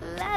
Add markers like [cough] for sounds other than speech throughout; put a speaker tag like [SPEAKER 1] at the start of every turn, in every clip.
[SPEAKER 1] la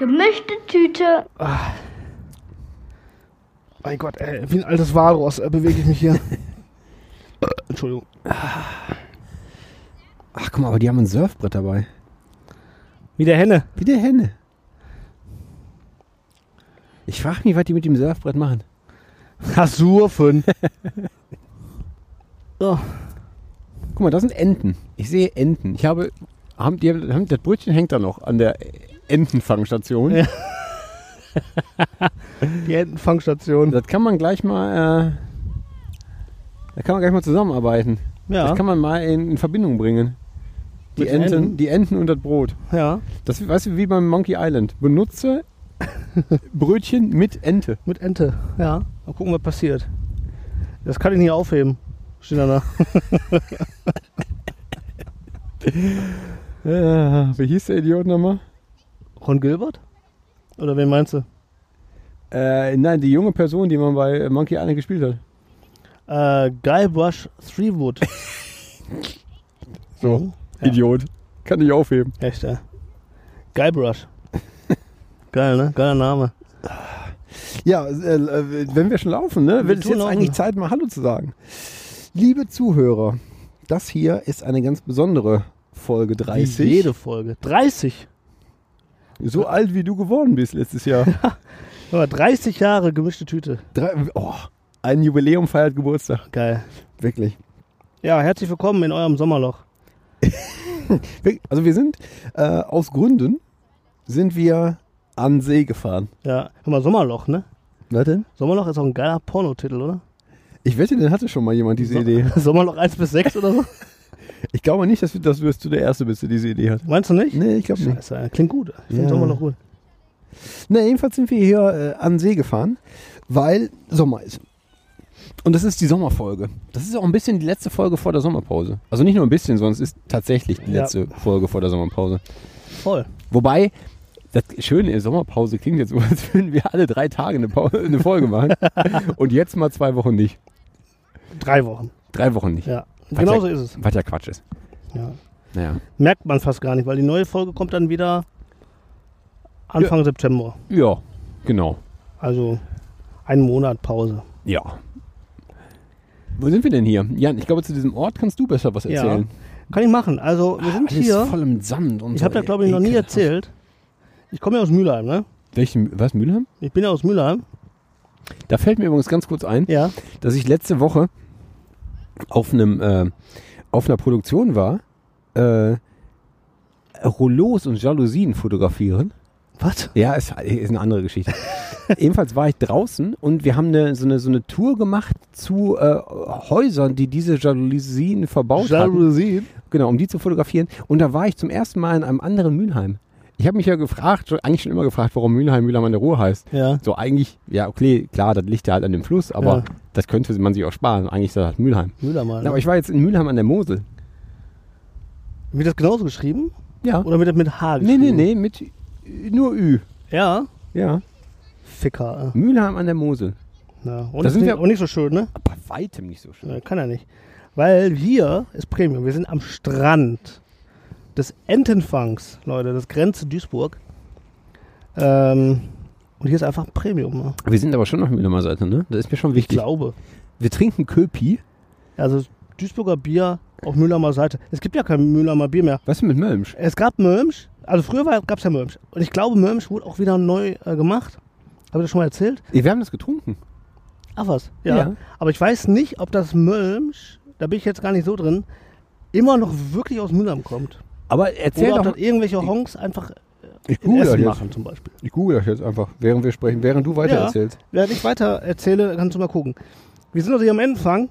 [SPEAKER 1] Gemischte Tüte.
[SPEAKER 2] Mein Gott, ey, wie ein altes Walross äh, bewege ich mich hier. Entschuldigung.
[SPEAKER 3] Ach, guck mal, aber die haben ein Surfbrett dabei.
[SPEAKER 2] [laughs] Wie der Henne.
[SPEAKER 3] Wie der Henne. Ich frage mich, was die mit dem Surfbrett machen.
[SPEAKER 2] Hasurfen.
[SPEAKER 3] Guck mal, das sind Enten. Ich sehe Enten. Ich habe. Haben, die haben, das Brötchen hängt da noch an der Entenfangstation.
[SPEAKER 2] Ja. Die Entenfangstation.
[SPEAKER 3] Das kann man gleich mal. Äh, da kann man gleich mal zusammenarbeiten. Das kann man mal in, in Verbindung bringen. Die
[SPEAKER 2] Mit den
[SPEAKER 3] Enten,
[SPEAKER 2] Enten?
[SPEAKER 3] die Enten und das Brot.
[SPEAKER 2] ja.
[SPEAKER 3] Das weißt du wie beim Monkey Island. [laughs] Benutze Brötchen mit Ente.
[SPEAKER 2] Mit Ente. Ja. Mal gucken, was passiert. Das kann ich nicht aufheben. Steht danach.
[SPEAKER 3] Äh, wie hieß der Idiot nochmal?
[SPEAKER 2] Ron Gilbert? Oder wen meinst du?
[SPEAKER 3] Äh, nein, die junge Person, die man bei Monkey Island gespielt hat.
[SPEAKER 2] Äh, Guybrush Threewood. [laughs]
[SPEAKER 3] So,
[SPEAKER 2] Ja.
[SPEAKER 3] Idiot. Kann ich aufheben.
[SPEAKER 2] Echt, ey. Guybrush. Geil, ne? Geiler Name.
[SPEAKER 3] Ja, äh, äh, wenn wir schon laufen, ne,
[SPEAKER 2] Wir
[SPEAKER 3] wird es
[SPEAKER 2] tun
[SPEAKER 3] jetzt
[SPEAKER 2] laufen.
[SPEAKER 3] eigentlich Zeit, mal Hallo zu sagen. Liebe Zuhörer, das hier ist eine ganz besondere Folge 30.
[SPEAKER 2] Wie jede Folge. 30.
[SPEAKER 3] So alt, wie du geworden bist letztes Jahr.
[SPEAKER 2] Aber 30 Jahre gemischte Tüte.
[SPEAKER 3] Drei, oh, ein Jubiläum feiert Geburtstag.
[SPEAKER 2] Geil.
[SPEAKER 3] Wirklich.
[SPEAKER 2] Ja, herzlich willkommen in eurem Sommerloch.
[SPEAKER 3] Wir- Also wir sind, äh, aus Gründen sind wir an See gefahren.
[SPEAKER 2] Ja, hör mal, Sommerloch, ne?
[SPEAKER 3] Was denn?
[SPEAKER 2] Sommerloch ist auch ein geiler Pornotitel, oder?
[SPEAKER 3] Ich wette, dann hatte schon mal jemand diese Idee.
[SPEAKER 2] [laughs] Sommerloch 1 bis 6 oder
[SPEAKER 3] [laughs]
[SPEAKER 2] so?
[SPEAKER 3] Ich glaube nicht, dass, wir, dass du der Erste bist, der diese Idee hat.
[SPEAKER 2] Meinst du nicht?
[SPEAKER 3] Nee, ich glaube nicht.
[SPEAKER 2] Scheiße, klingt gut. Ich finde
[SPEAKER 3] Ja.
[SPEAKER 2] Sommerloch gut.
[SPEAKER 3] Na, jedenfalls sind wir hier äh, an den See gefahren, weil Sommer ist. Und das ist die Sommerfolge. Das ist auch ein bisschen die letzte Folge vor der Sommerpause. Also nicht nur ein bisschen, sondern es ist tatsächlich die
[SPEAKER 2] Ja.
[SPEAKER 3] letzte Folge vor der Sommerpause.
[SPEAKER 2] Voll.
[SPEAKER 3] Wobei, das Schöne ist, Sommerpause klingt jetzt so, [laughs] als würden wir alle drei Tage eine, Pau- eine Folge
[SPEAKER 2] [laughs]
[SPEAKER 3] machen. Und jetzt mal zwei Wochen nicht.
[SPEAKER 2] Drei Wochen.
[SPEAKER 3] Drei Wochen nicht.
[SPEAKER 2] Ja.
[SPEAKER 3] Was
[SPEAKER 2] Genau
[SPEAKER 3] ja-
[SPEAKER 2] so ist es.
[SPEAKER 3] Was ja Quatsch ist.
[SPEAKER 2] Ja.
[SPEAKER 3] Naja.
[SPEAKER 2] Merkt man fast gar nicht, weil die neue Folge kommt dann wieder Anfang September.
[SPEAKER 3] Ja, genau.
[SPEAKER 2] Also einen Monat Pause.
[SPEAKER 3] Ja. Wo sind wir denn hier? Jan, ich glaube, zu diesem Ort kannst du besser was
[SPEAKER 2] Ja.
[SPEAKER 3] erzählen.
[SPEAKER 2] Kann ich machen. Also wir sind
[SPEAKER 3] Alles
[SPEAKER 2] hier.
[SPEAKER 3] voll im Sand und
[SPEAKER 2] Ich
[SPEAKER 3] so,
[SPEAKER 2] habe da glaube ich noch nie
[SPEAKER 3] ekelhaft.
[SPEAKER 2] erzählt. Ich komme ja aus Mülheim, ne?
[SPEAKER 3] Welchen, was, Mülheim?
[SPEAKER 2] Ich bin ja aus Mülheim.
[SPEAKER 3] Da fällt mir übrigens ganz kurz ein,
[SPEAKER 2] Ja.
[SPEAKER 3] dass ich letzte Woche auf einem äh, auf einer Produktion war, äh, Rollos und Jalousien fotografieren.
[SPEAKER 2] Was?
[SPEAKER 3] Ja, ist, ist eine
[SPEAKER 2] [laughs]
[SPEAKER 3] andere Geschichte. Ebenfalls war ich draußen und wir haben eine, so, eine, so eine Tour gemacht zu äh, Häusern, die diese Jalousien verbaut haben.
[SPEAKER 2] Jalousien.
[SPEAKER 3] Genau, um die zu fotografieren. Und da war ich zum ersten Mal in einem anderen Mülheim. Ich habe mich ja gefragt, schon, eigentlich schon immer gefragt, warum Mülheim Mülheim an der Ruhr heißt.
[SPEAKER 2] Ja.
[SPEAKER 3] So eigentlich, ja, okay, klar, das liegt ja halt an dem Fluss, aber
[SPEAKER 2] Ja.
[SPEAKER 3] das könnte man sich auch sparen. Eigentlich ist das halt Mülheim.
[SPEAKER 2] Mülheim.
[SPEAKER 3] Na, aber ich war jetzt in Mülheim an der Mosel.
[SPEAKER 2] Wird das genauso geschrieben?
[SPEAKER 3] Ja.
[SPEAKER 2] Oder wird das mit H
[SPEAKER 3] Nee,
[SPEAKER 2] geschrieben?
[SPEAKER 3] nee, nee, mit Ü- nur Ü.
[SPEAKER 2] Ja.
[SPEAKER 3] Ja.
[SPEAKER 2] Ficker.
[SPEAKER 3] Mülheim an der Mosel.
[SPEAKER 2] äh. Ja. Und,
[SPEAKER 3] Da
[SPEAKER 2] ist
[SPEAKER 3] sind
[SPEAKER 2] nicht,
[SPEAKER 3] wir-
[SPEAKER 2] und nicht so schön, ne?
[SPEAKER 3] Aber weitem nicht so schön.
[SPEAKER 2] Ja, kann er nicht. Weil hier ist Premium. Wir sind am Strand des Entenfangs, Leute. Das grenzt zu Duisburg. Ähm, und hier ist einfach Premium. Ne?
[SPEAKER 3] Wir sind aber schon auf Mülheimer Seite, ne? Das ist mir schon
[SPEAKER 2] Ich
[SPEAKER 3] wichtig.
[SPEAKER 2] glaube.
[SPEAKER 3] Wir trinken Köpi.
[SPEAKER 2] Also Duisburger Bier auf Mühlheimer Seite. Es gibt ja kein Mühlheimer Bier mehr.
[SPEAKER 3] Was ist denn mit Mölmsch?
[SPEAKER 2] Es gab Mölmsch. Also früher gab es ja Mölmsch. Und ich glaube, Mölmsch wurde auch wieder neu äh, gemacht. Habe ich das schon mal erzählt?
[SPEAKER 3] Wir haben das getrunken.
[SPEAKER 2] Ach was. Ja.
[SPEAKER 3] Ja.
[SPEAKER 2] Aber ich weiß nicht, ob das Mölmsch, da bin ich jetzt gar nicht so drin, immer noch wirklich aus Mühlheim kommt.
[SPEAKER 3] Aber erzähl
[SPEAKER 2] Oder ob
[SPEAKER 3] doch.
[SPEAKER 2] dann irgendwelche Honks einfach
[SPEAKER 3] Ich
[SPEAKER 2] in
[SPEAKER 3] google das
[SPEAKER 2] eh Essen
[SPEAKER 3] jetzt.
[SPEAKER 2] machen zum Beispiel.
[SPEAKER 3] Ich google das jetzt einfach, während wir sprechen, während du weiter
[SPEAKER 2] Ja.
[SPEAKER 3] erzählst.
[SPEAKER 2] Während ich weiter erzähle, kannst du mal gucken. Wir sind also hier am Anfang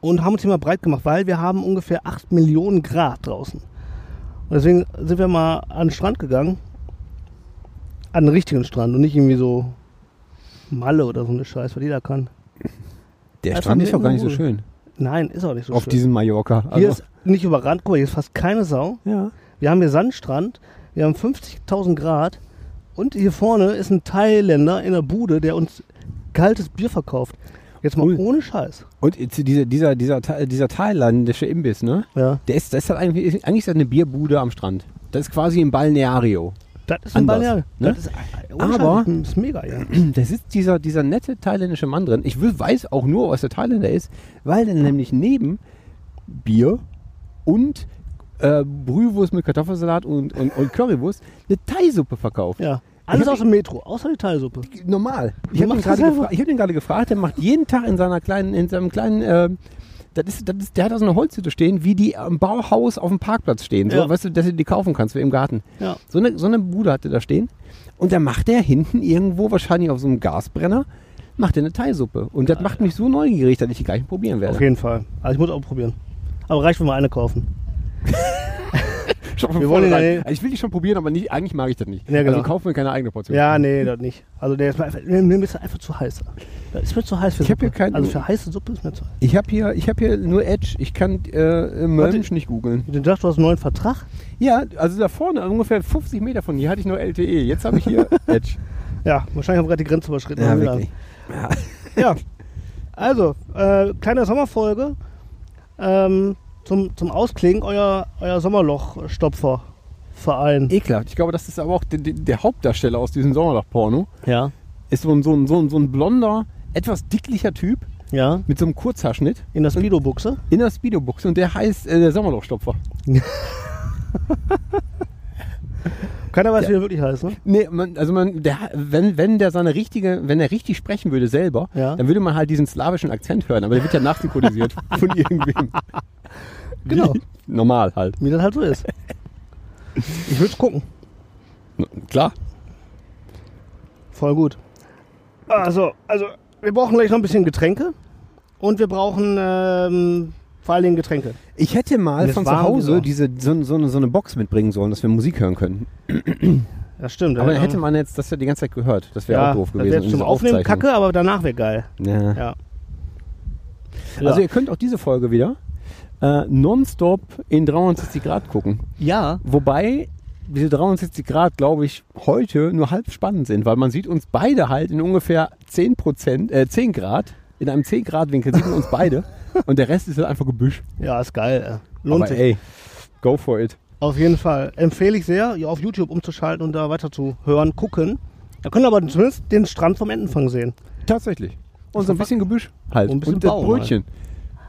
[SPEAKER 2] und haben uns hier mal breit gemacht, weil wir haben ungefähr 8 Millionen Grad draußen. Und deswegen sind wir mal an den Strand gegangen an den richtigen Strand und nicht irgendwie so Malle oder so eine Scheiß, was jeder kann.
[SPEAKER 3] Der
[SPEAKER 2] Einfach
[SPEAKER 3] Strand ist
[SPEAKER 2] mitten
[SPEAKER 3] auch gar nicht so
[SPEAKER 2] im Ruhe.
[SPEAKER 3] schön.
[SPEAKER 2] Nein, ist auch nicht so
[SPEAKER 3] auf
[SPEAKER 2] schön.
[SPEAKER 3] diesem Mallorca. Also,
[SPEAKER 2] hier ist nicht überrannt, guck mal, hier ist fast keine Sau.
[SPEAKER 3] ja.
[SPEAKER 2] Wir haben hier Sandstrand, wir haben 50.000 Grad und hier vorne ist ein Thailänder in der Bude, der uns kaltes Bier verkauft. Jetzt mal
[SPEAKER 3] Ui.
[SPEAKER 2] ohne Scheiß.
[SPEAKER 3] Und jetzt dieser, dieser, dieser, Tha- dieser thailändische Imbiss, ne?
[SPEAKER 2] Ja,
[SPEAKER 3] Der ist, das ist halt eigentlich, eigentlich ist das eine Bierbude am Strand. Das ist quasi ein Balneario. [clears throat]
[SPEAKER 2] das ist ein
[SPEAKER 3] Anders,
[SPEAKER 2] Balnearium.
[SPEAKER 3] ne?
[SPEAKER 2] Das ist, äh, ohne
[SPEAKER 3] Aber-
[SPEAKER 2] Scheiß, das ist mega, ja.
[SPEAKER 3] Da sitzt dieser, dieser nette thailändische Mann drin. Ich wü- weiß auch nur, was der Thailänder ist, weil dann nämlich neben Bier und äh, Brühwurst mit Kartoffelsalat und, und, und Currywurst eine Thaisuppe verkauft.
[SPEAKER 2] ja. Alles
[SPEAKER 3] hab
[SPEAKER 2] aus dem Metro, außer die Thaisuppe.
[SPEAKER 3] Normal. Ich
[SPEAKER 2] Du
[SPEAKER 3] habe ihn
[SPEAKER 2] machst
[SPEAKER 3] gerade
[SPEAKER 2] das
[SPEAKER 3] gefra- ich hab ihn gerade gefragt, der macht jeden Tag in seiner kleinen, in seinem kleinen, ähm, das ist, das ist, der hat da so eine Holzhütte stehen, wie die am Bauhaus auf dem Parkplatz stehen. So,
[SPEAKER 2] Ja.
[SPEAKER 3] weißt du, dass du die kaufen kannst für im Garten.
[SPEAKER 2] Ja.
[SPEAKER 3] So eine, so eine Bude hatte da stehen. Und da macht er hinten irgendwo, wahrscheinlich auf so einem Gasbrenner, macht er eine Thaisuppe. Und das macht mich so neugierig, dass ich die gleichen probieren werde.
[SPEAKER 2] Auf jeden Fall. Also ich muss auch probieren. Aber reicht, wenn wir eine kaufen.
[SPEAKER 3] Schon von
[SPEAKER 2] Wir wollen ihn
[SPEAKER 3] vornherein.
[SPEAKER 2] ja nicht-
[SPEAKER 3] Also ich will die schon probieren, aber nicht, eigentlich mag ich das nicht.
[SPEAKER 2] Ja, genau.
[SPEAKER 3] Also kaufen wir keine eigene Portion.
[SPEAKER 2] Ja, nee, das nicht. Also der ist mir einfach, mir mir ist er einfach zu heiß. Das ist mir zu heiß für
[SPEAKER 3] Ich hab
[SPEAKER 2] Suppe.
[SPEAKER 3] hier keinen-
[SPEAKER 2] also für heiße Suppe ist mir zu heiß.
[SPEAKER 3] Ich habe hier, ich hab hier nur Edge. Ich kann äh, Merch nicht googeln.
[SPEAKER 2] Du dachtest, du hast einen neuen Vertrag?
[SPEAKER 3] Ja, also da vorne, ungefähr 50 Meter von hier, hatte ich nur LTE. Jetzt habe ich hier Edge.
[SPEAKER 2] Ja, wahrscheinlich haben wir gerade die Grenze überschritten. Haben wir dann.
[SPEAKER 3] Ja.
[SPEAKER 2] Also, äh, kleine Sommerfolge ähm, zum, zum Ausklingen euer, euer Sommerloch-Stopfer-Verein.
[SPEAKER 3] Ekelhaft. Ich glaube, das ist aber auch der, der- der Hauptdarsteller aus diesem Sommerloch-Porno.
[SPEAKER 2] Ja,
[SPEAKER 3] Ist so ein, so, ein, so, ein, so ein blonder, etwas dicklicher Typ
[SPEAKER 2] ja.
[SPEAKER 3] mit so einem Kurzhaarschnitt
[SPEAKER 2] In der Speedo-Buchse.
[SPEAKER 3] in der Speedo-Buchse und der heißt äh, der Sommerlochstopfer.
[SPEAKER 2] Keiner weiß, wie der wirklich
[SPEAKER 3] [laughs]
[SPEAKER 2] heißt, ne?
[SPEAKER 3] Nee, man, also man, der, wenn, wenn der seine richtige, wenn er richtig sprechen würde selber,
[SPEAKER 2] Ja.
[SPEAKER 3] dann würde man halt diesen slawischen Akzent hören, aber der wird ja [laughs] nachsynchronisiert von irgendwem.
[SPEAKER 2] Genau.
[SPEAKER 3] Wie- Normal halt.
[SPEAKER 2] Wie das halt so ist. Ich würde gucken.
[SPEAKER 3] Klar.
[SPEAKER 2] Voll gut. Also, also, wir brauchen gleich noch ein bisschen Getränke. Und wir brauchen ähm, vor allen Dingen Getränke.
[SPEAKER 3] Ich hätte mal
[SPEAKER 2] Das
[SPEAKER 3] von zu
[SPEAKER 2] waren wir
[SPEAKER 3] Hause
[SPEAKER 2] doch.
[SPEAKER 3] diese, so, so, eine- so eine Box mitbringen sollen, dass wir Musik hören können.
[SPEAKER 2] Das stimmt.
[SPEAKER 3] Aber
[SPEAKER 2] ja.
[SPEAKER 3] dann hätte man jetzt das ja die ganze Zeit gehört. Das wäre
[SPEAKER 2] ja,
[SPEAKER 3] auch doof
[SPEAKER 2] das
[SPEAKER 3] gewesen.
[SPEAKER 2] Jetzt
[SPEAKER 3] in
[SPEAKER 2] zum
[SPEAKER 3] dieser
[SPEAKER 2] Aufnehmen
[SPEAKER 3] Aufzeichnung.
[SPEAKER 2] kacke, aber danach wäre geil.
[SPEAKER 3] Ja.
[SPEAKER 2] Ja. Also, ja.
[SPEAKER 3] Also ihr könnt auch diese Folge wieder äh, nonstop in 360 Grad gucken.
[SPEAKER 2] ja.
[SPEAKER 3] Wobei diese 360 Grad, glaube ich, heute nur halb spannend sind, weil man sieht uns beide halt in ungefähr 10 Prozent, äh, 10 Grad, in einem 10 Grad Winkel sieht man uns
[SPEAKER 2] [laughs]
[SPEAKER 3] beide und der Rest ist halt einfach Gebüsch.
[SPEAKER 2] Ja, ist geil. Äh. Lohnt
[SPEAKER 3] Aber
[SPEAKER 2] sich.
[SPEAKER 3] ey, go for it.
[SPEAKER 2] Auf jeden Fall. Empfehle ich sehr, ja, auf YouTube umzuschalten und da weiter zu hören, gucken. Da können aber zumindest den Strand vom Entenfang sehen.
[SPEAKER 3] Tatsächlich. Und so ein bisschen Gebüsch halt.
[SPEAKER 2] Und ein bisschen
[SPEAKER 3] und das
[SPEAKER 2] Baum halt.
[SPEAKER 3] Brötchen.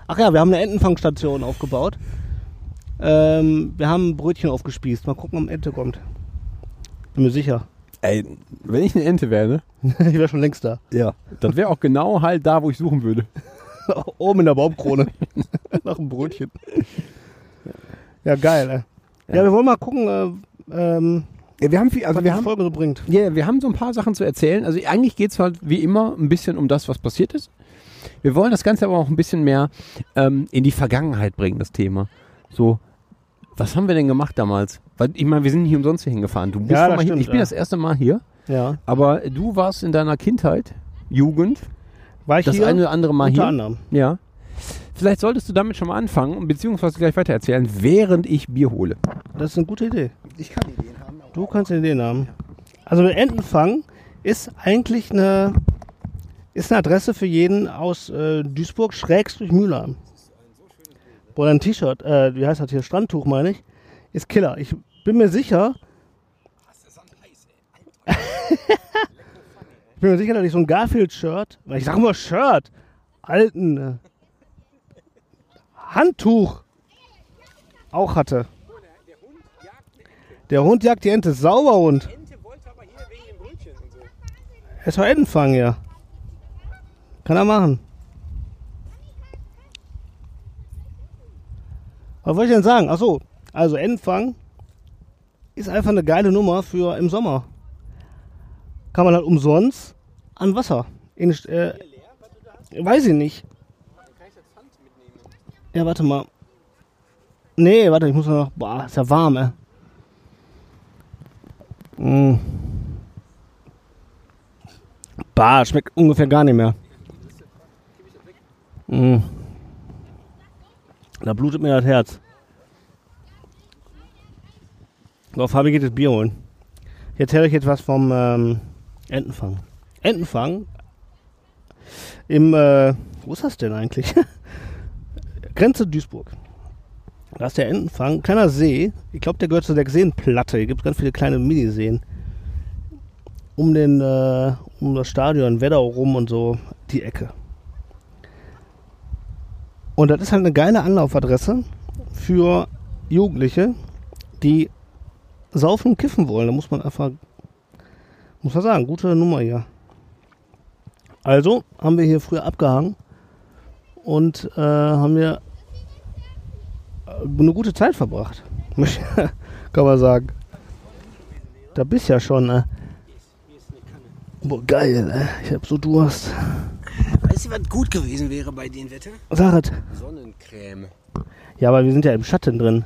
[SPEAKER 2] Ach ja, wir haben eine Entenfangstation aufgebaut. Ähm, wir haben ein Brötchen aufgespießt. Mal gucken, ob eine Ente kommt. Bin mir sicher. [laughs]
[SPEAKER 3] Ey, wenn ich eine Ente wäre, ne?
[SPEAKER 2] ich wäre schon längst da. [laughs]
[SPEAKER 3] Ja. Das wäre auch genau halt da, wo ich suchen würde.
[SPEAKER 2] Oben in der Baumkrone. [laughs] Nach dem Brötchen. Ja, geil, ey. Ja, wir wollen mal gucken, äh, ähm,
[SPEAKER 3] wir haben viel,
[SPEAKER 2] was
[SPEAKER 3] also
[SPEAKER 2] die Folge so bringt.
[SPEAKER 3] Ja, wir haben so ein paar Sachen zu erzählen. Also eigentlich geht's halt wie immer ein bisschen um das, was passiert ist. Wir wollen das Ganze aber auch ein bisschen mehr ähm, in die Vergangenheit bringen, das Thema. So, was haben wir denn gemacht damals? Weil ich meine, wir sind nicht umsonst hier hingefahren. Du bist
[SPEAKER 2] Ja,
[SPEAKER 3] schon
[SPEAKER 2] das
[SPEAKER 3] mal hier,
[SPEAKER 2] stimmt,
[SPEAKER 3] ich bin
[SPEAKER 2] ja.
[SPEAKER 3] das erste Mal hier,
[SPEAKER 2] Ja.
[SPEAKER 3] aber du warst in deiner Kindheit, Jugend,
[SPEAKER 2] War ich
[SPEAKER 3] das
[SPEAKER 2] hier?
[SPEAKER 3] eine oder andere Mal
[SPEAKER 2] unter
[SPEAKER 3] hier.
[SPEAKER 2] anderem.
[SPEAKER 3] Ja. Vielleicht solltest du damit schon mal anfangen, beziehungsweise gleich weitererzählen, während ich Bier hole.
[SPEAKER 2] Das ist eine gute Idee. Ich kann Ideen haben. Du kannst Ideen haben. Also der Entenfang ist eigentlich eine, ist eine Adresse für jeden aus äh, Duisburg schrägst durch Mülheim. Boah, dein T-Shirt, äh, wie heißt das hier, Strandtuch meine ich, ist Killer. Ich bin mir sicher, [laughs] ich bin mir sicher, dass ich so ein Garfield-Shirt, weil ich sag mal Shirt, alten äh, Handtuch auch hatte. Der Hund jagt die Ente, sauber Hund. Es war Entenfang, ja. Kann er machen. Was wollte ich denn sagen? Achso, also Entenfang ist einfach eine geile Nummer für im Sommer. Kann man halt umsonst an Wasser. In, äh, weiß ich nicht. Ja, warte mal. Nee, warte, ich muss Hm. noch. Boah, ist ja warm, ey. Mm. Spar. Schmeckt ungefähr gar nicht mehr. Mm. Da blutet mir das Herz. So, Fabi geht das Bier holen. Ich erzähle euch jetzt was vom ähm, Entenfang. Entenfang im, äh, wo ist das denn eigentlich? [laughs] Grenze Duisburg. Da ist der Entenfang, kleiner See. Ich glaube, der gehört zu der Seenplatte. Hier gibt es ganz viele kleine Miniseen. Um, den, äh, um das Stadion Wedau rum und so, die Ecke. Und das ist halt eine geile Anlaufadresse für Jugendliche, die saufen und kiffen wollen. Da muss man einfach, muss man sagen, gute Nummer hier. Also haben wir hier früher abgehangen und äh, haben wir eine gute Zeit verbracht. [laughs] Kann man sagen. Da bist ja schon, ne? Boah, geil, ey. Ich hab so Durst.
[SPEAKER 4] Weißt du, was gut gewesen wäre bei den Wetter?
[SPEAKER 2] Sag es.
[SPEAKER 4] Sonnencreme.
[SPEAKER 2] Ja, aber wir sind ja im Schatten drin.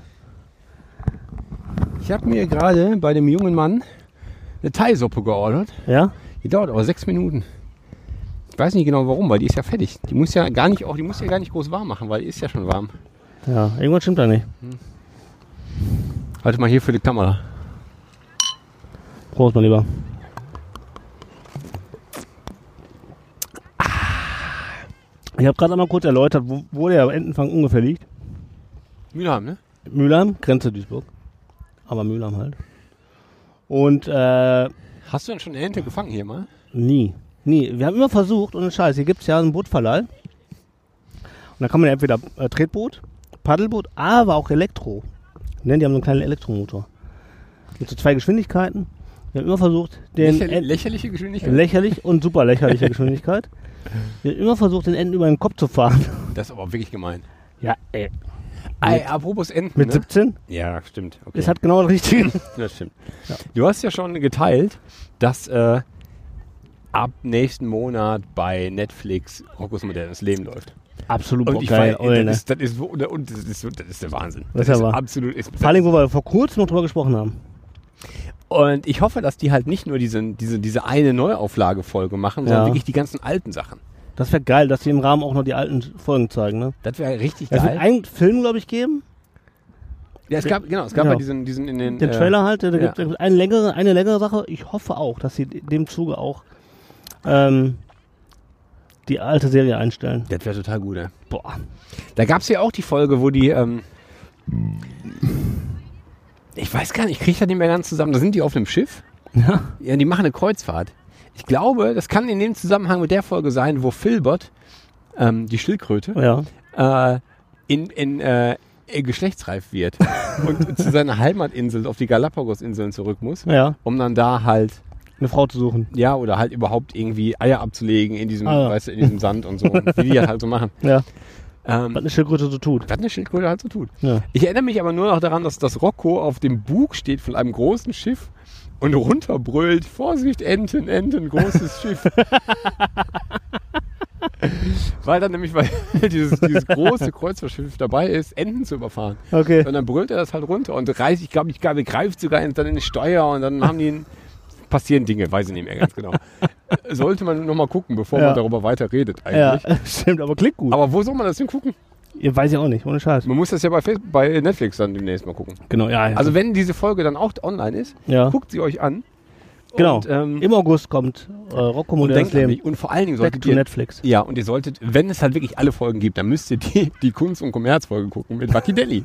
[SPEAKER 3] Ich habe mir gerade bei dem jungen Mann eine Thai-Suppe geordert.
[SPEAKER 2] Ja?
[SPEAKER 3] Die dauert aber sechs Minuten. Ich weiß nicht genau warum, weil die ist ja fertig. Die muss ja gar nicht auch, die muss ja gar nicht groß warm machen, weil die ist ja schon warm.
[SPEAKER 2] Ja, irgendwas stimmt da nicht.
[SPEAKER 3] Halte Halt mal hier für die Kamera.
[SPEAKER 2] Prost, mein Lieber. Ah. Ich habe gerade einmal kurz erläutert, wo, wo der Entenfang ungefähr liegt.
[SPEAKER 3] Mühlheim, ne?
[SPEAKER 2] Mülheim, Grenze Duisburg. Aber Mülheim halt. Und äh,
[SPEAKER 3] Hast du denn schon eine Ente gefangen hier mal?
[SPEAKER 2] nie. Nie. Wir haben immer versucht, ohne Scheiß, hier gibt es ja einen Bootverleih. Und da kann man ja entweder äh, Tretboot, Paddelboot, aber auch Elektro. Ne, die haben so einen kleinen Elektromotor. Mit so zwei Geschwindigkeiten. Wir haben immer versucht, den
[SPEAKER 3] Lächerli-
[SPEAKER 2] Ent-
[SPEAKER 3] lächerliche Geschwindigkeit?
[SPEAKER 2] lächerlich und super lächerliche Geschwindigkeit. Wir haben immer versucht, den Enten über den Kopf zu fahren.
[SPEAKER 3] das ist aber wirklich gemein.
[SPEAKER 2] Ja, ey.
[SPEAKER 3] Ey, apropos Enten.
[SPEAKER 2] Mit
[SPEAKER 3] ne?
[SPEAKER 2] 17?
[SPEAKER 3] Ja, stimmt. Okay.
[SPEAKER 2] Das hat genau das Richtige.
[SPEAKER 3] Das stimmt. Du hast ja schon geteilt, dass äh, ab nächsten Monat bei Netflix Rockos modernes Leben läuft.
[SPEAKER 2] Absolut
[SPEAKER 3] Und ich
[SPEAKER 2] geil.
[SPEAKER 3] feier-
[SPEAKER 2] ne?
[SPEAKER 3] das, ist, das, ist, wo- und das, ist, das ist der Wahnsinn.
[SPEAKER 2] Das ist
[SPEAKER 3] ist
[SPEAKER 2] aber-
[SPEAKER 3] absolut. Ist,
[SPEAKER 2] Vor allem, wo wir vor kurzem noch drüber gesprochen haben.
[SPEAKER 3] und ich hoffe, dass die halt nicht nur diese, diese, diese eine Neuauflage-Folge machen,
[SPEAKER 2] Ja.
[SPEAKER 3] sondern wirklich die ganzen alten Sachen.
[SPEAKER 2] Das wäre geil, dass sie im Rahmen auch noch die alten Folgen zeigen, ne?
[SPEAKER 3] Das wäre richtig
[SPEAKER 2] Es wird
[SPEAKER 3] geil.
[SPEAKER 2] einen Film, glaube ich, geben.
[SPEAKER 3] Ja, es gab, genau, es gab
[SPEAKER 2] Ja.
[SPEAKER 3] ja diesen, diesen in den.
[SPEAKER 2] Den
[SPEAKER 3] äh,
[SPEAKER 2] Trailer halt. Da
[SPEAKER 3] ja.
[SPEAKER 2] gibt es eine längere, eine längere Sache. Ich hoffe auch, dass sie dem Zuge auch ähm, die alte Serie einstellen.
[SPEAKER 3] Das wäre total gut, ey.
[SPEAKER 2] Boah.
[SPEAKER 3] Da gab es ja auch die Folge, wo die. Ähm, ich weiß gar nicht, ich kriege das nicht mehr ganz zusammen. Da sind die auf einem Schiff.
[SPEAKER 2] [laughs] Ja.
[SPEAKER 3] Ja, die machen eine Kreuzfahrt. Ich glaube, das kann in dem Zusammenhang mit der Folge sein, wo Philbot, ähm, die Schildkröte,
[SPEAKER 2] Ja.
[SPEAKER 3] äh, in, in äh, äh,
[SPEAKER 2] [laughs]
[SPEAKER 3] geschlechtsreif wird und zu seiner Heimatinsel, auf die Galapagos-Inseln zurück muss,
[SPEAKER 2] Ja.
[SPEAKER 3] um dann da halt,
[SPEAKER 2] Eine Frau zu suchen.
[SPEAKER 3] ja, oder halt überhaupt irgendwie Eier abzulegen in diesem,
[SPEAKER 2] Ah, ja.
[SPEAKER 3] weißt du, in diesem Sand und so, und wie die das halt so machen.
[SPEAKER 2] Ja.
[SPEAKER 3] Ähm,
[SPEAKER 2] Was eine Schildkröte so tut.
[SPEAKER 3] was eine Schildkröte halt so tut.
[SPEAKER 2] Ja.
[SPEAKER 3] Ich erinnere mich aber nur noch daran, dass das Rocco auf dem Bug steht von einem großen Schiff und runterbrüllt, Vorsicht, Enten,
[SPEAKER 2] [laughs]
[SPEAKER 3] Enten, großes Schiff. weil dann nämlich, weil [laughs] dieses, dieses große Kreuzfahrtschiff dabei ist, Enten zu überfahren.
[SPEAKER 2] Okay.
[SPEAKER 3] Und dann brüllt er das halt runter und reißt, ich glaube, ich glaube, greift sogar in- dann in die Steuer und dann haben die einen, passieren Dinge, weiß ich nicht mehr
[SPEAKER 2] [laughs]
[SPEAKER 3] ganz genau. Sollte man nochmal gucken, bevor
[SPEAKER 2] Ja.
[SPEAKER 3] man darüber weiter redet
[SPEAKER 2] Ja, [laughs]
[SPEAKER 3] eigentlich.
[SPEAKER 2] stimmt, aber klingt gut.
[SPEAKER 3] Aber wo soll man das denn gucken?
[SPEAKER 2] Ja, weiß ich auch nicht, ohne Scheiß.
[SPEAKER 3] Man muss das ja bei, Facebook, bei Netflix dann demnächst mal gucken.
[SPEAKER 2] Genau, ja. ja.
[SPEAKER 3] Also wenn diese Folge dann auch online ist,
[SPEAKER 2] ja.
[SPEAKER 3] guckt sie euch an.
[SPEAKER 2] genau.
[SPEAKER 3] Und, ähm,
[SPEAKER 2] Im August kommt äh, Rocco
[SPEAKER 3] und
[SPEAKER 2] Modernes
[SPEAKER 3] denkt an
[SPEAKER 2] Leben.
[SPEAKER 3] mich. Und vor allen Dingen
[SPEAKER 2] Back
[SPEAKER 3] solltet
[SPEAKER 2] to
[SPEAKER 3] ihr...
[SPEAKER 2] Netflix.
[SPEAKER 3] Ja, und ihr solltet, wenn es halt wirklich alle Folgen gibt, dann müsst ihr die, [laughs] die Kunst- und Kommerzfolge gucken mit Waki Deli.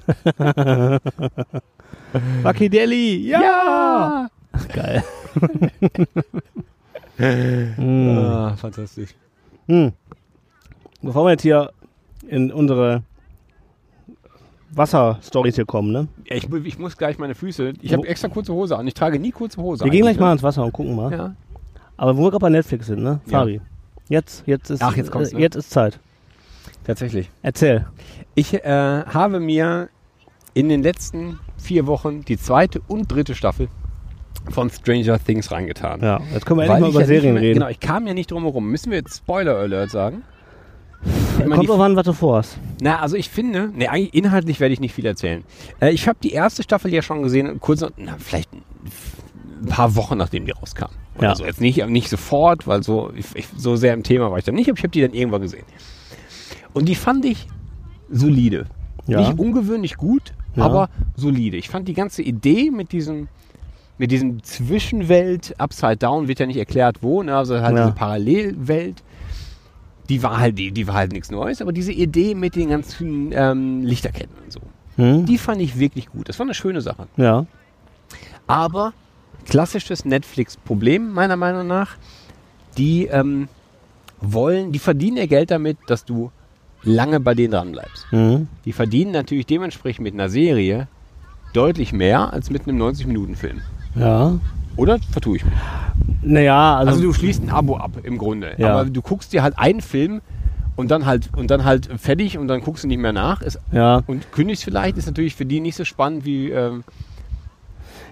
[SPEAKER 2] Bakidelli, [laughs] ja!
[SPEAKER 3] ja!
[SPEAKER 2] Geil.
[SPEAKER 3] Ah, fantastisch.
[SPEAKER 2] Hm. Bevor wir jetzt hier in unsere Wasser-Stories hier kommen, ne?
[SPEAKER 3] Ja, ich, mu- ich muss gleich meine Füße... Ich habe
[SPEAKER 2] Wo-
[SPEAKER 3] extra kurze Hose an. Ich trage nie kurze Hose
[SPEAKER 2] Wir gehen gleich
[SPEAKER 3] eigentlich,
[SPEAKER 2] mal ins Wasser und gucken mal.
[SPEAKER 3] ne? Ja.
[SPEAKER 2] Aber wo wir gerade bei Netflix sind, ne?
[SPEAKER 3] Ja.
[SPEAKER 2] Fabi. Jetzt, jetzt ist,
[SPEAKER 3] Ach, jetzt kommt's,
[SPEAKER 2] äh,
[SPEAKER 3] ne?
[SPEAKER 2] jetzt ist Zeit.
[SPEAKER 3] Tatsächlich.
[SPEAKER 2] Erzähl.
[SPEAKER 3] Ich äh, habe mir in den letzten vier Wochen die zweite und dritte Staffel von Stranger Things reingetan.
[SPEAKER 2] Ja, jetzt können wir
[SPEAKER 3] Weil
[SPEAKER 2] endlich mal über
[SPEAKER 3] ich ja nicht
[SPEAKER 2] Serien
[SPEAKER 3] mehr,
[SPEAKER 2] reden.
[SPEAKER 3] Genau, ich kam ja nicht drum herum. Müssen wir jetzt Spoiler-Alert sagen? Ich meine,
[SPEAKER 2] Kommt
[SPEAKER 3] die,
[SPEAKER 2] drauf an, was du vorhast.
[SPEAKER 3] na, also ich finde, ne, eigentlich inhaltlich werde ich nicht viel erzählen. Äh, ich habe die erste Staffel ja schon gesehen, kurz, na, vielleicht ein paar Wochen nachdem die rauskam. Oder
[SPEAKER 2] Ja.
[SPEAKER 3] so. Jetzt nicht, nicht sofort, weil so, ich, ich, so sehr im Thema war ich dann nicht, aber ich habe die dann irgendwann gesehen. Und die fand ich solide.
[SPEAKER 2] Ja.
[SPEAKER 3] Nicht ungewöhnlich gut,
[SPEAKER 2] Ja.
[SPEAKER 3] aber solide. Ich fand die ganze Idee mit diesem, mit diesem Zwischenwelt, Upside Down, wird ja nicht erklärt wo, ne? also halt
[SPEAKER 2] Ja.
[SPEAKER 3] diese Parallelwelt, die war halt, die, die war halt nichts Neues, aber diese Idee mit den ganzen ähm, Lichterketten und so,
[SPEAKER 2] Hm?
[SPEAKER 3] die fand ich wirklich gut. Das war eine schöne Sache.
[SPEAKER 2] Ja.
[SPEAKER 3] Aber klassisches Netflix-Problem, meiner Meinung nach, die ähm, wollen, die verdienen ihr Geld damit, dass du lange bei denen dranbleibst.
[SPEAKER 2] Hm?
[SPEAKER 3] Die verdienen natürlich dementsprechend mit einer Serie deutlich mehr als mit einem 90-Minuten-Film.
[SPEAKER 2] Ja.
[SPEAKER 3] Oder vertue ich mich?
[SPEAKER 2] Naja, also,
[SPEAKER 3] Also du schließt ein Abo ab im Grunde.
[SPEAKER 2] Ja.
[SPEAKER 3] Aber du guckst dir halt einen Film und dann halt und dann halt fertig und dann guckst du nicht mehr nach. Ist,
[SPEAKER 2] ja.
[SPEAKER 3] und kündigst vielleicht, ist natürlich für die nicht so spannend wie ähm,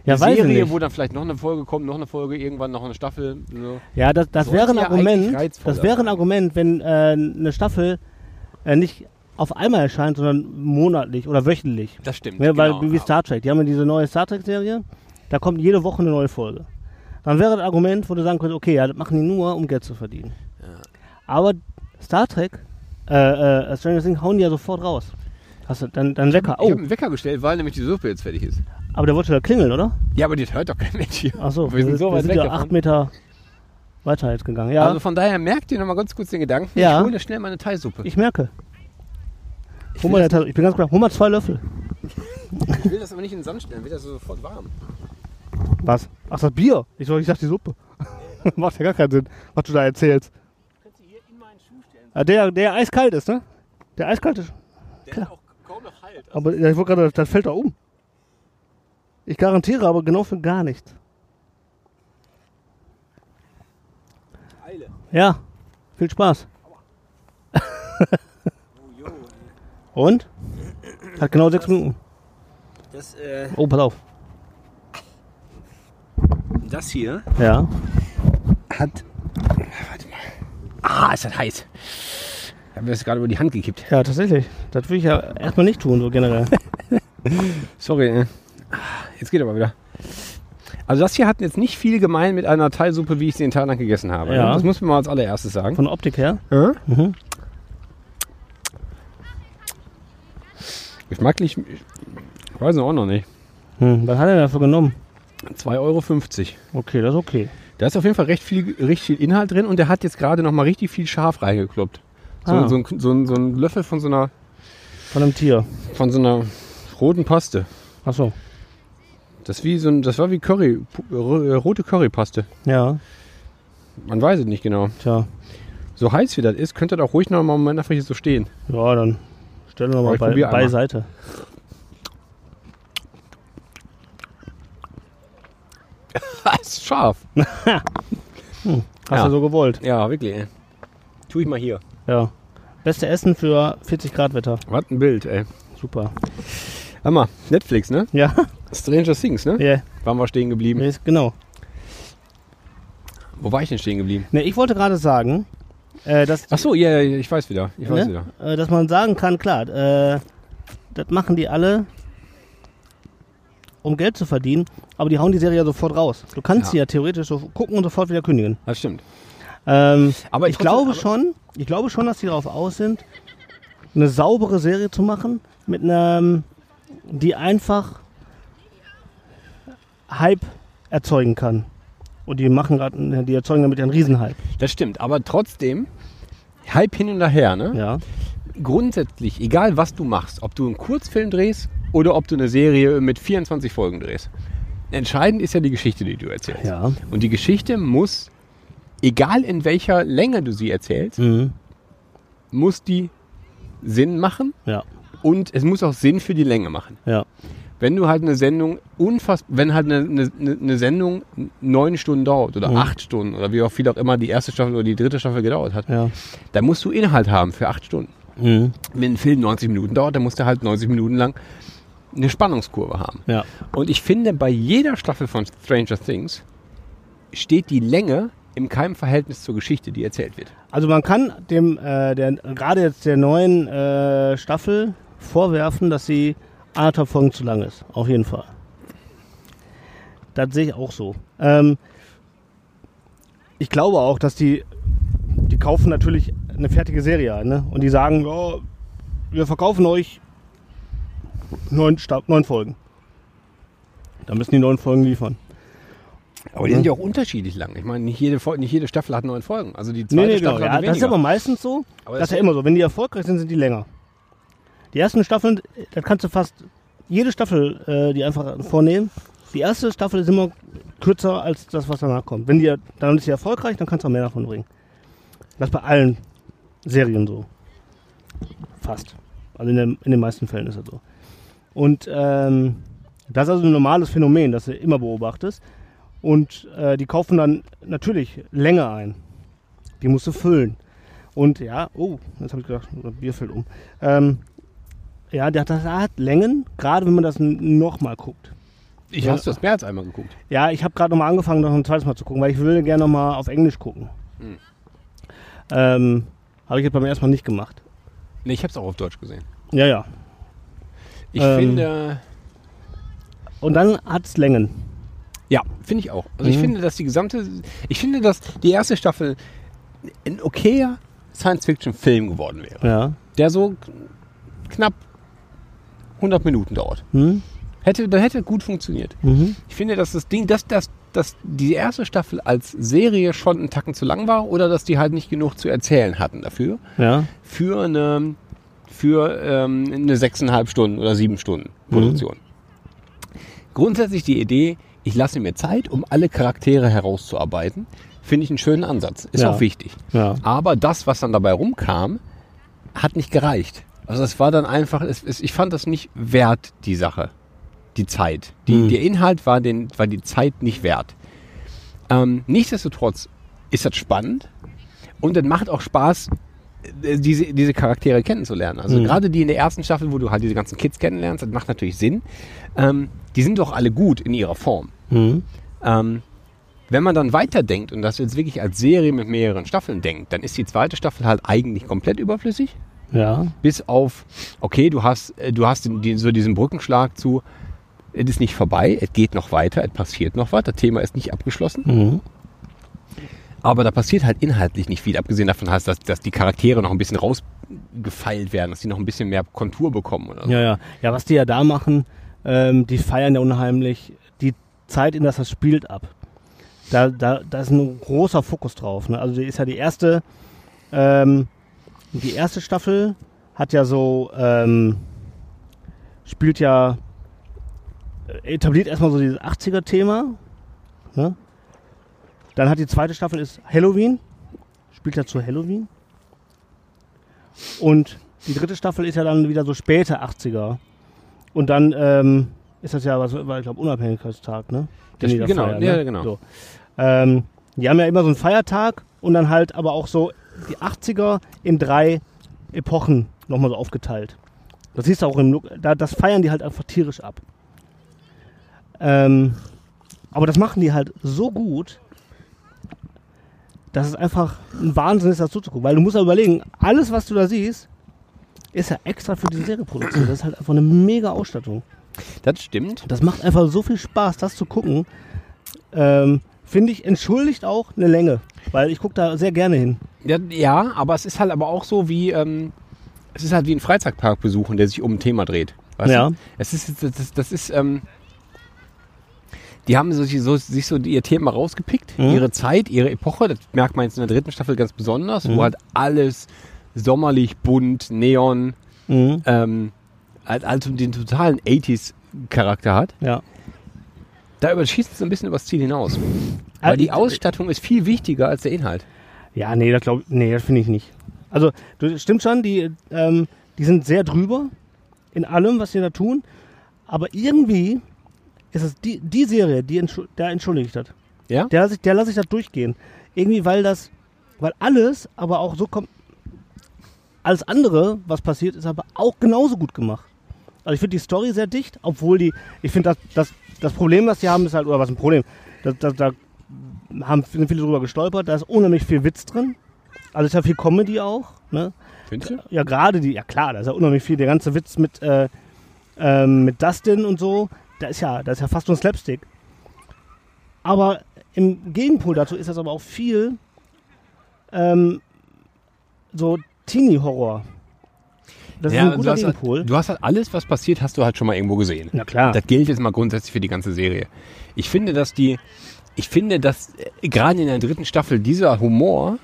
[SPEAKER 2] Ja,
[SPEAKER 3] die
[SPEAKER 2] weiß ich
[SPEAKER 3] Serie,
[SPEAKER 2] nicht.
[SPEAKER 3] wo dann vielleicht noch eine Folge kommt, noch eine Folge, irgendwann noch eine Staffel. So.
[SPEAKER 2] Ja, also. das, das
[SPEAKER 3] Sollte
[SPEAKER 2] wäre ein
[SPEAKER 3] ja
[SPEAKER 2] Argument.
[SPEAKER 3] eigentlich reizvoller
[SPEAKER 2] Das wäre ein
[SPEAKER 3] sein.
[SPEAKER 2] Argument, wenn äh, eine Staffel äh, nicht auf einmal erscheint, sondern monatlich oder wöchentlich.
[SPEAKER 3] Das stimmt.
[SPEAKER 2] Ja, weil
[SPEAKER 3] genau.
[SPEAKER 2] wie Star Trek, die haben ja diese neue Star Trek Serie, da kommt jede Woche eine neue Folge. Dann wäre das Argument, wo du sagen könntest, okay, ja, das machen die nur, um Geld zu verdienen. Aber Star Trek, äh, äh, Stranger Things hauen die ja sofort raus. Hast du dann, dann Wecker?
[SPEAKER 3] Ich
[SPEAKER 2] Oh,
[SPEAKER 3] habe einen Wecker gestellt, weil nämlich die Suppe jetzt fertig ist.
[SPEAKER 2] aber der wollte da klingeln, oder?
[SPEAKER 3] Ja, aber das hört doch kein Mensch hier.
[SPEAKER 2] Achso,
[SPEAKER 3] wir sind so weit weg
[SPEAKER 2] ja
[SPEAKER 3] davon.
[SPEAKER 2] acht Meter weiter jetzt gegangen. Ja,
[SPEAKER 3] Also von daher merkt ihr nochmal ganz kurz den Gedanken,
[SPEAKER 2] Ja.
[SPEAKER 3] ich hole schnell meine Thai-Suppe.
[SPEAKER 2] ich merke. Ich, hol
[SPEAKER 3] will
[SPEAKER 2] mal
[SPEAKER 3] das-
[SPEAKER 2] der Tasse- ich bin ganz klar, hol mal zwei Löffel.
[SPEAKER 3] Ich will das aber nicht in den Sand stellen, wird das sofort warm.
[SPEAKER 2] Was? Ach, das Bier. Ich, soll, ich dachte, die Suppe. [laughs] Macht ja gar keinen Sinn, was du da erzählst. Ah, der, der eiskalt ist, ne? Der eiskalt ist.
[SPEAKER 3] Der hat auch kaum noch Halt.
[SPEAKER 2] Aber ja, ich wollte gerade, das fällt da um. Ich garantiere aber genau für gar nichts.
[SPEAKER 3] Eile.
[SPEAKER 2] Ja, viel Spaß. [laughs]
[SPEAKER 3] Oh,
[SPEAKER 2] Und? Hat genau sechs Minuten.
[SPEAKER 4] Das, äh,
[SPEAKER 2] Oh, pass auf.
[SPEAKER 4] das hier
[SPEAKER 2] Ja.
[SPEAKER 4] hat.
[SPEAKER 3] Ah, ist das heiß. Ich habe mir das gerade über die Hand gekippt.
[SPEAKER 2] Ja, tatsächlich. Das würde ich ja erstmal nicht tun, so [laughs] generell.
[SPEAKER 3] Sorry, ne? Ah, jetzt geht aber wieder. Also das hier hat jetzt nicht viel gemein mit einer Thai-Suppe, wie ich sie in Thailand gegessen habe. ne?
[SPEAKER 2] Ja.
[SPEAKER 3] Das muss man mal als allererstes sagen.
[SPEAKER 2] Von der Optik her.
[SPEAKER 3] Äh?
[SPEAKER 2] Mhm.
[SPEAKER 3] Geschmacklich, ich weiß es auch noch nicht.
[SPEAKER 2] Hm, was hat er dafür genommen?
[SPEAKER 3] 2,50 Euro.
[SPEAKER 2] Okay, das ist okay.
[SPEAKER 3] Da ist auf jeden Fall recht viel, recht viel Inhalt drin und der hat jetzt gerade nochmal richtig viel scharf reingekloppt. So,
[SPEAKER 2] Ah.
[SPEAKER 3] so, ein, so, ein, so ein Löffel von so einer,
[SPEAKER 2] Von einem Tier.
[SPEAKER 3] von so einer roten Paste.
[SPEAKER 2] Achso.
[SPEAKER 3] Das, ist wie so ein, das war wie Curry, pu- ro- äh, rote Currypaste.
[SPEAKER 2] Ja,
[SPEAKER 3] Man weiß es nicht genau.
[SPEAKER 2] tja.
[SPEAKER 3] So heiß wie das ist, könnte das auch ruhig noch mal im Moment einfach hier so stehen.
[SPEAKER 2] Ja, dann stellen wir mal
[SPEAKER 3] Ich
[SPEAKER 2] bei,
[SPEAKER 3] probier einmal.
[SPEAKER 2] beiseite.
[SPEAKER 3] ist scharf.
[SPEAKER 2] Hast
[SPEAKER 3] Ja.
[SPEAKER 2] du so gewollt.
[SPEAKER 3] Ja, wirklich. Ey. Tue ich mal hier.
[SPEAKER 2] Ja. Beste Essen für 40 Grad Wetter.
[SPEAKER 3] Was ein Bild, ey.
[SPEAKER 2] Super.
[SPEAKER 3] Hammer. Netflix, ne?
[SPEAKER 2] Ja, [laughs]
[SPEAKER 3] Stranger Things, ne?
[SPEAKER 2] ja,
[SPEAKER 3] Waren wir stehen geblieben?
[SPEAKER 2] yes, genau.
[SPEAKER 3] Wo war ich denn stehen geblieben?
[SPEAKER 2] Ne, ich wollte gerade sagen, äh, dass,
[SPEAKER 3] Ach so, ja, ja, ja, ich weiß wieder. Ich weiß
[SPEAKER 2] ne?
[SPEAKER 3] wieder.
[SPEAKER 2] äh, dass man sagen kann, klar, äh, das machen die alle, um Geld zu verdienen, aber die hauen die Serie ja sofort raus. Du kannst
[SPEAKER 3] Ja.
[SPEAKER 2] sie ja theoretisch so gucken und sofort wieder kündigen.
[SPEAKER 3] Das stimmt.
[SPEAKER 2] Ähm,
[SPEAKER 3] Aber
[SPEAKER 2] ich
[SPEAKER 3] trotzdem-
[SPEAKER 2] glaube
[SPEAKER 3] aber-
[SPEAKER 2] schon, ich glaube schon, dass die darauf aus sind, eine saubere Serie zu machen, mit einer, die einfach Hype erzeugen kann. Und die machen gerade, die erzeugen damit ja einen Riesenhype.
[SPEAKER 3] Das stimmt. Aber trotzdem, Hype hin und her, ne?
[SPEAKER 2] Ja.
[SPEAKER 3] grundsätzlich, egal was du machst, ob du einen Kurzfilm drehst oder ob du eine Serie mit 24 Folgen drehst, entscheidend ist ja die Geschichte, die du erzählst.
[SPEAKER 2] Ja.
[SPEAKER 3] Und die Geschichte muss, egal in welcher Länge du sie erzählst,
[SPEAKER 2] Mhm.
[SPEAKER 3] muss die Sinn machen
[SPEAKER 2] Ja.
[SPEAKER 3] und es muss auch Sinn für die Länge machen.
[SPEAKER 2] Ja.
[SPEAKER 3] Wenn du halt eine Sendung unfassbar, wenn halt eine, eine, eine- eine Sendung neun Stunden dauert oder
[SPEAKER 2] Mhm.
[SPEAKER 3] acht Stunden oder wie auch viel auch immer die erste Staffel oder die dritte Staffel gedauert hat,
[SPEAKER 2] Ja.
[SPEAKER 3] dann musst du Inhalt haben für acht Stunden.
[SPEAKER 2] Mhm.
[SPEAKER 3] wenn ein Film 90 Minuten dauert, dann muss der halt 90 Minuten lang eine Spannungskurve haben.
[SPEAKER 2] Ja.
[SPEAKER 3] Und ich finde, bei jeder Staffel von Stranger Things steht die Länge im keinem Verhältnis zur Geschichte, die erzählt wird.
[SPEAKER 2] Also man kann dem, äh, der, gerade jetzt der neuen äh, Staffel vorwerfen, dass sie anderthalb Folgen zu lang ist. Auf jeden Fall. Das sehe ich auch so. Ähm, ich glaube auch, dass die, die kaufen natürlich eine fertige Serie ein. Ne? Und die sagen, ja, wir verkaufen euch neun, Sta- neun Folgen. Da müssen die neun Folgen liefern.
[SPEAKER 3] Aber die sind ja auch unterschiedlich lang. Ich meine, nicht jede, Fol- nicht jede Staffel hat neun Folgen. Also die zweite Staffel
[SPEAKER 2] genau. Ja,
[SPEAKER 3] hat
[SPEAKER 2] das ist aber meistens so.
[SPEAKER 3] Aber
[SPEAKER 2] das ist
[SPEAKER 3] das-
[SPEAKER 2] ja immer so. Wenn die erfolgreich sind, sind die länger. Die ersten Staffeln, das kannst du fast jede Staffel, äh, die einfach vornehmen. Die erste Staffel ist immer kürzer als das, was danach kommt. Wenn die dann ist sie erfolgreich, dann kannst du auch mehr davon bringen. Das ist bei allen Serien so. Fast. Also in, den- in den meisten Fällen ist das so. Und ähm, das ist also ein normales Phänomen, das du immer beobachtest. Und äh, die kaufen dann natürlich länger ein. Die musst du füllen. Und ja, oh, jetzt habe ich gedacht, das Bier fällt um. Ähm, ja, das, das hat Längen, gerade wenn man das n- nochmal guckt.
[SPEAKER 3] ich
[SPEAKER 2] Ja.
[SPEAKER 3] hast du das mehr als einmal geguckt.
[SPEAKER 2] Ja, ich habe gerade nochmal angefangen, noch ein zweites Mal zu gucken, weil ich würde gerne nochmal auf Englisch gucken. Ähm, habe ich jetzt beim ersten Mal nicht gemacht.
[SPEAKER 3] Nee, ich habe es auch auf Deutsch gesehen.
[SPEAKER 2] Ja, ja.
[SPEAKER 3] Ich
[SPEAKER 2] Ähm.
[SPEAKER 3] finde,
[SPEAKER 2] Und dann hat es Längen.
[SPEAKER 3] ja, finde ich auch. Also ich
[SPEAKER 2] Mhm.
[SPEAKER 3] finde, dass die gesamte, ich finde, dass die erste Staffel ein okayer Science-Fiction-Film geworden wäre.
[SPEAKER 2] Ja.
[SPEAKER 3] der so k- knapp 100 Minuten dauert.
[SPEAKER 2] Hm?
[SPEAKER 3] Hätte, da hätte gut funktioniert.
[SPEAKER 2] Mhm.
[SPEAKER 3] Ich finde, dass das Ding, dass, dass, dass die erste Staffel als Serie schon einen Tacken zu lang war oder dass die halt nicht genug zu erzählen hatten dafür.
[SPEAKER 2] Ja.
[SPEAKER 3] Für eine, für, ähm, eine 6,5 Stunden oder sieben Stunden Produktion. Grundsätzlich die Idee, ich lasse mir Zeit, um alle Charaktere herauszuarbeiten, finde ich einen schönen Ansatz. Ist
[SPEAKER 2] Ja.
[SPEAKER 3] auch wichtig.
[SPEAKER 2] Ja.
[SPEAKER 3] Aber das, was dann dabei rumkam, hat nicht gereicht. Also es war dann einfach, es, es, ich fand das nicht wert, die Sache, die Zeit. Die, Der Inhalt war, den, war die Zeit nicht wert. Ähm, nichtsdestotrotz ist das spannend und es macht auch Spaß, äh, diese, diese Charaktere kennenzulernen. Also gerade die in der ersten Staffel, wo du halt diese ganzen Kids kennenlernst, das macht natürlich Sinn. Ähm, die sind doch alle gut in ihrer Form.
[SPEAKER 2] Mhm.
[SPEAKER 3] Ähm, wenn man dann weiterdenkt und das jetzt wirklich als Serie mit mehreren Staffeln denkt, dann ist die zweite Staffel halt eigentlich komplett überflüssig.
[SPEAKER 2] Ja.
[SPEAKER 3] Bis auf, okay, du hast, äh, du hast den, den, so diesen Brückenschlag zu, es ist nicht vorbei, es geht noch weiter, es passiert noch was, das Thema ist nicht abgeschlossen.
[SPEAKER 2] Mhm.
[SPEAKER 3] Aber da passiert halt inhaltlich nicht viel, abgesehen davon, heißt, dass, dass die Charaktere noch ein bisschen rausgefeilt werden, dass die noch ein bisschen mehr Kontur bekommen. Oder so.
[SPEAKER 2] Ja, ja. Ja, was die ja da machen, ähm, die feiern ja unheimlich die Zeit, in das das spielt, ab. Da, da, da ist ein großer Fokus drauf. Ne? Also die ist ja die erste, ähm, die erste Staffel hat ja so, ähm, spielt ja, äh, etabliert erstmal so dieses 80er-Thema. Ne? Dann hat die zweite Staffel ist Halloween, spielt ja zu Halloween. Und die dritte Staffel ist ja dann wieder so späte 80er. Und dann ähm, ist das ja, was war, ich glaube, Unabhängigkeitstag, ne? Den
[SPEAKER 3] Das-
[SPEAKER 2] die da
[SPEAKER 3] genau,
[SPEAKER 2] feiern, ne?
[SPEAKER 3] ja, genau.
[SPEAKER 2] So. Ähm, die haben ja immer so einen Feiertag und dann halt aber auch so die 80er in drei Epochen nochmal so aufgeteilt. Das siehst du auch im Look, da, das feiern die halt einfach tierisch ab. Ähm, aber das machen die halt so gut, dass es einfach ein Wahnsinn ist, das zuzugucken. Weil du musst ja überlegen, alles, was du da siehst, ist ja extra für diese Serie produziert. Das ist halt einfach eine mega Ausstattung.
[SPEAKER 3] Das stimmt.
[SPEAKER 2] Das macht einfach so viel Spaß, das zu gucken. Ähm, Finde ich, entschuldigt auch eine Länge. Weil ich gucke da sehr gerne hin.
[SPEAKER 3] Ja, ja, aber es ist halt aber auch so wie, ähm, es ist halt wie ein Freizeitpark besuchen, der sich um ein Thema dreht. Weißt
[SPEAKER 2] Ja.
[SPEAKER 3] Du? Es ist, das ist, das ist ähm, die haben so, so, sich so ihr Thema rausgepickt, ihre Zeit, ihre Epoche, das merkt man jetzt in der dritten Staffel ganz besonders, wo halt alles sommerlich, bunt, neon,
[SPEAKER 2] Mhm.
[SPEAKER 3] ähm, halt also den totalen 80s-Charakter hat.
[SPEAKER 2] Ja.
[SPEAKER 3] Da überschießt es ein bisschen übers Ziel hinaus. Weil die Ausstattung ist viel wichtiger als der Inhalt.
[SPEAKER 2] Ja, nee, das glaube nee, das finde ich nicht. Also, das stimmt schon, die, ähm, die sind sehr drüber in allem, was sie da tun. Aber irgendwie ist es die, die Serie, die entschu- da entschuldige ich das.
[SPEAKER 3] Ja?
[SPEAKER 2] Der lasse ich, der lass ich das durchgehen. Irgendwie, weil das, weil alles, aber auch so kommt, alles andere, was passiert, ist aber auch genauso gut gemacht. Also ich finde die Story sehr dicht, obwohl die, ich finde, das, das, das Problem, was sie haben, ist halt, oder was ein Problem, da, da, da haben, sind viele drüber gestolpert, da ist unheimlich viel Witz drin. Also ist ja viel Comedy auch, ne?
[SPEAKER 3] Findest du?
[SPEAKER 2] ja gerade die, ja klar, da ist ja unheimlich viel, der ganze Witz mit, äh, ähm, mit Dustin und so, da ist ja, da ist ja fast nur Slapstick. Aber Im Gegenpol dazu ist das aber auch viel ähm, so Teenie-Horror. Das ist ein
[SPEAKER 3] du,
[SPEAKER 2] guter
[SPEAKER 3] hast halt,
[SPEAKER 2] Gegenpol.
[SPEAKER 3] du hast halt alles, was passiert, hast du halt schon mal irgendwo gesehen.
[SPEAKER 2] Na klar.
[SPEAKER 3] Das gilt jetzt mal grundsätzlich für die ganze Serie. Ich finde, dass die, ich finde, dass äh, gerade in der dritten Staffel dieser Humor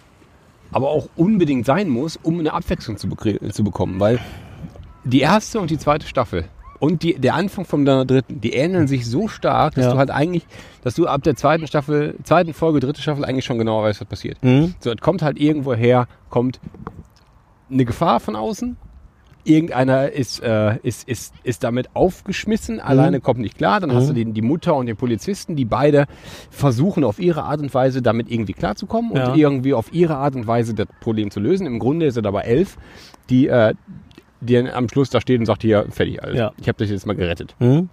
[SPEAKER 3] aber auch unbedingt sein muss, um eine Abwechslung zu, bekrie- zu bekommen, weil die erste und die zweite Staffel und die, der Anfang von der dritten, die ähneln sich so stark, dass
[SPEAKER 2] Ja.
[SPEAKER 3] du halt eigentlich, dass du ab der zweiten Staffel, zweiten Folge, dritte Staffel eigentlich schon genauer weißt, was passiert.
[SPEAKER 2] Mhm.
[SPEAKER 3] So, es kommt halt irgendwo her, kommt eine Gefahr von außen. Irgendeiner ist, äh, ist, ist, ist damit aufgeschmissen,
[SPEAKER 2] Mhm.
[SPEAKER 3] alleine kommt nicht klar. Dann hast du den, die Mutter und den Polizisten, die beide versuchen auf ihre Art und Weise damit irgendwie klarzukommen und
[SPEAKER 2] Ja.
[SPEAKER 3] irgendwie auf ihre Art und Weise das Problem zu lösen. Im Grunde ist er dabei elf, die, äh, die dann am Schluss da steht und sagt, hier, fertig, alles.
[SPEAKER 2] Ja.
[SPEAKER 3] ich habe dich jetzt mal gerettet.
[SPEAKER 2] Mhm.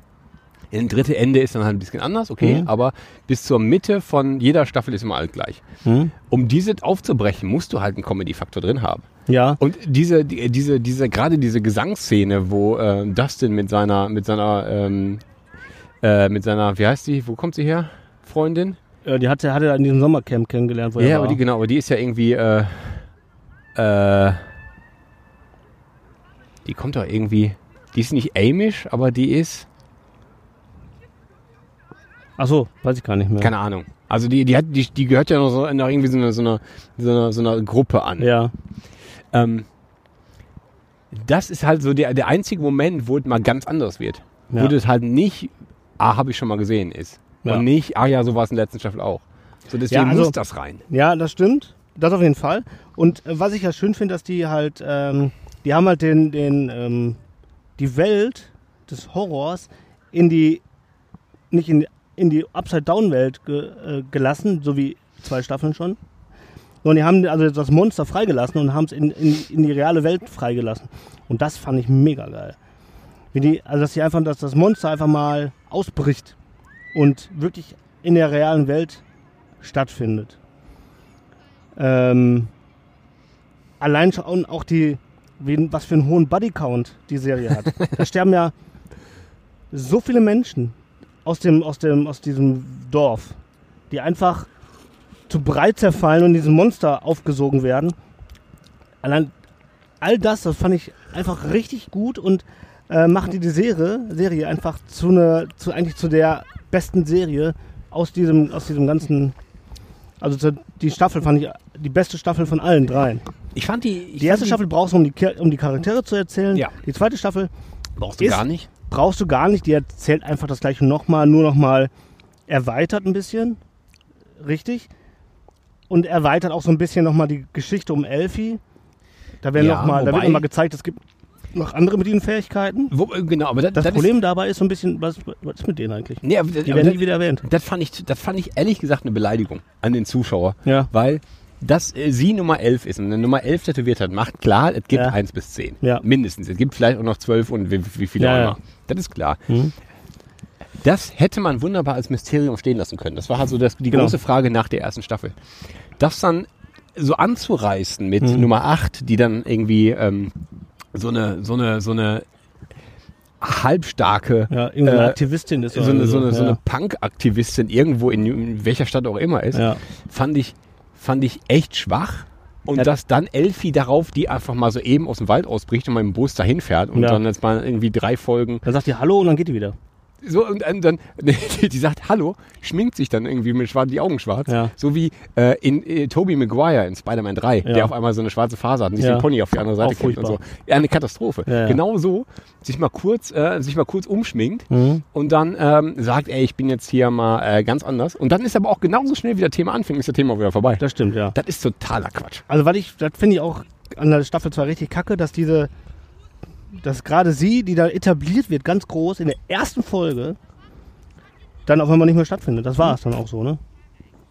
[SPEAKER 3] Ein dritte Ende ist dann halt ein bisschen anders, okay,
[SPEAKER 2] Mhm.
[SPEAKER 3] aber bis zur Mitte von jeder Staffel ist immer alt gleich.
[SPEAKER 2] Mhm.
[SPEAKER 3] Um diese aufzubrechen, musst du halt einen Comedy-Faktor drin haben.
[SPEAKER 2] Ja.
[SPEAKER 3] Und diese, die- diese, diese, gerade diese Gesangsszene, wo äh, Dustin mit seiner, mit seiner, ähm, äh, mit seiner, wie heißt sie, wo kommt sie her? Freundin?
[SPEAKER 2] Äh, Die hatte, hatte er in diesem Sommercamp kennengelernt, wo
[SPEAKER 3] Ja,
[SPEAKER 2] er
[SPEAKER 3] aber
[SPEAKER 2] war.
[SPEAKER 3] die, genau, aber die ist ja irgendwie, äh, äh, die kommt doch irgendwie, die ist nicht Amish, aber die ist,
[SPEAKER 2] Ach so, weiß ich gar nicht mehr.
[SPEAKER 3] Keine Ahnung. Also die, die, hat, die, die gehört ja noch, so, noch irgendwie so einer so eine, so eine, so eine Gruppe an.
[SPEAKER 2] ja.
[SPEAKER 3] Ähm, das ist halt so der, der einzige Moment, wo es mal ganz anders wird.
[SPEAKER 2] Ja.
[SPEAKER 3] Wo das halt nicht, ah, habe ich schon mal gesehen ist.
[SPEAKER 2] Ja.
[SPEAKER 3] Und nicht, ah ja, so war es in der letzten Staffel auch. So deswegen
[SPEAKER 2] Ja, also-
[SPEAKER 3] muss das rein.
[SPEAKER 2] ja, das stimmt. Das auf jeden Fall. Und äh, was ich ja schön finde, dass die halt, ähm, die haben halt den, den, ähm, die Welt des Horrors in die, nicht in, in die Upside-Down-Welt ge, äh, gelassen, so wie zwei Staffeln schon. Sondern die haben also das Monster freigelassen und haben es in, in, in die reale Welt freigelassen. Und das fand ich mega geil. Wie die, also dass die einfach, dass das Monster einfach mal ausbricht und wirklich in der realen Welt stattfindet. Ähm, allein schon auch die, wie, was für einen hohen Bodycount die Serie hat. da sterben ja so viele Menschen aus, dem, aus, dem, aus diesem Dorf, die einfach zu breit zerfallen und in diesem Monster aufgesogen werden. Allein all das, das fand ich einfach richtig gut und äh, machte die Serie, Serie einfach zu einer, zu eigentlich zu der besten Serie aus diesem, aus diesem ganzen also zu- die Staffel fand ich die beste Staffel von allen dreien.
[SPEAKER 3] Ich fand die. Ich
[SPEAKER 2] Die erste Staffel brauchst du, um die, Ke- um die Charaktere zu erzählen.
[SPEAKER 3] Ja.
[SPEAKER 2] Die zweite Staffel
[SPEAKER 3] brauchst
[SPEAKER 2] du
[SPEAKER 3] du
[SPEAKER 2] ist- gar
[SPEAKER 3] gar nicht.
[SPEAKER 2] brauchst du gar nicht. Die erzählt einfach das gleiche nochmal, nur nochmal erweitert ein bisschen. Richtig. Und erweitert auch so ein bisschen nochmal die Geschichte um Elfie. Da, werden
[SPEAKER 3] Ja,
[SPEAKER 2] noch mal, da wird
[SPEAKER 3] wobei-
[SPEAKER 2] nochmal gezeigt, es gibt noch andere mit ihren Fähigkeiten.
[SPEAKER 3] Wo, genau, aber das,
[SPEAKER 2] Das,
[SPEAKER 3] das
[SPEAKER 2] Problem dabei ist so ein bisschen, was, was ist mit denen eigentlich?
[SPEAKER 3] Ist, nee, aber, das-
[SPEAKER 2] Die
[SPEAKER 3] aber
[SPEAKER 2] werden
[SPEAKER 3] das,
[SPEAKER 2] nie wieder erwähnt.
[SPEAKER 3] das, fand ich, das fand ich ehrlich gesagt eine Beleidigung an den Zuschauer.
[SPEAKER 2] Ja.
[SPEAKER 3] weil das äh, sie Nummer 11 ist und eine Nummer 11 tätowiert hat, macht klar, es gibt
[SPEAKER 2] Ja.
[SPEAKER 3] 1 bis 10.
[SPEAKER 2] Ja.
[SPEAKER 3] Mindestens. Es gibt vielleicht auch noch 12 und wie, wie viele
[SPEAKER 2] Ja,
[SPEAKER 3] auch
[SPEAKER 2] ja. Mhm.
[SPEAKER 3] immer. Das ist klar. Das hätte man wunderbar als Mysterium stehen lassen können. Das war halt so das, die
[SPEAKER 2] Genau.
[SPEAKER 3] große Frage nach der ersten Staffel. Das dann so anzureißen mit
[SPEAKER 2] Mhm.
[SPEAKER 3] Nummer 8, die dann irgendwie ähm, so eine, so eine, so eine halbstarke
[SPEAKER 2] Ja, irgendeine
[SPEAKER 3] äh,
[SPEAKER 2] Aktivistin ist
[SPEAKER 3] so eine, so eine, so eine
[SPEAKER 2] ja.
[SPEAKER 3] Punk-Aktivistin irgendwo in, in welcher Stadt auch immer ist,
[SPEAKER 2] Ja.
[SPEAKER 3] fand, ich, fand ich echt schwach. Und
[SPEAKER 2] Ja.
[SPEAKER 3] dass dann Elfie darauf, die einfach mal so eben aus dem Wald ausbricht und mit dem Bus dahin fährt und
[SPEAKER 2] Ja.
[SPEAKER 3] dann jetzt mal irgendwie drei Folgen.
[SPEAKER 2] Dann sagt die Hallo und dann geht die wieder.
[SPEAKER 3] So, und ähm, dann, [laughs] dann die, die sagt Hallo, schminkt sich dann irgendwie mit schwarz, die Augen schwarz.
[SPEAKER 2] Ja.
[SPEAKER 3] So wie äh, in äh, Tobey Maguire in Spider-Man 3, der auf einmal so eine schwarze Faser hat und sich
[SPEAKER 2] Ja.
[SPEAKER 3] den Pony auf die andere Seite
[SPEAKER 2] Auch
[SPEAKER 3] kippt und so.
[SPEAKER 2] furchtbar.
[SPEAKER 3] Ja, eine Katastrophe.
[SPEAKER 2] Ja, ja.
[SPEAKER 3] Genau so, sich mal kurz, äh, sich mal kurz umschminkt
[SPEAKER 2] Mhm.
[SPEAKER 3] und dann ähm, sagt, ey, ich bin jetzt hier mal äh, ganz anders. Und dann ist aber auch genauso schnell, wie das Thema anfängt, ist das Thema wieder vorbei.
[SPEAKER 2] Das stimmt, ja.
[SPEAKER 3] Das ist totaler Quatsch.
[SPEAKER 2] Also, was ich, das finde ich auch an der Staffel zwar richtig kacke, dass diese, dass gerade sie, die da etabliert wird, ganz groß in der ersten Folge, dann auf einmal nicht mehr stattfindet. Das war es dann auch so, ne?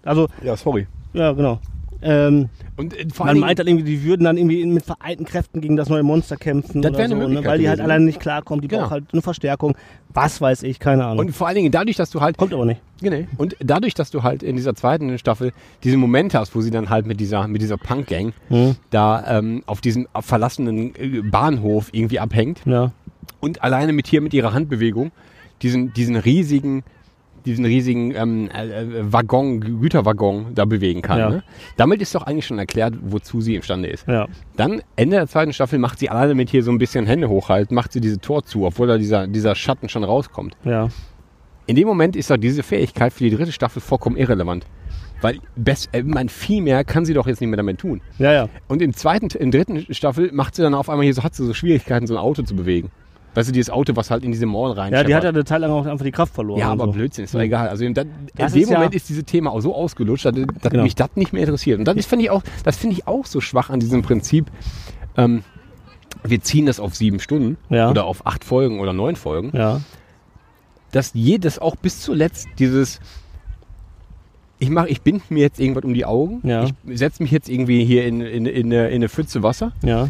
[SPEAKER 2] Also,
[SPEAKER 3] Ja, sorry.
[SPEAKER 2] ja, genau. Ähm,
[SPEAKER 3] Und äh, vor
[SPEAKER 2] man
[SPEAKER 3] allem,
[SPEAKER 2] meint halt irgendwie, die würden dann irgendwie mit vereinten Kräften gegen das neue Monster kämpfen
[SPEAKER 3] Das
[SPEAKER 2] oder
[SPEAKER 3] wäre eine
[SPEAKER 2] so, ne?
[SPEAKER 3] Möglichkeit
[SPEAKER 2] weil die halt
[SPEAKER 3] gewesen.
[SPEAKER 2] alleine nicht klarkommen, die
[SPEAKER 3] Genau.
[SPEAKER 2] braucht halt eine Verstärkung. Was weiß ich, keine Ahnung.
[SPEAKER 3] und vor allen Dingen dadurch, dass du halt
[SPEAKER 2] Kommt aber nicht.
[SPEAKER 3] Genau. Und dadurch, dass du halt in dieser zweiten Staffel diese Momente hast, wo sie dann halt mit dieser, mit dieser Punk-Gang
[SPEAKER 2] Mhm.
[SPEAKER 3] da ähm, auf diesem verlassenen äh, Bahnhof irgendwie abhängt
[SPEAKER 2] Ja.
[SPEAKER 3] und alleine mit hier mit ihrer Handbewegung diesen, diesen riesigen diesen riesigen ähm, äh, äh, Waggon, Gü- Güterwaggon da bewegen kann.
[SPEAKER 2] Ja.
[SPEAKER 3] Ne? Damit ist doch eigentlich schon erklärt, wozu sie imstande ist.
[SPEAKER 2] Ja.
[SPEAKER 3] Dann, Ende der zweiten Staffel, macht sie alleine mit hier so ein bisschen Hände hochhalten, macht sie diese Tor zu, obwohl da dieser, dieser Schatten schon rauskommt.
[SPEAKER 2] Ja.
[SPEAKER 3] In dem Moment ist doch diese Fähigkeit für die dritte Staffel vollkommen irrelevant. Weil best, äh, man viel mehr kann sie doch jetzt nicht mehr damit tun.
[SPEAKER 2] Ja, ja.
[SPEAKER 3] Und im zweiten, im dritten Staffel macht sie dann auf einmal hier so, hat sie so Schwierigkeiten, so ein Auto zu bewegen. Weißt du, dieses Auto, was halt in diese Mauern rein
[SPEAKER 2] Ja, die hat ja eine Zeit lang auch einfach die Kraft verloren.
[SPEAKER 3] ja,
[SPEAKER 2] und
[SPEAKER 3] aber
[SPEAKER 2] so.
[SPEAKER 3] Blödsinn, ist doch egal. Also in, dann,
[SPEAKER 2] Das
[SPEAKER 3] in dem
[SPEAKER 2] ist ja-
[SPEAKER 3] Moment ist dieses Thema auch so ausgelutscht, dass, dass
[SPEAKER 2] Genau.
[SPEAKER 3] mich das nicht mehr interessiert. Und das finde ich auch, das finde ich auch so schwach an diesem Prinzip. Ähm, wir ziehen das auf sieben Stunden
[SPEAKER 2] Ja.
[SPEAKER 3] oder auf acht Folgen oder neun Folgen,
[SPEAKER 2] Ja.
[SPEAKER 3] dass jedes auch bis zuletzt dieses ich mache, ich binde mir jetzt irgendwas um die Augen,
[SPEAKER 2] Ja.
[SPEAKER 3] ich setze mich jetzt irgendwie hier in, in, in, eine, in eine Pfütze Wasser
[SPEAKER 2] Ja.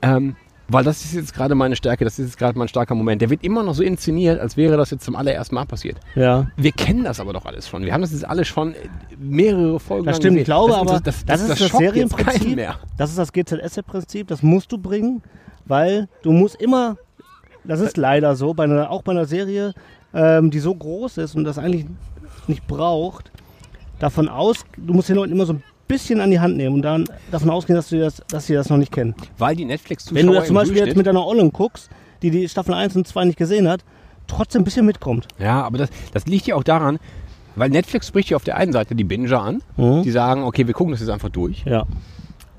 [SPEAKER 3] ähm, weil das ist jetzt gerade meine Stärke, das ist jetzt gerade mein starker Moment. Der wird immer noch so inszeniert, als wäre das jetzt zum allerersten Mal passiert.
[SPEAKER 2] Ja.
[SPEAKER 3] Wir kennen das aber doch alles schon. Wir haben das jetzt alle schon äh, mehrere Folgen
[SPEAKER 2] Das
[SPEAKER 3] lang
[SPEAKER 2] stimmt,
[SPEAKER 3] gesehen.
[SPEAKER 2] ich glaube
[SPEAKER 3] das,
[SPEAKER 2] aber, das, ist das,
[SPEAKER 3] schockt jetzt keinen
[SPEAKER 2] Serienprinzip.
[SPEAKER 3] mehr.
[SPEAKER 2] Das ist das GZSZ-Prinzip, das musst du bringen, weil du musst immer, das ist leider so, bei einer, auch bei einer Serie, ähm, die so groß ist und das eigentlich nicht braucht, davon aus, du musst den Leuten immer so ein bisschen an die Hand nehmen und dann davon ausgehen, dass, du das, dass sie das noch nicht kennen.
[SPEAKER 3] Weil die Netflix-Zuschauer
[SPEAKER 2] Wenn du das zum
[SPEAKER 3] im
[SPEAKER 2] Beispiel jetzt mit
[SPEAKER 3] Durchschnitt-
[SPEAKER 2] deiner Ollen guckst, die die Staffel 1 und 2 nicht gesehen hat, trotzdem ein bisschen mitkommt.
[SPEAKER 3] Ja, aber das, das liegt ja auch daran, weil Netflix spricht ja auf der einen Seite die Binger an,
[SPEAKER 2] Mhm.
[SPEAKER 3] die sagen, okay, wir gucken das jetzt einfach durch.
[SPEAKER 2] Ja,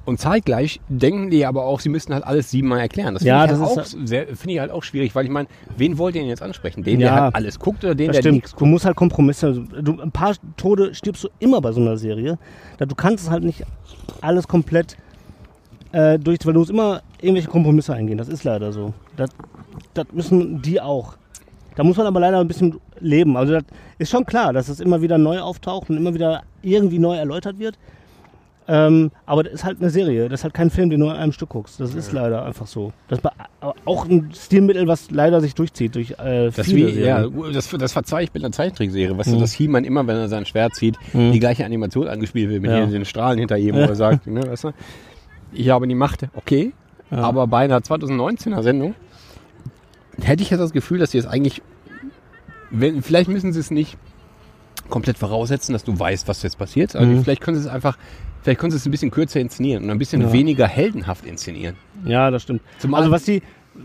[SPEAKER 3] Und zeitgleich denken die aber auch, sie müssten halt alles siebenmal erklären. Das finde
[SPEAKER 2] Ja,
[SPEAKER 3] ich, halt
[SPEAKER 2] das
[SPEAKER 3] auch sehr- finde ich halt auch schwierig, weil ich meine, wen wollt ihr denn jetzt ansprechen? Den,
[SPEAKER 2] Ja.
[SPEAKER 3] der halt alles guckt oder den,
[SPEAKER 2] das
[SPEAKER 3] der
[SPEAKER 2] stimmt. Du musst halt Kompromisse. Du, ein paar Tode stirbst du immer bei so einer Serie. Da Du kannst es halt nicht alles komplett äh, durch, weil du musst immer irgendwelche Kompromisse eingehen. Das ist leider so. Das, das müssen die auch. Da muss man aber leider ein bisschen leben. Also das ist schon klar, dass es immer wieder neu auftaucht und immer wieder irgendwie neu erläutert wird. Ähm, aber das ist halt eine Serie, das ist halt kein Film, den du in einem Stück guckst. Das ist leider einfach so. Das ist aber auch ein Stilmittel, was leider sich durchzieht durch äh,
[SPEAKER 3] Das,
[SPEAKER 2] viele
[SPEAKER 3] wie,
[SPEAKER 2] Serien. Mhm.
[SPEAKER 3] ja, das, das verzeih ich bei einer Zeichentrickserie. Weißt du, dass He-Man immer, wenn er sein Schwert zieht, die gleiche Animation angespielt wird, mit
[SPEAKER 2] Ja.
[SPEAKER 3] den- den Strahlen hinter ihm, wo er sagt, ne, weißt du, ich habe die Macht, okay. Aber bei einer 2019er Sendung hätte ich jetzt das Gefühl, dass sie es eigentlich, wenn, vielleicht müssen sie es nicht komplett voraussetzen, dass du weißt, was jetzt passiert. Also
[SPEAKER 2] Mhm.
[SPEAKER 3] Vielleicht können sie es einfach, vielleicht können sie es ein bisschen kürzer inszenieren und ein bisschen weniger heldenhaft inszenieren.
[SPEAKER 2] Ja, das stimmt.
[SPEAKER 3] Zumal-
[SPEAKER 2] also was sie,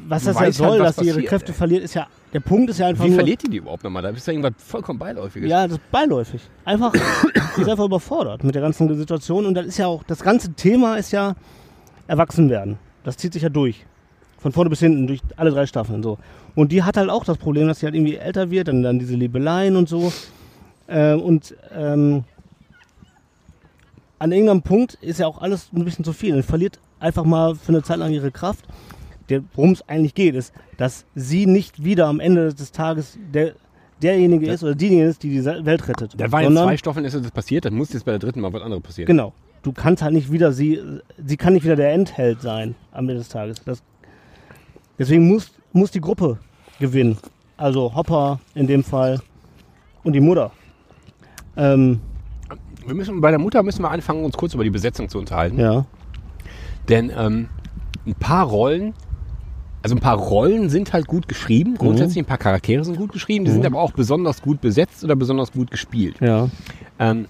[SPEAKER 2] was das ja
[SPEAKER 3] weiß
[SPEAKER 2] soll,
[SPEAKER 3] halt,
[SPEAKER 2] dass
[SPEAKER 3] was
[SPEAKER 2] sie ihre
[SPEAKER 3] passiert,
[SPEAKER 2] Kräfte
[SPEAKER 3] ey.
[SPEAKER 2] verliert, ist ja der Punkt ist ja einfach
[SPEAKER 3] Wie
[SPEAKER 2] nur,
[SPEAKER 3] verliert die die überhaupt nochmal? Da ist ja irgendwas vollkommen beiläufiges.
[SPEAKER 2] ja, das ist beiläufig. Einfach, [coughs] sie ist einfach überfordert mit der ganzen Situation und das ist ja auch das ganze Thema ist ja erwachsen werden. Das zieht sich ja durch. Von vorne bis hinten, durch alle drei Staffeln so. Und die hat halt auch das Problem, dass sie halt irgendwie älter wird, dann, dann diese Liebeleien und so. Ähm, und ähm, an irgendeinem Punkt ist ja auch alles ein bisschen zu viel. Und verliert einfach mal für eine Zeit lang ihre Kraft. Der- Worum es eigentlich geht, ist, dass sie nicht wieder am Ende des Tages der, derjenige ist oder diejenige ist, die die Welt rettet.
[SPEAKER 3] Da waren jetzt
[SPEAKER 2] Sondern-
[SPEAKER 3] zwei Staffeln, ist das passiert, dann muss jetzt bei der dritten mal was anderes passieren.
[SPEAKER 2] Genau. Du kannst halt nicht wieder sie, sie kann nicht wieder der Endheld sein am Ende des Tages. Das, deswegen muss, muss die Gruppe gewinnen. Also Hopper in dem Fall und die Mutter. Ähm,
[SPEAKER 3] Wir müssen, bei der Mutter müssen wir anfangen, uns kurz über die Besetzung zu unterhalten.
[SPEAKER 2] ja,
[SPEAKER 3] Denn ähm, ein paar Rollen, also ein paar Rollen sind halt gut geschrieben,
[SPEAKER 2] Mhm.
[SPEAKER 3] grundsätzlich ein paar Charaktere sind gut geschrieben, die sind aber auch besonders gut besetzt oder besonders gut gespielt.
[SPEAKER 2] ja,
[SPEAKER 3] Ähm,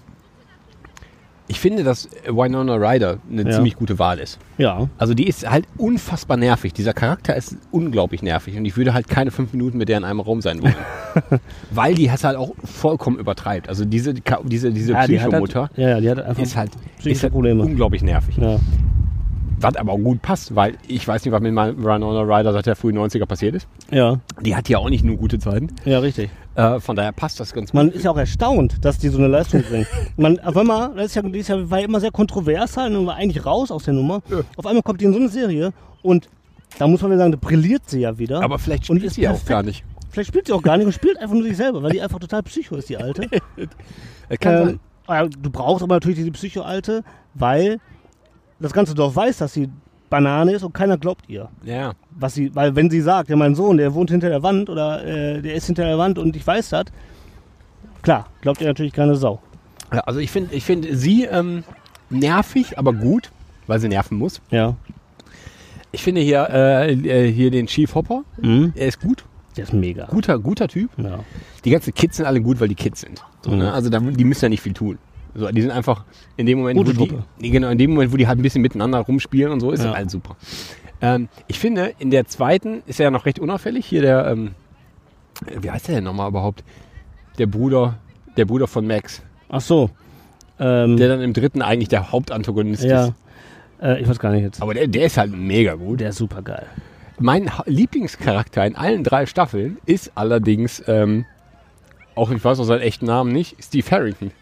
[SPEAKER 3] ich finde, dass Winona Ryder eine
[SPEAKER 2] Ja.
[SPEAKER 3] ziemlich gute Wahl ist.
[SPEAKER 2] ja,
[SPEAKER 3] Also die ist halt unfassbar nervig. Dieser Charakter ist unglaublich nervig und ich würde halt keine fünf Minuten mit der in einem Raum sein wollen.
[SPEAKER 2] [laughs]
[SPEAKER 3] Weil die hat halt auch vollkommen übertreibt. Also diese, Ka- diese, diese
[SPEAKER 2] ja. die hat halt-
[SPEAKER 3] Psychomutter
[SPEAKER 2] ja, ja, die hat einfach
[SPEAKER 3] ist halt, ist
[SPEAKER 2] psychische
[SPEAKER 3] halt
[SPEAKER 2] Probleme.
[SPEAKER 3] unglaublich nervig.
[SPEAKER 2] Ja,
[SPEAKER 3] Was aber auch gut passt, weil ich weiß nicht, was mit meinem Runner Rider seit der frühen 90er passiert ist.
[SPEAKER 2] ja,
[SPEAKER 3] Die hat ja auch nicht nur gute Zeiten.
[SPEAKER 2] ja, richtig.
[SPEAKER 3] Äh, von daher passt das ganz gut.
[SPEAKER 2] Man ist ja auch erstaunt, dass die so eine Leistung bringen. Man, auf einmal, das ist ja, die ist ja, war ja immer sehr kontrovers halt und war eigentlich raus aus der Nummer. Auf einmal kommt die in so eine Serie und da muss man wieder sagen, da brilliert sie ja wieder.
[SPEAKER 3] aber vielleicht
[SPEAKER 2] Und
[SPEAKER 3] spielt
[SPEAKER 2] ist
[SPEAKER 3] sie ja auch
[SPEAKER 2] perfekt.
[SPEAKER 3] gar nicht.
[SPEAKER 2] Vielleicht spielt sie auch gar nicht und spielt einfach nur sich selber, weil die einfach total psycho ist, die Alte.
[SPEAKER 3] Das [laughs] Äh, kann
[SPEAKER 2] ähm,
[SPEAKER 3] sein.
[SPEAKER 2] ja, du brauchst aber natürlich diese Psycho-Alte, weil das ganze Dorf weiß, dass sie Banane ist und keiner glaubt ihr.
[SPEAKER 3] Ja.
[SPEAKER 2] Was sie, weil wenn sie sagt, ja mein Sohn, der wohnt hinter der Wand oder äh, der ist hinter der Wand und ich weiß das, klar, glaubt ihr natürlich keine Sau.
[SPEAKER 3] ja. Also ich finde ich find sie ähm, nervig, aber gut, weil sie nerven muss.
[SPEAKER 2] Ja.
[SPEAKER 3] Ich finde hier, äh, äh, hier den Chief Hopper,
[SPEAKER 2] Mhm.
[SPEAKER 3] er ist gut.
[SPEAKER 2] der ist mega.
[SPEAKER 3] Guter, guter Typ.
[SPEAKER 2] Ja.
[SPEAKER 3] Die ganzen Kids sind alle gut, weil die Kids sind. So,
[SPEAKER 2] Mhm.
[SPEAKER 3] ne? Also da, die müssen ja nicht viel tun. So, die sind einfach in dem Moment,
[SPEAKER 2] Gute
[SPEAKER 3] wo die,
[SPEAKER 2] Truppe.
[SPEAKER 3] die, genau, in dem Moment, wo die halt ein bisschen miteinander rumspielen und so, ist
[SPEAKER 2] Ja.
[SPEAKER 3] das alles super. Ähm, ich finde, in der zweiten ist er ja noch recht unauffällig. Hier der, ähm, wie heißt der denn nochmal überhaupt? Der Bruder, der Bruder von Max,
[SPEAKER 2] Ach so. Ähm,
[SPEAKER 3] der dann im dritten eigentlich der Hauptantagonist
[SPEAKER 2] ja.
[SPEAKER 3] ist.
[SPEAKER 2] Äh, ich weiß gar nicht jetzt.
[SPEAKER 3] Aber der, der ist halt mega gut.
[SPEAKER 2] Der ist super geil.
[SPEAKER 3] Mein Ha- Lieblingscharakter in allen drei Staffeln ist allerdings, ähm, auch ich weiß auch seinen echten Namen nicht, Steve Harrington.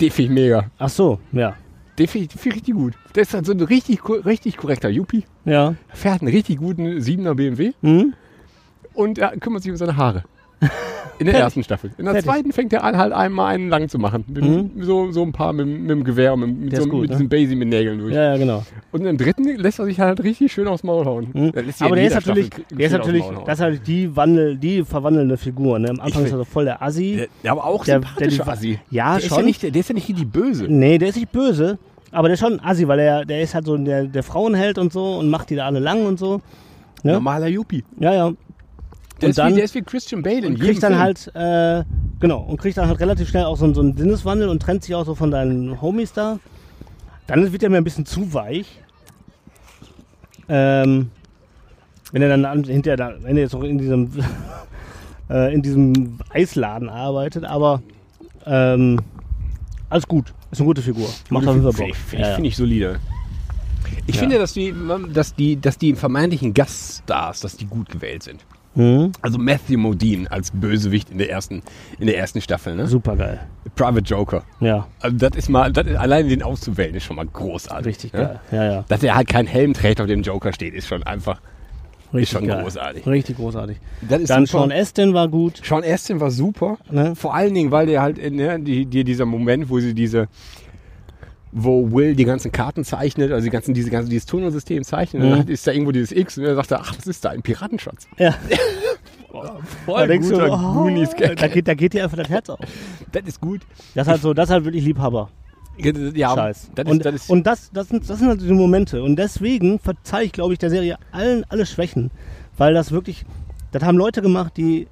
[SPEAKER 3] Den finde ich mega.
[SPEAKER 2] Ach so, ja.
[SPEAKER 3] Den finde ich, den find ich richtig gut. Der ist halt so ein richtig, ko- richtig korrekter Yuppie.
[SPEAKER 2] Ja.
[SPEAKER 3] Fährt einen richtig guten 7er BMW
[SPEAKER 2] Hm?
[SPEAKER 3] und er kümmert sich um seine Haare. In der ersten Staffel. In der
[SPEAKER 2] Fertig. Mhm.
[SPEAKER 3] zweiten fängt er an, halt einmal einen lang zu machen. Mit, so, so ein paar mit, mit dem Gewehr und mit, mit,
[SPEAKER 2] Der
[SPEAKER 3] so,
[SPEAKER 2] ist gut,
[SPEAKER 3] mit
[SPEAKER 2] ne?
[SPEAKER 3] diesem Basie mit Nägeln durch.
[SPEAKER 2] Ja, ja,
[SPEAKER 3] [laughs]
[SPEAKER 2] genau.
[SPEAKER 3] Und im dritten lässt er sich halt richtig schön aufs Maul hauen.
[SPEAKER 2] Hm?
[SPEAKER 3] Er lässt sich
[SPEAKER 2] Aber
[SPEAKER 3] in
[SPEAKER 2] der ist
[SPEAKER 3] jeder
[SPEAKER 2] natürlich,
[SPEAKER 3] Staffel
[SPEAKER 2] der ist
[SPEAKER 3] schön aufs
[SPEAKER 2] natürlich,
[SPEAKER 3] Maul hauen.
[SPEAKER 2] das ist halt die Wandel, die verwandelnde Figur. Ne? Am Anfang ist er so voll der Assi.
[SPEAKER 3] Der, der aber auch
[SPEAKER 2] Der-
[SPEAKER 3] sympathische
[SPEAKER 2] der- die-
[SPEAKER 3] Assi.
[SPEAKER 2] Ja,
[SPEAKER 3] der Ist ja
[SPEAKER 2] schon.
[SPEAKER 3] nicht, der ist ja nicht die Böse.
[SPEAKER 2] Nee, der ist nicht böse, aber der ist schon ein Assi, weil er, der ist halt so der, der Frauenheld und so und macht die da alle lang und so. Ja.
[SPEAKER 3] Normaler Yuppie.
[SPEAKER 2] Ja, ja.
[SPEAKER 3] Der,
[SPEAKER 2] Und
[SPEAKER 3] ist
[SPEAKER 2] dann-
[SPEAKER 3] wie, der ist wie Christian Bale in
[SPEAKER 2] Und
[SPEAKER 3] jedem
[SPEAKER 2] kriegt dann
[SPEAKER 3] Film.
[SPEAKER 2] halt, äh, genau, und kriegt dann halt relativ schnell auch so, einen- so einen Sinneswandel und trennt sich auch so von deinen Homies da. Dann wird er mir ein bisschen zu weich. Ähm, wenn er dann an- hinterher, da, wenn er jetzt noch in diesem, [laughs] äh, in diesem Eisladen arbeitet, aber ähm, alles gut. Ist eine gute Figur. Macht auf jeden Fall Bock.
[SPEAKER 3] Finde ich,
[SPEAKER 2] Ja, ja.
[SPEAKER 3] find ich solide. Ich
[SPEAKER 2] Ja.
[SPEAKER 3] finde, dass die, dass, die, dass die vermeintlichen Gaststars, dass die gut gewählt sind.
[SPEAKER 2] Mhm.
[SPEAKER 3] Also Matthew Modine als Bösewicht in der ersten, in der ersten Staffel. Ne?
[SPEAKER 2] Super geil.
[SPEAKER 3] Private Joker.
[SPEAKER 2] Ja,
[SPEAKER 3] Also das ist mal, das ist, allein den auszuwählen ist schon mal großartig.
[SPEAKER 2] richtig
[SPEAKER 3] ne?
[SPEAKER 2] geil. Ja, ja.
[SPEAKER 3] Dass er halt keinen Helm trägt, auf dem Joker steht, ist schon einfach.
[SPEAKER 2] Richtig
[SPEAKER 3] schon
[SPEAKER 2] geil.
[SPEAKER 3] großartig.
[SPEAKER 2] Richtig großartig.
[SPEAKER 3] Das ist
[SPEAKER 2] Dann
[SPEAKER 3] super.
[SPEAKER 2] Sean Astin war gut.
[SPEAKER 3] Sean Astin war super.
[SPEAKER 2] Ne?
[SPEAKER 3] Vor allen Dingen, weil der halt in ne, die, die, dieser Moment, wo sie diese, wo Will die ganzen Karten zeichnet, also die ganzen, diese ganze, dieses Tunnelsystem zeichnet,
[SPEAKER 2] Mhm.
[SPEAKER 3] und dann hat- ist da irgendwo dieses X und er sagt er, ach, das ist da ein Piratenschatz.
[SPEAKER 2] Ja.
[SPEAKER 3] Voll guter
[SPEAKER 2] oh.
[SPEAKER 3] Goonies
[SPEAKER 2] da,
[SPEAKER 3] Gag.
[SPEAKER 2] geht, da geht dir einfach das Herz auf.
[SPEAKER 3] Das ist gut.
[SPEAKER 2] Das ist halt so, das ist halt wirklich Liebhaber.
[SPEAKER 3] Ja,
[SPEAKER 2] Scheiß.
[SPEAKER 3] Das ist,
[SPEAKER 2] und
[SPEAKER 3] das ist,
[SPEAKER 2] und das, das, sind, das sind halt diese Momente. Und deswegen verzeihe ich, glaube ich, der Serie allen alle Schwächen. Weil das wirklich, das haben Leute gemacht, die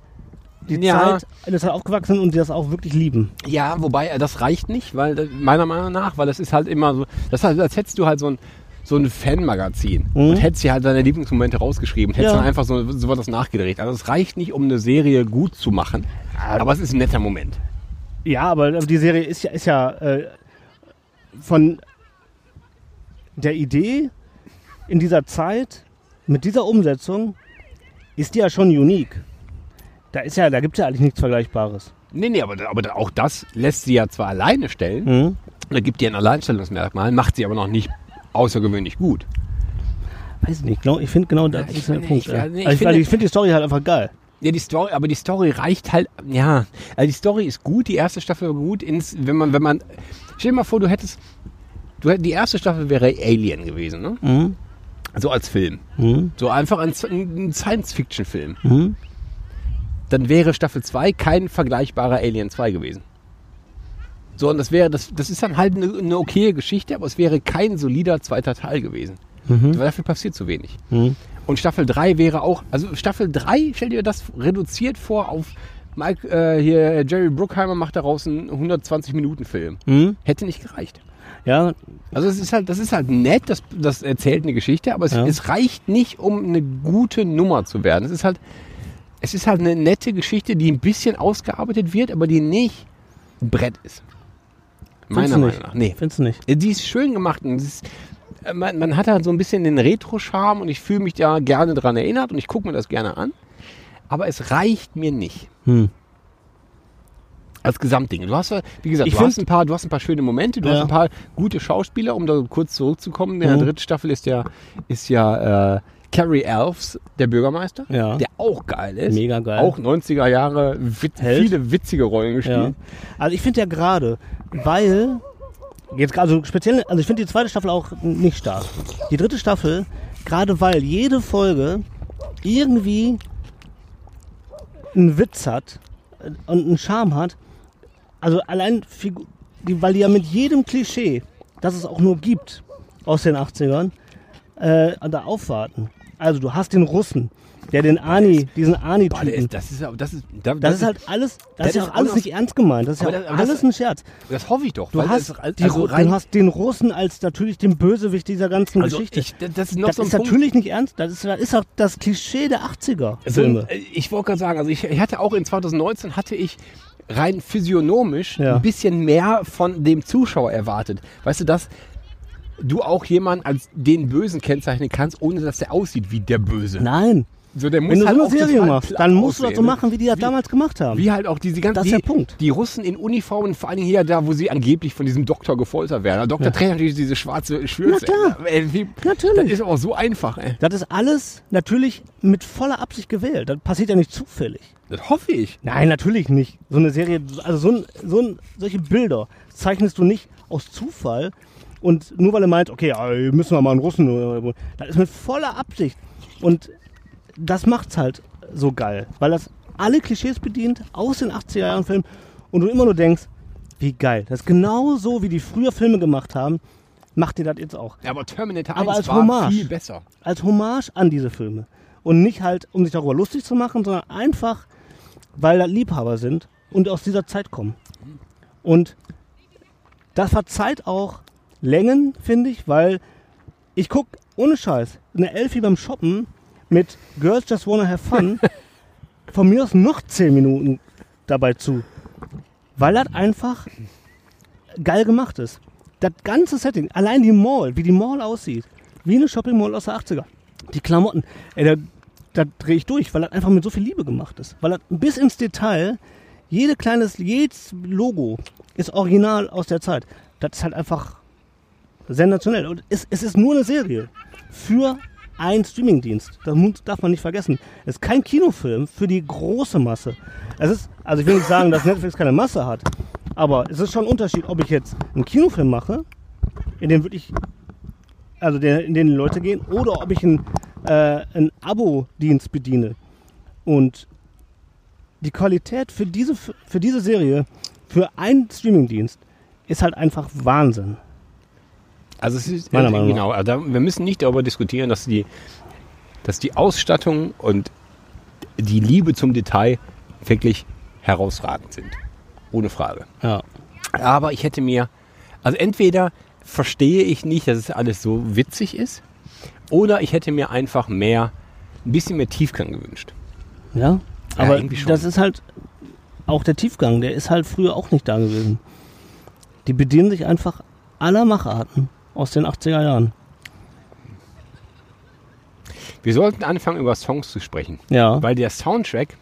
[SPEAKER 2] die
[SPEAKER 3] Ja.
[SPEAKER 2] Zeit in der Zeit aufgewachsen sind und die das auch wirklich lieben.
[SPEAKER 3] ja, wobei äh, das reicht nicht, weil das- meiner Meinung nach, weil das ist halt immer so, das ist halt, als hättest du halt so ein so ein Fanmagazin und hättest dir halt deine Lieblingsmomente rausgeschrieben, hättest
[SPEAKER 2] Ja.
[SPEAKER 3] dann einfach so sowas nachgedreht. Also es reicht nicht, um eine Serie gut zu machen, aber es ist ein netter Moment.
[SPEAKER 2] Ja, aber die Serie ist ja, ist ja äh, von der Idee in dieser Zeit mit dieser Umsetzung ist die ja schon unique. Da ist ja, da gibt es ja eigentlich nichts Vergleichbares.
[SPEAKER 3] Nee, nee, aber, aber auch das lässt sie ja zwar alleine stellen, da gibt ihr ein Alleinstellungsmerkmal, macht sie aber noch nicht außergewöhnlich gut.
[SPEAKER 2] Weiß nicht, genau, ich finde genau das
[SPEAKER 3] ich
[SPEAKER 2] ist der
[SPEAKER 3] finde-
[SPEAKER 2] Punkt.
[SPEAKER 3] ich-
[SPEAKER 2] ja.
[SPEAKER 3] nee, ich
[SPEAKER 2] also ich
[SPEAKER 3] finde-
[SPEAKER 2] also ich finde die Story halt einfach geil.
[SPEAKER 3] Ja, die Story, aber die Story reicht halt, ja, also die Story ist gut, die erste Staffel war gut, ins, wenn man, wenn man, stell dir mal vor, du hättest, du hätt- die erste Staffel wäre Alien gewesen, ne? So als Film. So einfach ein, ein Science-Fiction-Film. Dann wäre Staffel 2 kein vergleichbarer Alien 2 gewesen. So, und das wäre, das, das ist dann halt eine, eine okaye Geschichte, aber es wäre kein solider zweiter Teil gewesen. Weil dafür passiert zu wenig. Und Staffel 3 wäre auch, also Staffel 3, stell dir das reduziert vor auf Mike, äh, hier, Jerry Bruckheimer macht daraus einen 120-Minuten-Film.
[SPEAKER 2] Hm?
[SPEAKER 3] Hätte nicht gereicht.
[SPEAKER 2] Ja,
[SPEAKER 3] Also es ist halt, das ist halt nett, das, das erzählt eine Geschichte, aber es,
[SPEAKER 2] Ja.
[SPEAKER 3] es reicht nicht, um eine gute Nummer zu werden. Es ist halt, es ist halt eine nette Geschichte, die ein bisschen ausgearbeitet wird, aber die nicht ein Brett ist.
[SPEAKER 2] findest
[SPEAKER 3] Meiner
[SPEAKER 2] du
[SPEAKER 3] Meinung
[SPEAKER 2] nicht.
[SPEAKER 3] nach. Nee.
[SPEAKER 2] Findest du nicht.
[SPEAKER 3] Äh, Die ist schön gemacht und es ist, äh, man, man hat halt so ein bisschen den Retro-Charme und ich fühle mich da gerne dran erinnert und ich gucke mir das gerne an. Aber es reicht mir nicht.
[SPEAKER 2] Hm.
[SPEAKER 3] Als Gesamtding. Du hast, ja, wie gesagt,
[SPEAKER 2] Ich
[SPEAKER 3] du hast,
[SPEAKER 2] find-
[SPEAKER 3] ein paar, du hast ein paar schöne Momente, du
[SPEAKER 2] Ja.
[SPEAKER 3] hast ein paar gute Schauspieler, um da kurz zurückzukommen. In der
[SPEAKER 2] Mhm.
[SPEAKER 3] dritten Staffel ist ja, ist ja äh, Carrie Elves, der Bürgermeister,
[SPEAKER 2] Ja.
[SPEAKER 3] der auch geil ist.
[SPEAKER 2] Mega geil.
[SPEAKER 3] Auch 90er Jahre, wit
[SPEAKER 2] Held.
[SPEAKER 3] viele witzige Rollen
[SPEAKER 2] Ja.
[SPEAKER 3] gespielt.
[SPEAKER 2] Also ich finde ja gerade, weil jetzt also speziell, also ich finde die zweite Staffel auch nicht stark. Die dritte Staffel, gerade weil jede Folge irgendwie einen Witz hat äh, und einen Charme hat. Also allein, Figu- die, weil die ja mit jedem Klischee, das es auch nur gibt aus den 80ern, äh, da aufwarten. Also du hast den Russen, der den Ani, diesen Ani-Typen.
[SPEAKER 3] Also, das ist, aber- das ist, da-
[SPEAKER 2] Das ist halt alles, das
[SPEAKER 3] das
[SPEAKER 2] ist ja
[SPEAKER 3] ist
[SPEAKER 2] auch alles
[SPEAKER 3] unaus-
[SPEAKER 2] nicht ernst gemeint. Das ist ja
[SPEAKER 3] Aber
[SPEAKER 2] auch
[SPEAKER 3] das- aber das-
[SPEAKER 2] alles ein Scherz.
[SPEAKER 3] das hoffe ich doch.
[SPEAKER 2] Du
[SPEAKER 3] weil
[SPEAKER 2] hast,
[SPEAKER 3] das, ist- also
[SPEAKER 2] die, Ru- du hast den Russen als natürlich den Bösewicht dieser ganzen
[SPEAKER 3] also
[SPEAKER 2] Geschichte.
[SPEAKER 3] ich, das ist noch
[SPEAKER 2] das
[SPEAKER 3] so ein
[SPEAKER 2] ist
[SPEAKER 3] Punkt.
[SPEAKER 2] natürlich nicht ernst. Das ist, das ist auch das Klischee der 80er.
[SPEAKER 3] Also,
[SPEAKER 2] Filme.
[SPEAKER 3] äh, ich wollte gerade sagen, also ich, ich hatte auch in 2019 hatte ich rein physiognomisch
[SPEAKER 2] Ja.
[SPEAKER 3] ein bisschen mehr von dem Zuschauer erwartet. Weißt du, dass du auch jemanden als den Bösen kennzeichnen kannst, ohne dass der aussieht wie der Böse.
[SPEAKER 2] Nein.
[SPEAKER 3] So, der muss
[SPEAKER 2] Wenn du
[SPEAKER 3] halt
[SPEAKER 2] so eine
[SPEAKER 3] auch total
[SPEAKER 2] Serie machst,
[SPEAKER 3] platt
[SPEAKER 2] dann musst du das so
[SPEAKER 3] aussehen, ne?
[SPEAKER 2] machen, wie die das damals gemacht haben.
[SPEAKER 3] Wie halt auch diese ganzen
[SPEAKER 2] Das ist
[SPEAKER 3] die,
[SPEAKER 2] der Punkt.
[SPEAKER 3] die Russen in Uniformen, vor allen Dingen hier da, wo sie angeblich von diesem Doktor gefoltert werden. Der Doktor trägt natürlich diese schwarze Schürze.
[SPEAKER 2] Na klar.
[SPEAKER 3] Ey, wie-
[SPEAKER 2] Natürlich.
[SPEAKER 3] Das ist aber auch so einfach, ey.
[SPEAKER 2] Das ist alles natürlich mit voller Absicht gewählt. Das passiert ja nicht zufällig.
[SPEAKER 3] Das hoffe ich.
[SPEAKER 2] Nein, natürlich nicht. So eine Serie, also so ein, so ein, solche Bilder zeichnest du nicht aus Zufall. Und nur weil er meint, okay, ja, hier müssen wir mal einen Russen. oder so. Das ist mit voller Absicht. Und das macht's halt so geil, weil das alle Klischees bedient aus den 80er Jahren Filmen und du immer nur denkst, wie geil. Das ist genau so, wie die früher Filme gemacht haben, macht ihr das jetzt auch.
[SPEAKER 3] Ja, aber Terminator
[SPEAKER 2] Aber
[SPEAKER 3] 1
[SPEAKER 2] als
[SPEAKER 3] war
[SPEAKER 2] Hommage.
[SPEAKER 3] viel besser.
[SPEAKER 2] als Hommage an diese Filme. Und nicht halt, um sich darüber lustig zu machen, sondern einfach, weil da Liebhaber sind und aus dieser Zeit kommen. Und das verzeiht auch Längen, finde ich, weil ich guck ohne Scheiß eine Elfie beim Shoppen mit Girls Just Wanna Have Fun von mir aus noch 10 Minuten dabei zu. Weil das einfach geil gemacht ist. Das ganze Setting, allein die Mall, wie die Mall aussieht, wie eine Shopping Mall aus der 80er. Die Klamotten, ey, da, da drehe ich durch, weil das einfach mit so viel Liebe gemacht ist. Weil das bis ins Detail, jede kleines, jedes Logo ist original aus der Zeit. Das ist halt einfach sensationell. Und es, es ist nur eine Serie für einen Streamingdienst. Das mu- darf man nicht vergessen. Es ist kein Kinofilm für die große Masse. Es ist, also ich will nicht sagen, dass Netflix keine Masse hat, aber es ist schon ein Unterschied, ob ich jetzt einen Kinofilm mache, in dem wirklich, also der, in den die Leute gehen, oder ob ich einen, äh, einen Abo-Dienst bediene. Und die Qualität für diese, für diese Serie, für einen Streamingdienst, ist halt einfach Wahnsinn.
[SPEAKER 3] Also es ist
[SPEAKER 2] Meiner Meinung nach.
[SPEAKER 3] genau, also da- wir müssen nicht darüber diskutieren, dass die, dass die Ausstattung und die Liebe zum Detail wirklich herausragend sind. Ohne Frage.
[SPEAKER 2] Ja.
[SPEAKER 3] Aber ich hätte mir, also entweder verstehe ich nicht, dass es alles so witzig ist, oder ich hätte mir einfach mehr, ein bisschen mehr Tiefgang gewünscht.
[SPEAKER 2] Ja,
[SPEAKER 3] Ja,
[SPEAKER 2] aber
[SPEAKER 3] irgendwie schon.
[SPEAKER 2] das ist halt auch der Tiefgang, der ist halt früher auch nicht da gewesen. Die bedienen sich einfach aller Macharten aus den 80er Jahren.
[SPEAKER 3] Wir sollten anfangen, über Songs zu sprechen.
[SPEAKER 2] Ja,
[SPEAKER 3] Weil der Soundtrack,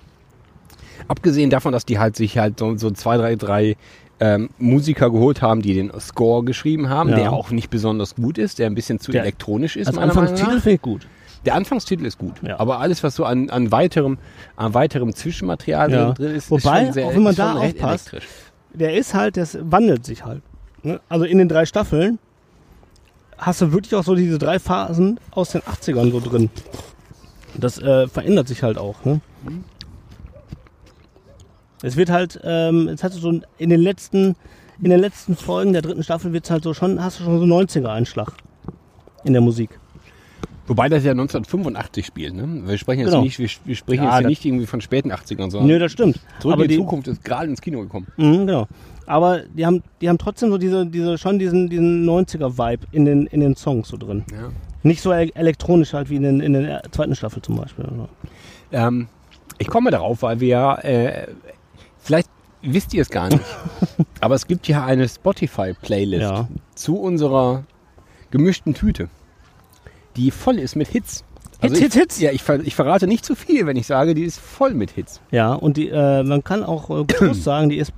[SPEAKER 3] abgesehen davon, dass die halt sich halt so, so zwei, drei, drei ähm, Musiker geholt haben, die den Score geschrieben haben,
[SPEAKER 2] Ja.
[SPEAKER 3] der auch nicht besonders gut ist, der ein bisschen zu
[SPEAKER 2] Der-
[SPEAKER 3] elektronisch ist,
[SPEAKER 2] als
[SPEAKER 3] meiner Meinung
[SPEAKER 2] Anfangstitel
[SPEAKER 3] nach.
[SPEAKER 2] finde ich gut.
[SPEAKER 3] Der Anfangstitel ist gut,
[SPEAKER 2] Ja.
[SPEAKER 3] aber alles, was so an, an, weiterem, an weiterem Zwischenmaterial
[SPEAKER 2] Ja.
[SPEAKER 3] drin- drin ist,
[SPEAKER 2] Wobei,
[SPEAKER 3] ist schon sehr,
[SPEAKER 2] auch wenn man
[SPEAKER 3] ist schon
[SPEAKER 2] da
[SPEAKER 3] recht
[SPEAKER 2] aufpasst,
[SPEAKER 3] elektrisch.
[SPEAKER 2] Der ist halt, das wandelt sich halt. ne? Also in den drei Staffeln hast du wirklich auch so diese drei Phasen aus den 80ern so drin. Das äh, verändert sich halt auch. Ne? Es wird halt, ähm, jetzt hast du so in den letzten, in den letzten Folgen der dritten Staffel wird's halt so schon, hast du schon so 90er-Einschlag in der Musik.
[SPEAKER 3] Wobei das ja 1985 spielt, ne? Wir sprechen jetzt
[SPEAKER 2] Genau.
[SPEAKER 3] nicht, wir, wir
[SPEAKER 2] Ja,
[SPEAKER 3] sprechen jetzt hier
[SPEAKER 2] das-
[SPEAKER 3] nicht irgendwie von späten 80ern, sondern
[SPEAKER 2] Nö, das stimmt.
[SPEAKER 3] Ah. Zurück
[SPEAKER 2] Aber
[SPEAKER 3] in die
[SPEAKER 2] die,
[SPEAKER 3] Zukunft ist gerade ins Kino gekommen.
[SPEAKER 2] Mhm, genau. Aber die haben, die haben trotzdem so diese, diese, schon diesen, diesen 90er-Vibe in den, in den Songs so drin.
[SPEAKER 3] Ja.
[SPEAKER 2] Nicht so el- elektronisch halt wie in, den, in der zweiten Staffel zum Beispiel. oder?
[SPEAKER 3] Ähm, ich komme darauf, weil wir, äh, vielleicht wisst ihr es
[SPEAKER 2] [laughs]
[SPEAKER 3] gar nicht, aber es gibt hier eine Spotify-Playlist
[SPEAKER 2] Ja.
[SPEAKER 3] zu unserer gemischten Tüte, die voll ist mit Hits.
[SPEAKER 2] Hits,
[SPEAKER 3] Also ich,
[SPEAKER 2] Hits, Hits?
[SPEAKER 3] Ja, ich, ver ich verrate nicht zu viel, wenn ich sage, die ist voll mit Hits.
[SPEAKER 2] Ja, und die, äh, man kann auch äh,
[SPEAKER 3] [clears throat]
[SPEAKER 2] groß sagen, die ist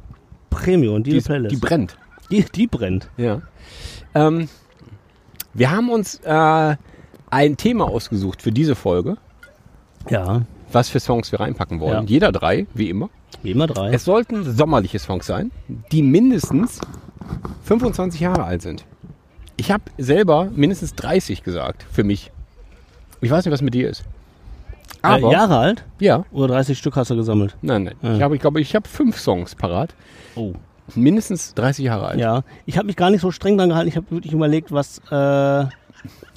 [SPEAKER 2] Premium, diese
[SPEAKER 3] Die, ist,
[SPEAKER 2] Playlist.
[SPEAKER 3] die brennt.
[SPEAKER 2] die, die brennt.
[SPEAKER 3] Ja. Ähm, wir haben uns äh, ein Thema ausgesucht für diese Folge,
[SPEAKER 2] Ja,
[SPEAKER 3] was für Songs wir reinpacken wollen.
[SPEAKER 2] Ja.
[SPEAKER 3] Jeder drei, wie immer.
[SPEAKER 2] wie immer drei.
[SPEAKER 3] Es sollten sommerliche Songs sein, die mindestens 25 Jahre alt sind. Ich habe selber mindestens 30 gesagt, für mich. Ich weiß nicht, was mit dir ist. Aber,
[SPEAKER 2] äh, Jahre alt?
[SPEAKER 3] ja,
[SPEAKER 2] Oder 30 Stück hast du gesammelt?
[SPEAKER 3] nein, nein.
[SPEAKER 2] Ja.
[SPEAKER 3] Ich habe, ich glaube, ich habe fünf Songs parat.
[SPEAKER 2] Oh.
[SPEAKER 3] Mindestens 30 Jahre alt.
[SPEAKER 2] Ja, ich habe mich gar nicht so streng dran gehalten. Ich habe wirklich überlegt, was, äh,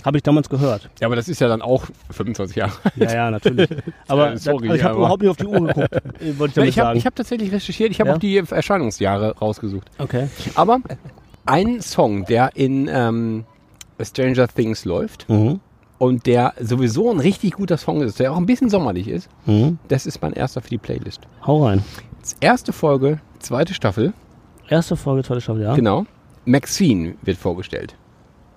[SPEAKER 2] Habe ich damals gehört.
[SPEAKER 3] Ja, aber das ist ja dann auch 25 Jahre.
[SPEAKER 2] [laughs] Ja, ja,
[SPEAKER 3] [laughs]
[SPEAKER 2] natürlich. Aber
[SPEAKER 3] Ja, sorry,
[SPEAKER 2] da- also ich habe
[SPEAKER 3] aber-
[SPEAKER 2] überhaupt nicht auf die Uhr
[SPEAKER 3] [laughs]
[SPEAKER 2] geguckt, äh, wollte ich damit
[SPEAKER 3] ich habe
[SPEAKER 2] sagen.
[SPEAKER 3] ich hab tatsächlich recherchiert, ich habe
[SPEAKER 2] Ja?
[SPEAKER 3] auch die Erscheinungsjahre rausgesucht.
[SPEAKER 2] okay.
[SPEAKER 3] Aber ein Song, der in ähm, Stranger Things läuft
[SPEAKER 2] Mhm.
[SPEAKER 3] und der sowieso ein richtig guter Song ist, der auch ein bisschen sommerlich ist,
[SPEAKER 2] Mhm.
[SPEAKER 3] das ist mein erster für die Playlist.
[SPEAKER 2] Hau rein.
[SPEAKER 3] Erste Folge, zweite Staffel,
[SPEAKER 2] Erste Folge, zweite Staffel, ja.
[SPEAKER 3] genau. Maxine wird vorgestellt.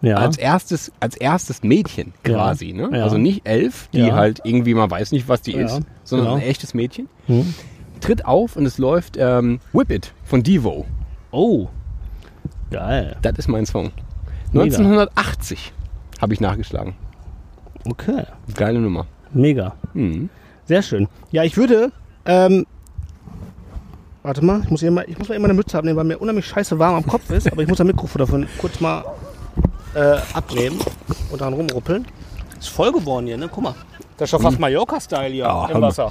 [SPEAKER 2] ja.
[SPEAKER 3] Als, erstes, als erstes Mädchen
[SPEAKER 2] Ja.
[SPEAKER 3] quasi. Ne?
[SPEAKER 2] Ja.
[SPEAKER 3] Also nicht elf, die
[SPEAKER 2] Ja.
[SPEAKER 3] halt irgendwie, man weiß nicht, was die
[SPEAKER 2] Ja.
[SPEAKER 3] ist, sondern
[SPEAKER 2] Genau.
[SPEAKER 3] ein echtes Mädchen.
[SPEAKER 2] Mhm.
[SPEAKER 3] Tritt auf und es läuft ähm, Whip It von Devo.
[SPEAKER 2] Oh. Geil.
[SPEAKER 3] Das ist mein Song.
[SPEAKER 2] Mega.
[SPEAKER 3] 1980 habe ich nachgeschlagen.
[SPEAKER 2] Okay.
[SPEAKER 3] Geile Nummer.
[SPEAKER 2] Mega.
[SPEAKER 3] Hm.
[SPEAKER 2] Sehr schön. Ja, ich würde. Ähm, warte mal, ich muss, hier mal, ich muss mal eben meine Mütze abnehmen, weil mir unheimlich scheiße warm am Kopf ist. Aber ich muss das Mikrofon davon kurz mal äh, abnehmen und daran rumruppeln. Ist voll geworden hier, ne? Guck mal. Das ist schon fast Mallorca-Style hier
[SPEAKER 3] Ja,
[SPEAKER 2] im
[SPEAKER 3] Hammer.
[SPEAKER 2] Wasser.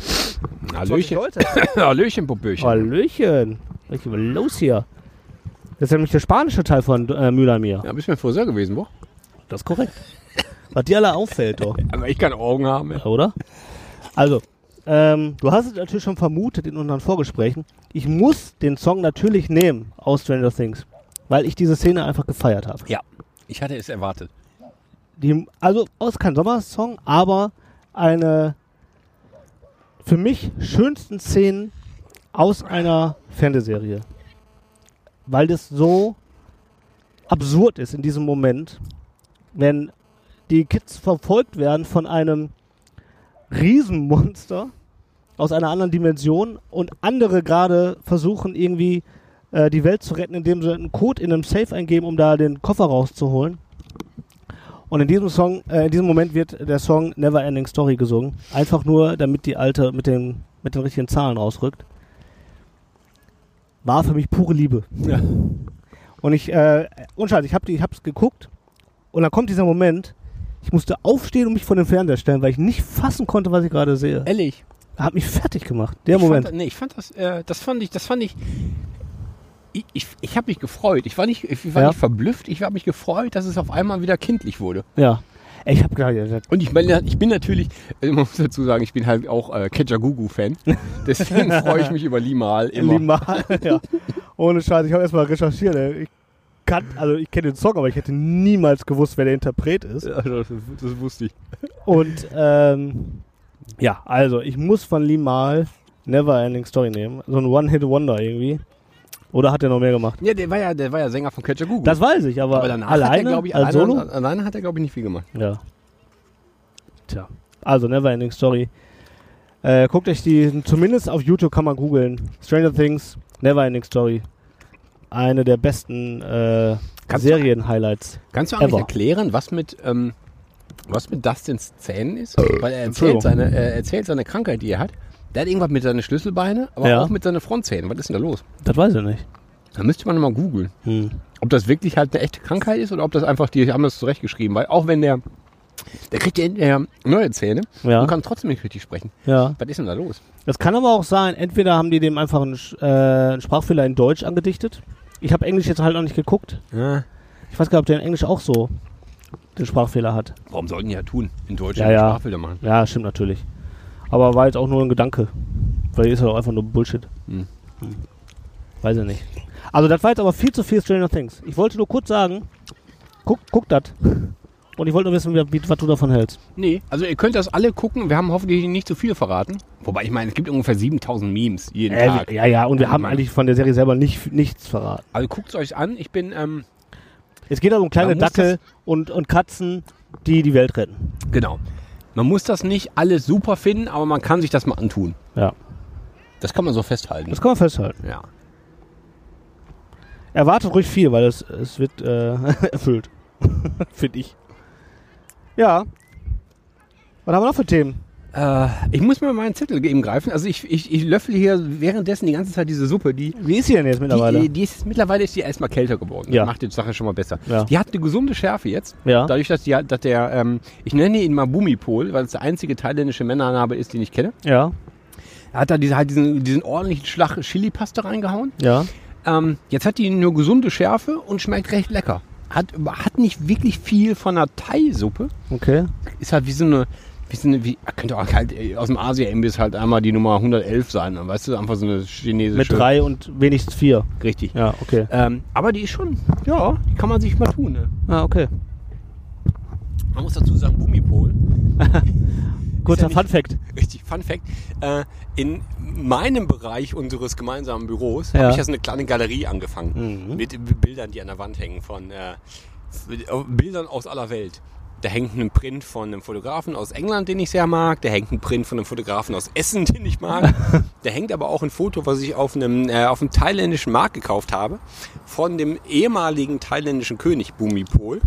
[SPEAKER 2] 20
[SPEAKER 3] Hallöchen.
[SPEAKER 2] Leute.
[SPEAKER 3] [laughs] Hallöchen, Popöchen.
[SPEAKER 2] Hallöchen. Was ist denn los hier? Das ist nämlich der spanische Teil von äh, Mülamir.
[SPEAKER 3] Ja, bist du mein Friseur gewesen, Boch?
[SPEAKER 2] Das ist korrekt. Was dir alle auffällt, doch.
[SPEAKER 3] Aber ich kann Augen haben. Ja.
[SPEAKER 2] oder? Also, ähm, du hast es natürlich schon vermutet in unseren Vorgesprächen. Ich muss den Song natürlich nehmen aus Stranger Things, weil ich diese Szene einfach gefeiert habe.
[SPEAKER 3] ja. Ich hatte es erwartet.
[SPEAKER 2] Die, also, oh, es ist kein Sommersong, aber eine für mich schönsten Szenen aus einer Fernsehserie. Weil das so absurd ist in diesem Moment, wenn die Kids verfolgt werden von einem Riesenmonster aus einer anderen Dimension und andere gerade versuchen irgendwie äh, die Welt zu retten, indem sie einen Code in einem Safe eingeben, um da den Koffer rauszuholen. Und in diesem Song, äh, in diesem Moment wird der Song Never Ending Story gesungen. Einfach nur, damit die alte mit den, mit den richtigen Zahlen rausrückt. War für mich pure Liebe. Und ich, äh, unscheiß, ich hab die, ich hab's geguckt und dann kommt dieser Moment, ich musste aufstehen und mich vor den Fernseher stellen, weil ich nicht fassen konnte, was ich gerade sehe.
[SPEAKER 3] Ehrlich.
[SPEAKER 2] Hat mich fertig gemacht. Der
[SPEAKER 3] ich
[SPEAKER 2] Moment.
[SPEAKER 3] Fand, nee, ich fand das, äh, das fand ich, das fand ich. Ich, ich, ich habe mich gefreut. Ich war nicht, ich war
[SPEAKER 2] Ja.
[SPEAKER 3] nicht verblüfft. Ich habe mich gefreut, dass es auf einmal wieder kindlich wurde.
[SPEAKER 2] ja. Ey, Ich hab gedacht, ja, das-
[SPEAKER 3] Und ich meine, ich bin natürlich, äh, man muss dazu sagen, ich bin halt auch äh,
[SPEAKER 2] [laughs]
[SPEAKER 3] Ketchagugu-Fan. Deswegen freue ich mich über Limal immer.
[SPEAKER 2] Limal, [laughs] ja. Ohne Scheiß, ich habe erstmal recherchiert. Ey. Ich kann, also ich kenne den Song, aber ich hätte niemals gewusst, wer der Interpret ist.
[SPEAKER 3] Ja, das, das wusste ich.
[SPEAKER 2] Und ähm, ja, also ich muss von Limal Never Ending Story nehmen. So ein One-Hit-Wonder irgendwie. Oder hat er noch mehr gemacht?
[SPEAKER 3] Ja, der war ja, der war ja Sänger von Ketchagugu.
[SPEAKER 2] Das weiß ich, aber,
[SPEAKER 3] Aber danach hat er,
[SPEAKER 2] alleine
[SPEAKER 3] glaube ich,
[SPEAKER 2] als
[SPEAKER 3] alleine,
[SPEAKER 2] Solo?
[SPEAKER 3] alleine hat er, glaube ich, nicht viel gemacht.
[SPEAKER 2] Ja. Tja. Also Neverending Story. Äh, guckt euch die, zumindest auf YouTube kann man googeln. Stranger Things, Neverending Story. Eine der besten äh,
[SPEAKER 3] Kannst du-
[SPEAKER 2] Serien-Highlights.
[SPEAKER 3] Kannst du eigentlich
[SPEAKER 2] Ever.
[SPEAKER 3] erklären, was mit, ähm, was mit Dustins Zähnen ist? Weil er
[SPEAKER 2] Entschuldigung.
[SPEAKER 3] erzählt seine, er erzählt seine Krankheit, die er hat. Der hat irgendwas mit seinen Schlüsselbeinen, aber
[SPEAKER 2] Ja.
[SPEAKER 3] auch mit seinen Frontzähnen. Was ist denn da los?
[SPEAKER 2] Das weiß ich nicht.
[SPEAKER 3] Da müsste man mal googeln,
[SPEAKER 2] Hm.
[SPEAKER 3] ob das wirklich halt eine echte Krankheit ist oder ob das einfach, die haben das zurechtgeschrieben. Weil auch wenn der, der kriegt ja hinterher neue Zähne
[SPEAKER 2] Ja.
[SPEAKER 3] und kann trotzdem nicht richtig sprechen.
[SPEAKER 2] Ja.
[SPEAKER 3] Was ist denn da los?
[SPEAKER 2] Das kann aber auch sein, entweder haben die dem einfach einen, Sch- äh, einen Sprachfehler in Deutsch angedichtet. Ich habe Englisch jetzt halt noch nicht geguckt. Ich weiß gar nicht, ob der in Englisch auch so den Sprachfehler hat.
[SPEAKER 3] Warum sollten die ja tun? In Deutschland
[SPEAKER 2] Ja, ja.
[SPEAKER 3] Sprachbilder machen.
[SPEAKER 2] Ja, stimmt natürlich. Aber war jetzt auch nur ein Gedanke. Vielleicht ist er auch einfach nur Bullshit.
[SPEAKER 3] Hm.
[SPEAKER 2] Hm. Weiß ich nicht. Also das war jetzt aber viel zu viel Stranger Things. Ich wollte nur kurz sagen, guck, guck das. Und ich wollte nur wissen, wie, wie, was du davon hältst.
[SPEAKER 3] Nee, also ihr könnt das alle gucken. Wir haben hoffentlich nicht zu viel verraten. Wobei, ich meine, es gibt ungefähr 7000 Memes jeden
[SPEAKER 2] Äh,
[SPEAKER 3] Tag.
[SPEAKER 2] wir- ja, ja, und wir haben
[SPEAKER 3] Mann.
[SPEAKER 2] eigentlich von der Serie selber nicht, nichts verraten.
[SPEAKER 3] Also guckt es euch an. Ich bin, ähm,
[SPEAKER 2] Es geht also um kleine
[SPEAKER 3] Man muss
[SPEAKER 2] Dackel und, und Katzen, die die Welt retten.
[SPEAKER 3] genau. Man muss das nicht alles super finden, aber man kann sich das mal antun.
[SPEAKER 2] Ja.
[SPEAKER 3] Das kann man so festhalten.
[SPEAKER 2] Das kann man festhalten.
[SPEAKER 3] Ja.
[SPEAKER 2] Erwartet ruhig viel, weil es, es wird äh, [laughs] erfüllt. Finde ich. Ja. Was haben wir noch für Themen?
[SPEAKER 3] Äh, ich muss mir meinen Zettel eben greifen. Also ich, ich, ich löffel hier währenddessen die ganze Zeit diese Suppe, die.
[SPEAKER 2] Wie ist sie denn jetzt mittlerweile?
[SPEAKER 3] Die, E- die ist, mittlerweile ist die erstmal kälter geworden.
[SPEAKER 2] Ja.
[SPEAKER 3] Das macht die Sache schon mal besser.
[SPEAKER 2] Ja.
[SPEAKER 3] Die hat eine gesunde Schärfe jetzt.
[SPEAKER 2] ja.
[SPEAKER 3] Dadurch, dass, die, dass der, ähm, ich nenne ihn mal Bumipol, weil es der einzige thailändische Männername ist, den ich kenne.
[SPEAKER 2] ja,
[SPEAKER 3] Er hat da diese, halt diesen, diesen ordentlichen Schlag Chili-Paste reingehauen.
[SPEAKER 2] ja,
[SPEAKER 3] Ähm, jetzt hat die nur gesunde Schärfe und schmeckt recht lecker. hat, über- hat nicht wirklich viel von einer Thai-Suppe.
[SPEAKER 2] Okay.
[SPEAKER 3] Ist halt wie so eine, wie so eine, wie, könnte auch halt äh, aus dem Asia-Imbiss halt einmal die Nummer 111 sein. Dann weißt du, einfach so eine chinesische.
[SPEAKER 2] Mit drei und wenigstens vier.
[SPEAKER 3] Richtig.
[SPEAKER 2] Ja, okay.
[SPEAKER 3] Ähm, aber die ist schon, ja, die kann man sich mal tun. Ne?
[SPEAKER 2] Ah, okay.
[SPEAKER 3] Man muss dazu sagen, Bumipol.
[SPEAKER 2] Kurzer
[SPEAKER 3] nicht-
[SPEAKER 2] Fun Fact.
[SPEAKER 3] [laughs] Richtig, Fun Fact. Äh, in meinem Bereich unseres gemeinsamen Büros
[SPEAKER 2] Ja.
[SPEAKER 3] habe ich ja so eine kleine Galerie angefangen. Mit Bildern, die an der Wand hängen. Von äh, Bildern aus aller Welt. Da hängt ein Print von einem Fotografen aus England, den ich sehr mag. Da hängt ein Print von einem Fotografen aus Essen, [laughs] den ich mag. da hängt aber auch ein Foto, was ich auf einem, äh, auf einem thailändischen Markt gekauft habe. Von dem ehemaligen thailändischen König Bumipol.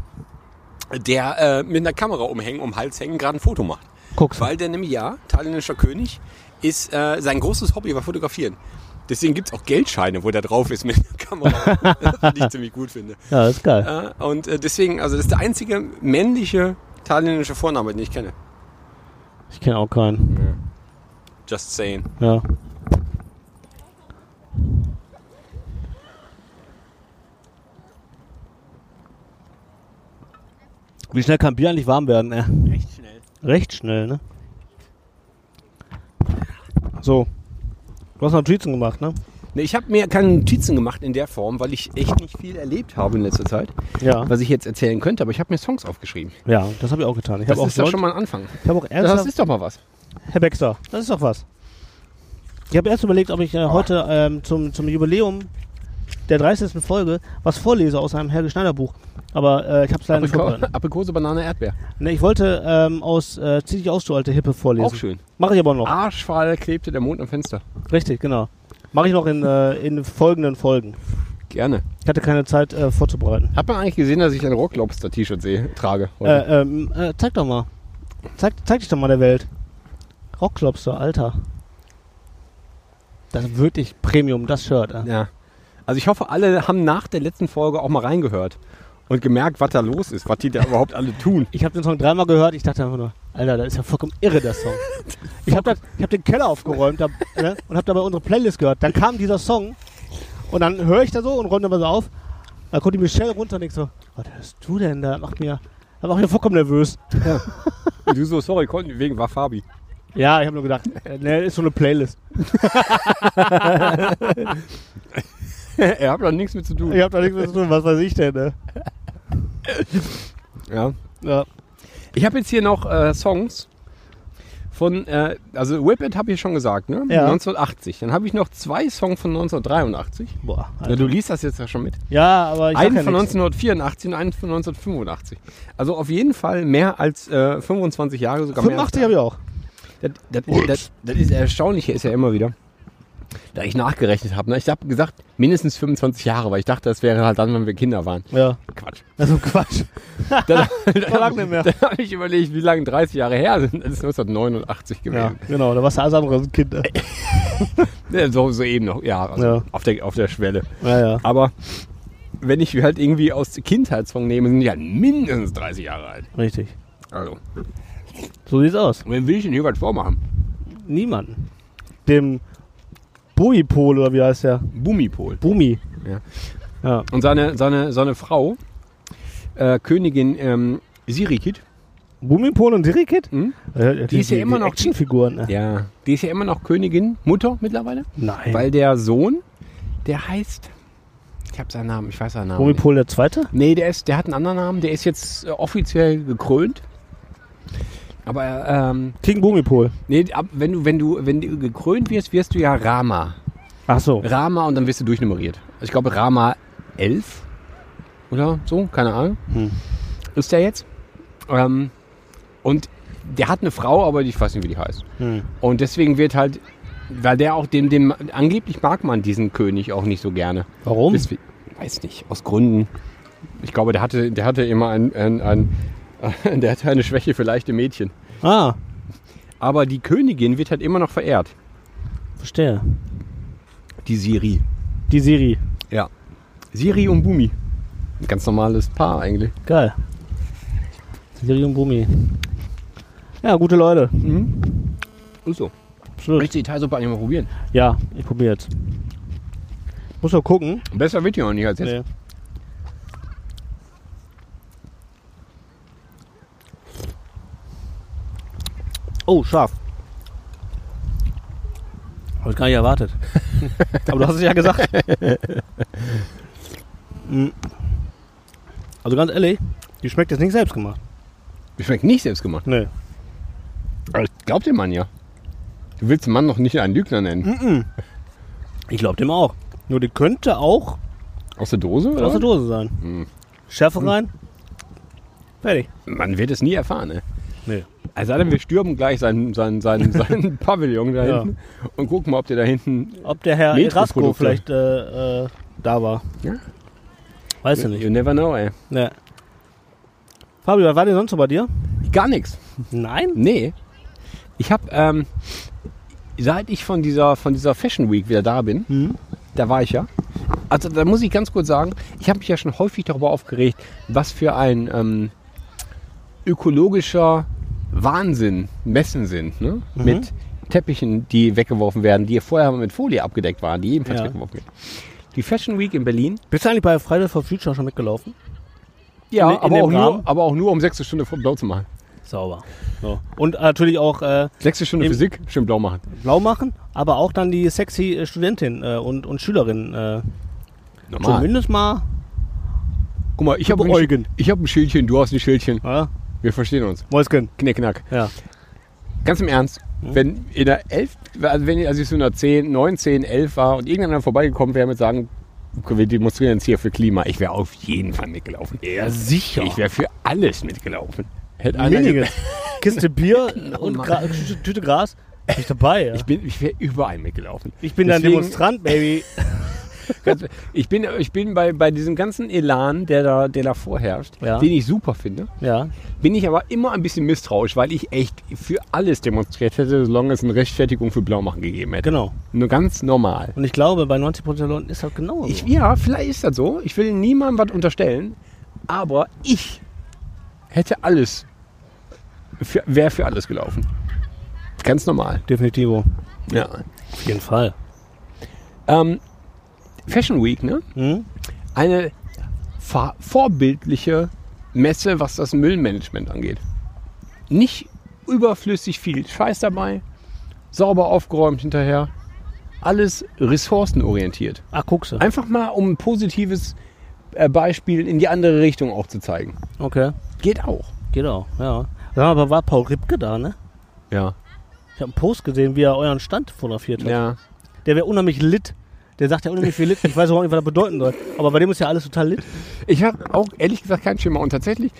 [SPEAKER 3] Der äh, mit einer Kamera umhängen, um den Hals hängen, gerade ein Foto macht.
[SPEAKER 2] Guck's.
[SPEAKER 3] Weil der nämlich ja, thailändischer König, ist äh, sein großes Hobby war Fotografieren. Deswegen gibt es auch Geldscheine, wo der drauf ist mit der Kamera,
[SPEAKER 2] [laughs]
[SPEAKER 3] die ich ziemlich gut finde.
[SPEAKER 2] Ja, ist geil.
[SPEAKER 3] Äh, und äh, deswegen, also das ist der einzige männliche thailändische Vorname, den ich kenne.
[SPEAKER 2] Ich kenne auch keinen.
[SPEAKER 3] Just saying.
[SPEAKER 2] Ja. Wie schnell kann Bier eigentlich warm werden? Äh?
[SPEAKER 4] Recht schnell.
[SPEAKER 2] Recht schnell, ne? So. Du hast Notizen gemacht, ne?
[SPEAKER 3] Ne, ich habe mir keine Notizen gemacht in der Form, weil ich echt nicht viel erlebt habe in letzter Zeit,
[SPEAKER 2] Ja.
[SPEAKER 3] was ich jetzt erzählen könnte, aber ich habe mir Songs aufgeschrieben.
[SPEAKER 2] Ja, das habe ich auch getan. Ich
[SPEAKER 3] Das
[SPEAKER 2] habe auch,
[SPEAKER 3] ist doch
[SPEAKER 2] Leute-
[SPEAKER 3] schon mal ein Anfang.
[SPEAKER 2] ich hab auch
[SPEAKER 3] Das
[SPEAKER 2] ernsthaft.
[SPEAKER 3] ist doch mal was.
[SPEAKER 2] Herr Baxter, das ist doch was. Ich habe erst überlegt, ob ich äh, heute ähm, zum, zum Jubiläum der 30. Folge was vorlese aus einem Helge Schneider Buch. Aber äh, ich habe es leider nicht vorbereitet.
[SPEAKER 3] Aprikose, Banane, Erdbeer.
[SPEAKER 2] Ne, ich wollte ähm, aus äh, Zieh dich aus, du alte Hippe vorlesen.
[SPEAKER 3] Auch schön. Ah.
[SPEAKER 2] Mache ich aber noch.
[SPEAKER 3] Arschfahl klebte der Mond am Fenster.
[SPEAKER 2] Richtig, genau. Mache ich noch in, äh, in folgenden Folgen.
[SPEAKER 3] Gerne.
[SPEAKER 2] Ich hatte keine Zeit äh, vorzubereiten.
[SPEAKER 3] Hat man eigentlich gesehen, dass ich ein Rocklobster-T-Shirt sehe- trage? heute?
[SPEAKER 2] Äh, ähm, äh, zeig doch mal. Zeig, zeig dich doch mal der Welt. Rocklobster, Alter. Das ist wirklich Premium, das Shirt. Äh.
[SPEAKER 3] Ja. Also ich hoffe, alle haben nach der letzten Folge auch mal reingehört und gemerkt, was da los ist, was die da überhaupt alle tun.
[SPEAKER 2] Ich habe den Song dreimal gehört, ich dachte einfach nur, Alter, das ist ja vollkommen irre, der Song. Ich habe hab den Keller aufgeräumt da, ne, und habe dabei unsere Playlist gehört. Dann kam dieser Song und dann höre ich da so und räume dabei so auf. Dann kommt die Michelle runter und ich so, was hörst du denn da? Macht mir, das macht mir vollkommen nervös.
[SPEAKER 3] Und du so, sorry, konnten wegen war Fabi. [laughs]
[SPEAKER 2] Ja, ich habe nur gedacht, äh, ne, ist so eine Playlist.
[SPEAKER 3] er hat doch nichts mit zu tun.
[SPEAKER 2] Ich habe da nichts mehr zu tun, was weiß ich denn, ne?
[SPEAKER 3] Ja.
[SPEAKER 2] Ja.
[SPEAKER 3] Ich habe jetzt hier noch äh, Songs von, äh, also Whippet habe ich schon gesagt, ne?
[SPEAKER 2] Ja.
[SPEAKER 3] 1980. Dann habe ich noch zwei Songs von 1983.
[SPEAKER 2] Boah,
[SPEAKER 3] Ja,
[SPEAKER 2] Alter.
[SPEAKER 3] du liest das jetzt ja schon mit.
[SPEAKER 2] ja, aber ich sag
[SPEAKER 3] einen
[SPEAKER 2] ja
[SPEAKER 3] von
[SPEAKER 2] nichts.
[SPEAKER 3] 1984 und einen von 1985. Also auf jeden Fall mehr als äh, 25 Jahre, sogar
[SPEAKER 2] 85
[SPEAKER 3] mehr.
[SPEAKER 2] habe ich auch.
[SPEAKER 3] Das, das, das, das ist erstaunlich, ist ja immer wieder, da ich nachgerechnet habe. Ne? Ich habe gesagt, mindestens 25 Jahre, weil ich dachte, das wäre halt dann, wenn wir Kinder waren.
[SPEAKER 2] Ja,
[SPEAKER 3] Quatsch.
[SPEAKER 2] [laughs] also Quatsch.
[SPEAKER 3] Dann, dann,
[SPEAKER 2] Vor lang nicht mehr.
[SPEAKER 3] dann habe ich überlegt, wie lange 30 Jahre her sind. Das ist 1989
[SPEAKER 2] Ja,
[SPEAKER 3] gewesen.
[SPEAKER 2] genau, da warst du alles andere als ein Kind. ne?
[SPEAKER 3] Äh. Ja. So, so eben noch, ja, also
[SPEAKER 2] Ja.
[SPEAKER 3] Auf, der, auf der Schwelle.
[SPEAKER 2] Ja, ja.
[SPEAKER 3] Aber wenn ich halt irgendwie aus der Kindheitssong nehme, sind die halt mindestens 30 Jahre alt.
[SPEAKER 2] Richtig.
[SPEAKER 3] Also,
[SPEAKER 2] So sieht's aus.
[SPEAKER 3] wem will ich denn hier was vormachen?
[SPEAKER 2] Niemanden. Dem Bowie-Pol oder wie heißt der?
[SPEAKER 3] Bumipol.
[SPEAKER 2] Bumi.
[SPEAKER 3] Ja.
[SPEAKER 2] Ja.
[SPEAKER 3] Und seine, seine, seine Frau, äh, Königin ähm, Sirikit,
[SPEAKER 2] Bumi-Pol und Dirikit?
[SPEAKER 3] Mhm.
[SPEAKER 2] Äh, die,
[SPEAKER 3] ist ja immer noch-
[SPEAKER 2] Actionfiguren. Ne?
[SPEAKER 3] ja. die ist ja immer noch Königin, Mutter mittlerweile,
[SPEAKER 2] Nein.
[SPEAKER 3] weil der Sohn, der heißt, ich habe seinen Namen, ich weiß seinen Namen.
[SPEAKER 2] Bumi-Pol der Zweite?
[SPEAKER 3] Nee, der, ist, der hat einen anderen Namen, der ist jetzt äh, offiziell gekrönt. Aber ähm,
[SPEAKER 2] King Bumi-Pol.
[SPEAKER 3] nee, ab, wenn, du, wenn, du, wenn du gekrönt wirst, wirst du ja Rama.
[SPEAKER 2] Ach so.
[SPEAKER 3] Rama und dann wirst du durchnummeriert. Also Ich glaube Rama 11 oder so, keine Ahnung.
[SPEAKER 2] Hm.
[SPEAKER 3] Ist der jetzt. Ähm, und der hat eine Frau, aber ich weiß nicht, wie die heißt.
[SPEAKER 2] Hm.
[SPEAKER 3] Und deswegen wird halt, weil der auch dem, dem, angeblich mag man diesen König auch nicht so gerne.
[SPEAKER 2] Warum?
[SPEAKER 3] Deswegen, weiß nicht, aus Gründen. Ich glaube, der hatte, der hatte immer ein, ein, ein [laughs] der hatte eine Schwäche für leichte Mädchen.
[SPEAKER 2] Ah,
[SPEAKER 3] Aber die Königin wird halt immer noch verehrt.
[SPEAKER 2] verstehe.
[SPEAKER 3] Die Siri.
[SPEAKER 2] Die Siri.
[SPEAKER 3] Ja. Siri und Bumi. Ein ganz normales Paar eigentlich.
[SPEAKER 2] Geil. Siri und Bumi. Ja, gute Leute.
[SPEAKER 3] Ist so.
[SPEAKER 2] Absolut.
[SPEAKER 3] Möchtest du die Teilsuppe eigentlich mal probieren?
[SPEAKER 2] Ja, ich probiere jetzt. Muss doch gucken.
[SPEAKER 3] Besser wird die auch nicht als jetzt.
[SPEAKER 2] Nee. Oh, scharf. Habe ich gar nicht [laughs] erwartet. Aber du hast es ja gesagt. Mm. also ganz ehrlich, die schmeckt jetzt nicht selbst gemacht.
[SPEAKER 3] Die schmeckt nicht selbst gemacht.
[SPEAKER 2] Nee.
[SPEAKER 3] Aber ich glaub dem Mann ja. Du willst den Mann noch nicht einen Lügner nennen.
[SPEAKER 2] Ich glaube dem auch. Nur die könnte auch
[SPEAKER 3] Aus der Dose? Oder?
[SPEAKER 2] aus der Dose sein. Schärfe rein. Fertig.
[SPEAKER 3] Man wird es nie erfahren, ne?
[SPEAKER 2] Nee.
[SPEAKER 3] Also dann wir stürmen gleich seinen, seinen, [laughs] seinen, seinen Pavillon da
[SPEAKER 2] Ja.
[SPEAKER 3] hinten und gucken mal, ob der da hinten.
[SPEAKER 2] Ob der Herr Rasko
[SPEAKER 3] Metroprodukte.
[SPEAKER 2] vielleicht äh, äh, da war.
[SPEAKER 3] Ja.
[SPEAKER 2] Weiß ja nicht.
[SPEAKER 3] You never know, ey.
[SPEAKER 2] Nee. Fabio, was war denn sonst so bei dir?
[SPEAKER 3] Gar nichts.
[SPEAKER 2] Nein?
[SPEAKER 3] Nee. Ich habe, ähm, seit ich von dieser, von dieser Fashion Week wieder da bin, da war ich ja. Also da muss ich ganz kurz sagen, ich habe mich ja schon häufig darüber aufgeregt, was für ein ähm, ökologischer Wahnsinn Messen sind. Ne? Mit Teppichen, die weggeworfen werden, die vorher mit Folie abgedeckt waren, die ebenfalls
[SPEAKER 2] Ja.
[SPEAKER 3] weggeworfen werden. Die Fashion Week in Berlin
[SPEAKER 2] Bist du eigentlich bei Fridays for Future schon mitgelaufen?
[SPEAKER 3] Ja,
[SPEAKER 2] In- in
[SPEAKER 3] aber,
[SPEAKER 2] dem
[SPEAKER 3] auch
[SPEAKER 2] Rahmen?
[SPEAKER 3] nur, aber auch nur um sechste Stunde blau zu machen.
[SPEAKER 2] Sauber. So. Und natürlich auch äh,
[SPEAKER 3] Sechste Stunde
[SPEAKER 2] Im-
[SPEAKER 3] Physik, schön blau machen.
[SPEAKER 2] blau machen, aber auch dann die sexy äh, Studentin äh, und, und Schülerin. Äh, zumindest mal.
[SPEAKER 3] Guck mal, ich habe
[SPEAKER 2] Beäugen.
[SPEAKER 3] ein, ich hab ein Schildchen, du hast ein Schildchen.
[SPEAKER 2] Ja,
[SPEAKER 3] Wir verstehen uns.
[SPEAKER 2] Mäuschen.
[SPEAKER 3] Knickknack.
[SPEAKER 2] Ja.
[SPEAKER 3] Ganz im Ernst, wenn in der 11, also wenn ich, als ich so in der 10, 9, 10, 11 war und irgendeiner vorbeigekommen wäre mit sagen, wir demonstrieren jetzt hier für Klima, ich wäre auf jeden Fall mitgelaufen. Ja, sicher. Ich wäre für alles mitgelaufen. Hätte einer
[SPEAKER 2] Weniges.
[SPEAKER 3] gesagt,
[SPEAKER 2] Kiste
[SPEAKER 3] [laughs]
[SPEAKER 2] Bier und Gra Tü- Tüte Gras. Bin ich dabei, ja.
[SPEAKER 3] Ich, bin- ich wäre überall mitgelaufen.
[SPEAKER 2] Ich bin dein
[SPEAKER 3] Deswegen-
[SPEAKER 2] Demonstrant,
[SPEAKER 3] [laughs]
[SPEAKER 2] Baby.
[SPEAKER 3] Ganz- Ich bin, ich bin bei, bei diesem ganzen Elan, der da, der da vorherrscht,
[SPEAKER 2] Ja.
[SPEAKER 3] den ich super finde,
[SPEAKER 2] Ja.
[SPEAKER 3] bin ich aber immer ein bisschen misstrauisch, weil ich echt für alles demonstriert hätte, solange es eine Rechtfertigung für Blaumachen gegeben hätte.
[SPEAKER 2] Genau.
[SPEAKER 3] Nur ganz normal.
[SPEAKER 2] Und ich glaube, bei 90% der Leuten ist das genau so.
[SPEAKER 3] Ich, ja, vielleicht ist das so. Ich will niemandem was unterstellen, aber ich hätte alles, wäre für alles gelaufen. Ganz normal.
[SPEAKER 2] Definitiv. Auf
[SPEAKER 3] Ja.
[SPEAKER 2] jeden Fall.
[SPEAKER 3] Ähm, Fashion Week, ne?
[SPEAKER 2] Hm?
[SPEAKER 3] eine vor- vorbildliche Messe, was das Müllmanagement angeht. Nicht überflüssig viel Scheiß dabei, sauber aufgeräumt hinterher, alles ressourcenorientiert.
[SPEAKER 2] Ah, guckst du.
[SPEAKER 3] Einfach mal, um ein positives äh, Beispiel in die andere Richtung auch zu zeigen.
[SPEAKER 2] Okay.
[SPEAKER 3] Geht auch.
[SPEAKER 2] Geht auch, ja. Sag mal, aber war Paul Ripke da, ne?
[SPEAKER 3] Ja.
[SPEAKER 2] Ich habe einen Post gesehen, wie er euren Stand fotografiert hat.
[SPEAKER 3] Ja.
[SPEAKER 2] Der wäre unheimlich lit. Der sagt ja unheimlich viel lit. Ich weiß überhaupt nicht, was das bedeuten soll. Aber bei dem ist ja alles total lit.
[SPEAKER 3] Ich habe auch ehrlich gesagt keinen Schimmer. Und tatsächlich,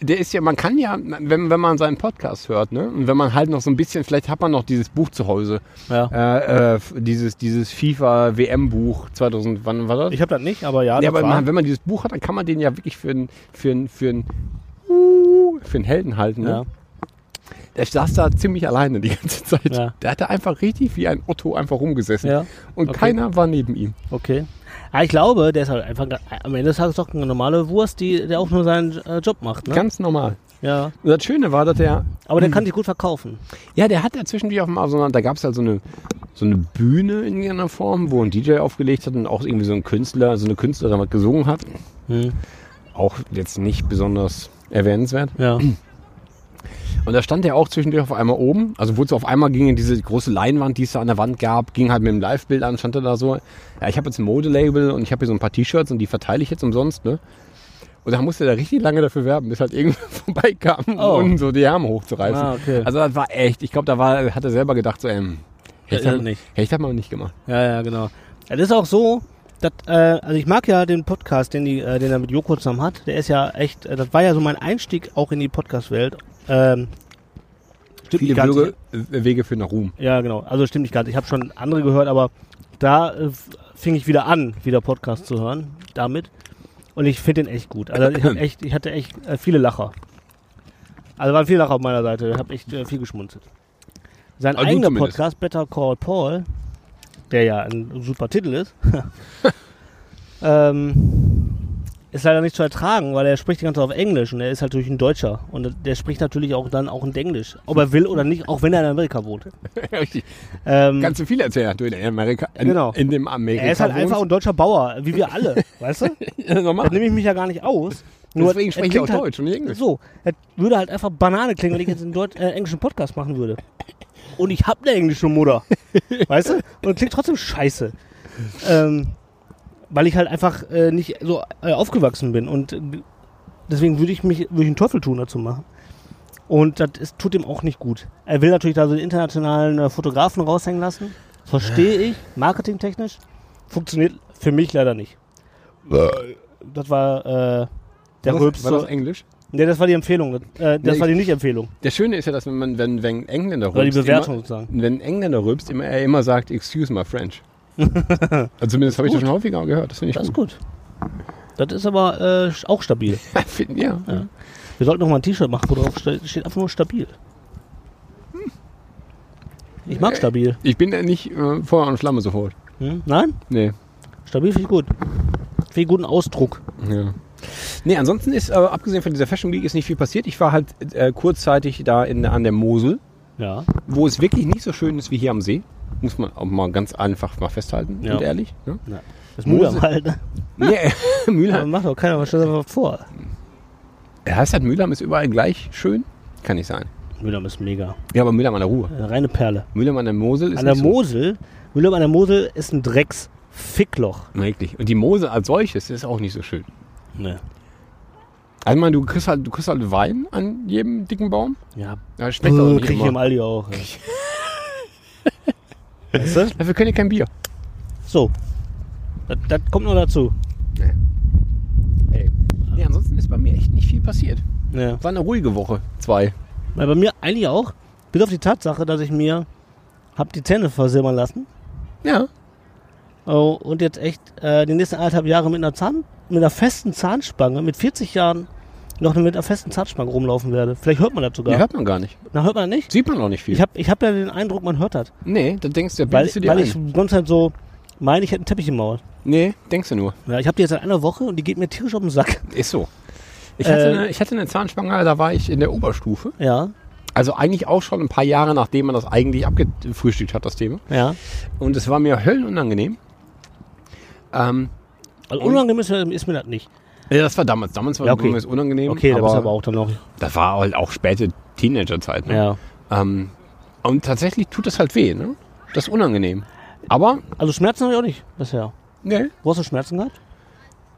[SPEAKER 3] der ist ja, man kann ja, wenn, wenn man seinen Podcast hört, ne, und wenn man halt noch so ein bisschen, vielleicht hat man noch dieses Buch zu Hause,
[SPEAKER 2] Ja.
[SPEAKER 3] äh, äh, f- dieses, dieses FIFA WM-Buch 2000, wann war das?
[SPEAKER 2] Ich habe das nicht, aber ja.
[SPEAKER 3] ja,
[SPEAKER 2] das
[SPEAKER 3] aber
[SPEAKER 2] war-
[SPEAKER 3] man, wenn man dieses Buch hat, dann kann man den ja wirklich für einen für einen für einen uh, für einen Helden halten. Ne?
[SPEAKER 2] ja.
[SPEAKER 3] Der saß da ziemlich alleine die ganze Zeit.
[SPEAKER 2] Ja.
[SPEAKER 3] Der hatte einfach richtig wie ein Otto einfach rumgesessen.
[SPEAKER 2] Ja,
[SPEAKER 3] Und
[SPEAKER 2] okay.
[SPEAKER 3] keiner war neben ihm.
[SPEAKER 2] Okay. Ah, ich glaube, der ist halt einfach am Ende des Tages doch eine normale Wurst, die, der auch nur seinen äh, Job macht. Ne?
[SPEAKER 3] Ganz Mhm. normal.
[SPEAKER 2] ja.
[SPEAKER 3] Und das Schöne war, dass der
[SPEAKER 2] Aber der kann sich gut verkaufen.
[SPEAKER 3] Ja, der hat ja zwischendurch auf dem Arsenal, da gab es halt so eine, so eine Bühne in irgendeiner Form, wo ein DJ aufgelegt hat und auch irgendwie so ein Künstler, so eine Künstlerin was gesungen hat.
[SPEAKER 2] Hm.
[SPEAKER 3] Auch jetzt nicht besonders erwähnenswert.
[SPEAKER 2] Ja.
[SPEAKER 3] Und da stand er auch zwischendurch auf einmal oben. Also wozu auf einmal ging in diese große Leinwand, die es da an der Wand gab, ging halt mit dem Live-Bild an, stand er da so. Ja, ich habe jetzt ein Modelabel und ich habe hier so ein paar T-Shirts und die verteile ich jetzt umsonst, ne? Und da musste er richtig lange dafür werben, bis halt irgendwer [laughs] vorbeikam,
[SPEAKER 2] Oh.
[SPEAKER 3] um so die Arme hochzureißen.
[SPEAKER 2] Ah, okay.
[SPEAKER 3] Also das war echt, ich glaube, da war, hat er selber gedacht, so, ähm, hätte
[SPEAKER 2] Ja,
[SPEAKER 3] ich
[SPEAKER 2] ja,
[SPEAKER 3] das-
[SPEAKER 2] nicht.
[SPEAKER 3] hätte ich das mal nicht gemacht.
[SPEAKER 2] Ja, ja, genau. Es ist auch so, dass, äh, also ich mag ja den Podcast, den, die, äh, den er mit Joko zusammen hat. Der ist ja echt, äh, das war ja so mein Einstieg auch in die Podcast-Welt. Ähm, stimmt
[SPEAKER 3] Viele
[SPEAKER 2] nicht ganz.
[SPEAKER 3] Bürger, äh, Wege für nach Ruhm. [laughs]
[SPEAKER 2] Ja, genau. Also stimmt nicht ganz. Ich habe schon andere gehört, aber da äh, f- fing ich wieder an, wieder Podcast zu hören damit. Und ich finde den echt gut. Also ich, hab echt, ich hatte echt äh, viele Lacher. Also waren viele Lacher auf meiner Seite. Ich habe echt äh, viel geschmunzelt. Sein
[SPEAKER 3] Also du
[SPEAKER 2] eigener
[SPEAKER 3] zumindest.
[SPEAKER 2] Podcast, Better Call Paul, der ja ein super Titel ist, ähm, ist leider nicht zu ertragen, weil er spricht die ganze Zeit auf Englisch und er ist halt natürlich ein Deutscher. Und der spricht natürlich auch dann auch in Englisch. Ob er will oder nicht, auch wenn er in Amerika wohnt.
[SPEAKER 3] Richtig.
[SPEAKER 2] Ähm,
[SPEAKER 3] Ganz so viel erzählen, du in Amerika, in,
[SPEAKER 2] Genau.
[SPEAKER 3] in dem Amerika. [laughs]
[SPEAKER 2] er ist halt einfach ein
[SPEAKER 3] wohnst. [laughs]
[SPEAKER 2] deutscher Bauer, wie wir alle, weißt du?
[SPEAKER 3] Ja, normal.
[SPEAKER 2] Da nehme ich mich ja gar nicht aus.
[SPEAKER 3] Deswegen
[SPEAKER 2] es
[SPEAKER 3] spreche ich
[SPEAKER 2] klingt halt
[SPEAKER 3] auch Deutsch und nicht Englisch.
[SPEAKER 2] So, es würde halt einfach Banane klingen, wenn ich jetzt einen Deut äh, englischen Podcast machen würde. Und ich habe eine englische
[SPEAKER 3] [laughs]
[SPEAKER 2] Mutter. weißt du? Und klingt trotzdem scheiße. Ähm, weil ich halt einfach äh, nicht so äh, aufgewachsen bin. Und äh, deswegen würde ich mich würde ich einen Teufel tun, dazu machen. Und das ist, tut ihm auch nicht gut. Er will natürlich da so die internationalen äh, Fotografen raushängen lassen. Verstehe ich, marketingtechnisch. Funktioniert für mich leider nicht. Das war äh, der
[SPEAKER 3] war das,
[SPEAKER 2] Rülps.
[SPEAKER 3] war das
[SPEAKER 2] zur-
[SPEAKER 3] Englisch?
[SPEAKER 2] Nee, das war die Empfehlung. Das, äh, das
[SPEAKER 3] Nee,
[SPEAKER 2] war die
[SPEAKER 3] ich-
[SPEAKER 2] Nicht-Empfehlung.
[SPEAKER 3] Der Schöne ist ja, dass wenn man, wenn, wenn Engländer rülpst,
[SPEAKER 2] Oder die Bewertung
[SPEAKER 3] immer,
[SPEAKER 2] sozusagen.
[SPEAKER 3] wenn ein Engländer rülpst, immer, er immer sagt, excuse
[SPEAKER 2] [laughs]
[SPEAKER 3] my French. also zumindest habe ich das schon häufiger gehört. Das finde ich
[SPEAKER 2] Das ist
[SPEAKER 3] gut.
[SPEAKER 2] gut. Das ist aber äh, auch stabil.
[SPEAKER 3] [laughs] Find- ja. ja.
[SPEAKER 2] Wir sollten noch mal ein T-Shirt machen, wo drauf ste- steht einfach nur stabil. Ich
[SPEAKER 3] Äh.
[SPEAKER 2] mag stabil.
[SPEAKER 3] Ich bin ja nicht äh, Feuer und Flamme sofort.
[SPEAKER 2] Hm? Nein?
[SPEAKER 3] Nee.
[SPEAKER 2] Stabil finde ich gut. Finde ich guten Ausdruck.
[SPEAKER 3] Ja. Nee, ansonsten ist, äh, abgesehen von dieser Fashion Week, ist nicht viel passiert. Ich war halt äh, kurzzeitig da in, an der Mosel,
[SPEAKER 2] Ja.
[SPEAKER 3] wo es wirklich nicht so schön ist wie hier am See. Muss man auch mal ganz einfach mal festhalten
[SPEAKER 2] Ja.
[SPEAKER 3] und ehrlich. Ne?
[SPEAKER 2] Das muss
[SPEAKER 3] Mose-
[SPEAKER 2] man halt. Ne?
[SPEAKER 3] Nee, [laughs]
[SPEAKER 2] Aber
[SPEAKER 3] Mülheim.
[SPEAKER 2] macht doch keiner, was stellt einfach vor.
[SPEAKER 3] Heißt das, Mülheim ist überall gleich schön? Kann nicht sein.
[SPEAKER 2] Müllheim ist mega.
[SPEAKER 3] Ja, aber Mülheim an der Ruhr.
[SPEAKER 2] Eine reine Perle.
[SPEAKER 3] Mülheim an der Mosel ist
[SPEAKER 2] An der
[SPEAKER 3] nicht so-
[SPEAKER 2] Mosel, Müllheim an der Mosel ist ein Drecksfickloch.
[SPEAKER 3] Wirklich. Und die Mosel als solches ist auch nicht so schön.
[SPEAKER 2] Ne.
[SPEAKER 3] Also, ich meine, du kriegst halt, du kriegst halt Wein an jedem dicken Baum.
[SPEAKER 2] Ja.
[SPEAKER 3] Ja, das schmeckt auch
[SPEAKER 2] Puh,
[SPEAKER 3] nicht
[SPEAKER 2] Oh, krieg ich im
[SPEAKER 3] immer.
[SPEAKER 2] Aldi auch. [laughs] Ja. weißt du?
[SPEAKER 3] Dafür können ihr kein Bier.
[SPEAKER 2] So. Das, das kommt noch dazu.
[SPEAKER 3] Ey. Nee, ansonsten ist bei mir echt nicht viel passiert.
[SPEAKER 2] Ja.
[SPEAKER 3] War eine ruhige Woche. Zwei.
[SPEAKER 2] Weil bei mir eigentlich auch, bis auf die Tatsache, dass ich mir hab die Zähne versilbern lassen
[SPEAKER 3] Ja.
[SPEAKER 2] oh, und jetzt echt äh, die nächsten anderthalb Jahre mit einer Zahn, mit einer festen Zahnspange, mit 40 Jahren noch mit einer festen Zahnspange rumlaufen werde. Vielleicht hört man das sogar.
[SPEAKER 3] Die hört man gar nicht.
[SPEAKER 2] Na, hört man das nicht?
[SPEAKER 3] Sieht man auch nicht viel.
[SPEAKER 2] Ich habe ich hab ja den Eindruck, man hört das.
[SPEAKER 3] nee, da denkst du, da
[SPEAKER 2] Weil,
[SPEAKER 3] bildest du dir
[SPEAKER 2] weil
[SPEAKER 3] ein.
[SPEAKER 2] ich sonst halt so meine, ich hätte einen Teppich im Maul.
[SPEAKER 3] nee, denkst du nur.
[SPEAKER 2] Ja, ich habe die jetzt seit einer Woche und die geht mir tierisch auf den
[SPEAKER 3] [laughs]
[SPEAKER 2] Sack.
[SPEAKER 3] Ist so. Ich
[SPEAKER 2] Äh,
[SPEAKER 3] hatte, eine, ich hatte eine Zahnspange, da war ich in der Oberstufe.
[SPEAKER 2] Ja,
[SPEAKER 3] Also eigentlich auch schon ein paar Jahre, nachdem man das eigentlich abgefrühstückt hat, das Thema.
[SPEAKER 2] ja.
[SPEAKER 3] Und es war mir höllenunangenehm. Ähm,
[SPEAKER 2] Also unangenehm ist, ist mir das nicht.
[SPEAKER 3] ja, das war damals. Damals war
[SPEAKER 2] Ja, okay.
[SPEAKER 3] mir das unangenehm.
[SPEAKER 2] Okay, da
[SPEAKER 3] aber,
[SPEAKER 2] bist du aber auch dann noch.
[SPEAKER 3] Das war halt auch späte Teenagerzeit. Ne?
[SPEAKER 2] Ja.
[SPEAKER 3] Ähm, und tatsächlich tut das halt weh. Ne? Das ist unangenehm. Aber,
[SPEAKER 2] Also Schmerzen habe ich auch nicht bisher.
[SPEAKER 3] ne,
[SPEAKER 2] Wo hast du Schmerzen gehabt?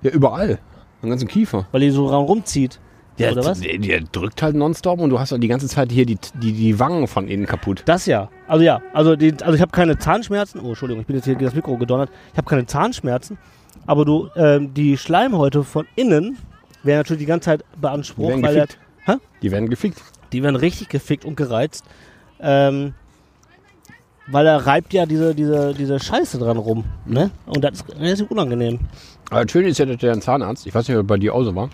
[SPEAKER 3] ja, überall. Am ganzen Kiefer.
[SPEAKER 2] Weil die so rum- rumzieht. oder was?
[SPEAKER 3] Der, der drückt halt nonstop und du hast halt die ganze Zeit hier die, die, die Wangen von innen kaputt.
[SPEAKER 2] Das ja. Also ja, also, die, also ich habe keine Zahnschmerzen. Oh, Entschuldigung, ich bin jetzt hier gegen das Mikro gedonnert. Ich habe keine Zahnschmerzen. Aber du, ähm, die Schleimhäute von innen werden natürlich die ganze Zeit
[SPEAKER 3] Die
[SPEAKER 2] beansprucht,
[SPEAKER 3] werden
[SPEAKER 2] weil
[SPEAKER 3] gefickt.
[SPEAKER 2] der, hä?
[SPEAKER 3] Die werden gefickt.
[SPEAKER 2] die werden richtig gefickt und gereizt. Ähm, weil er reibt ja diese, diese, diese Scheiße dran rum. Ne? Und das ist, das ist unangenehm.
[SPEAKER 3] Aber das Schöne ist ja, dass der Zahnarzt, ich weiß nicht, ob er bei dir auch so war,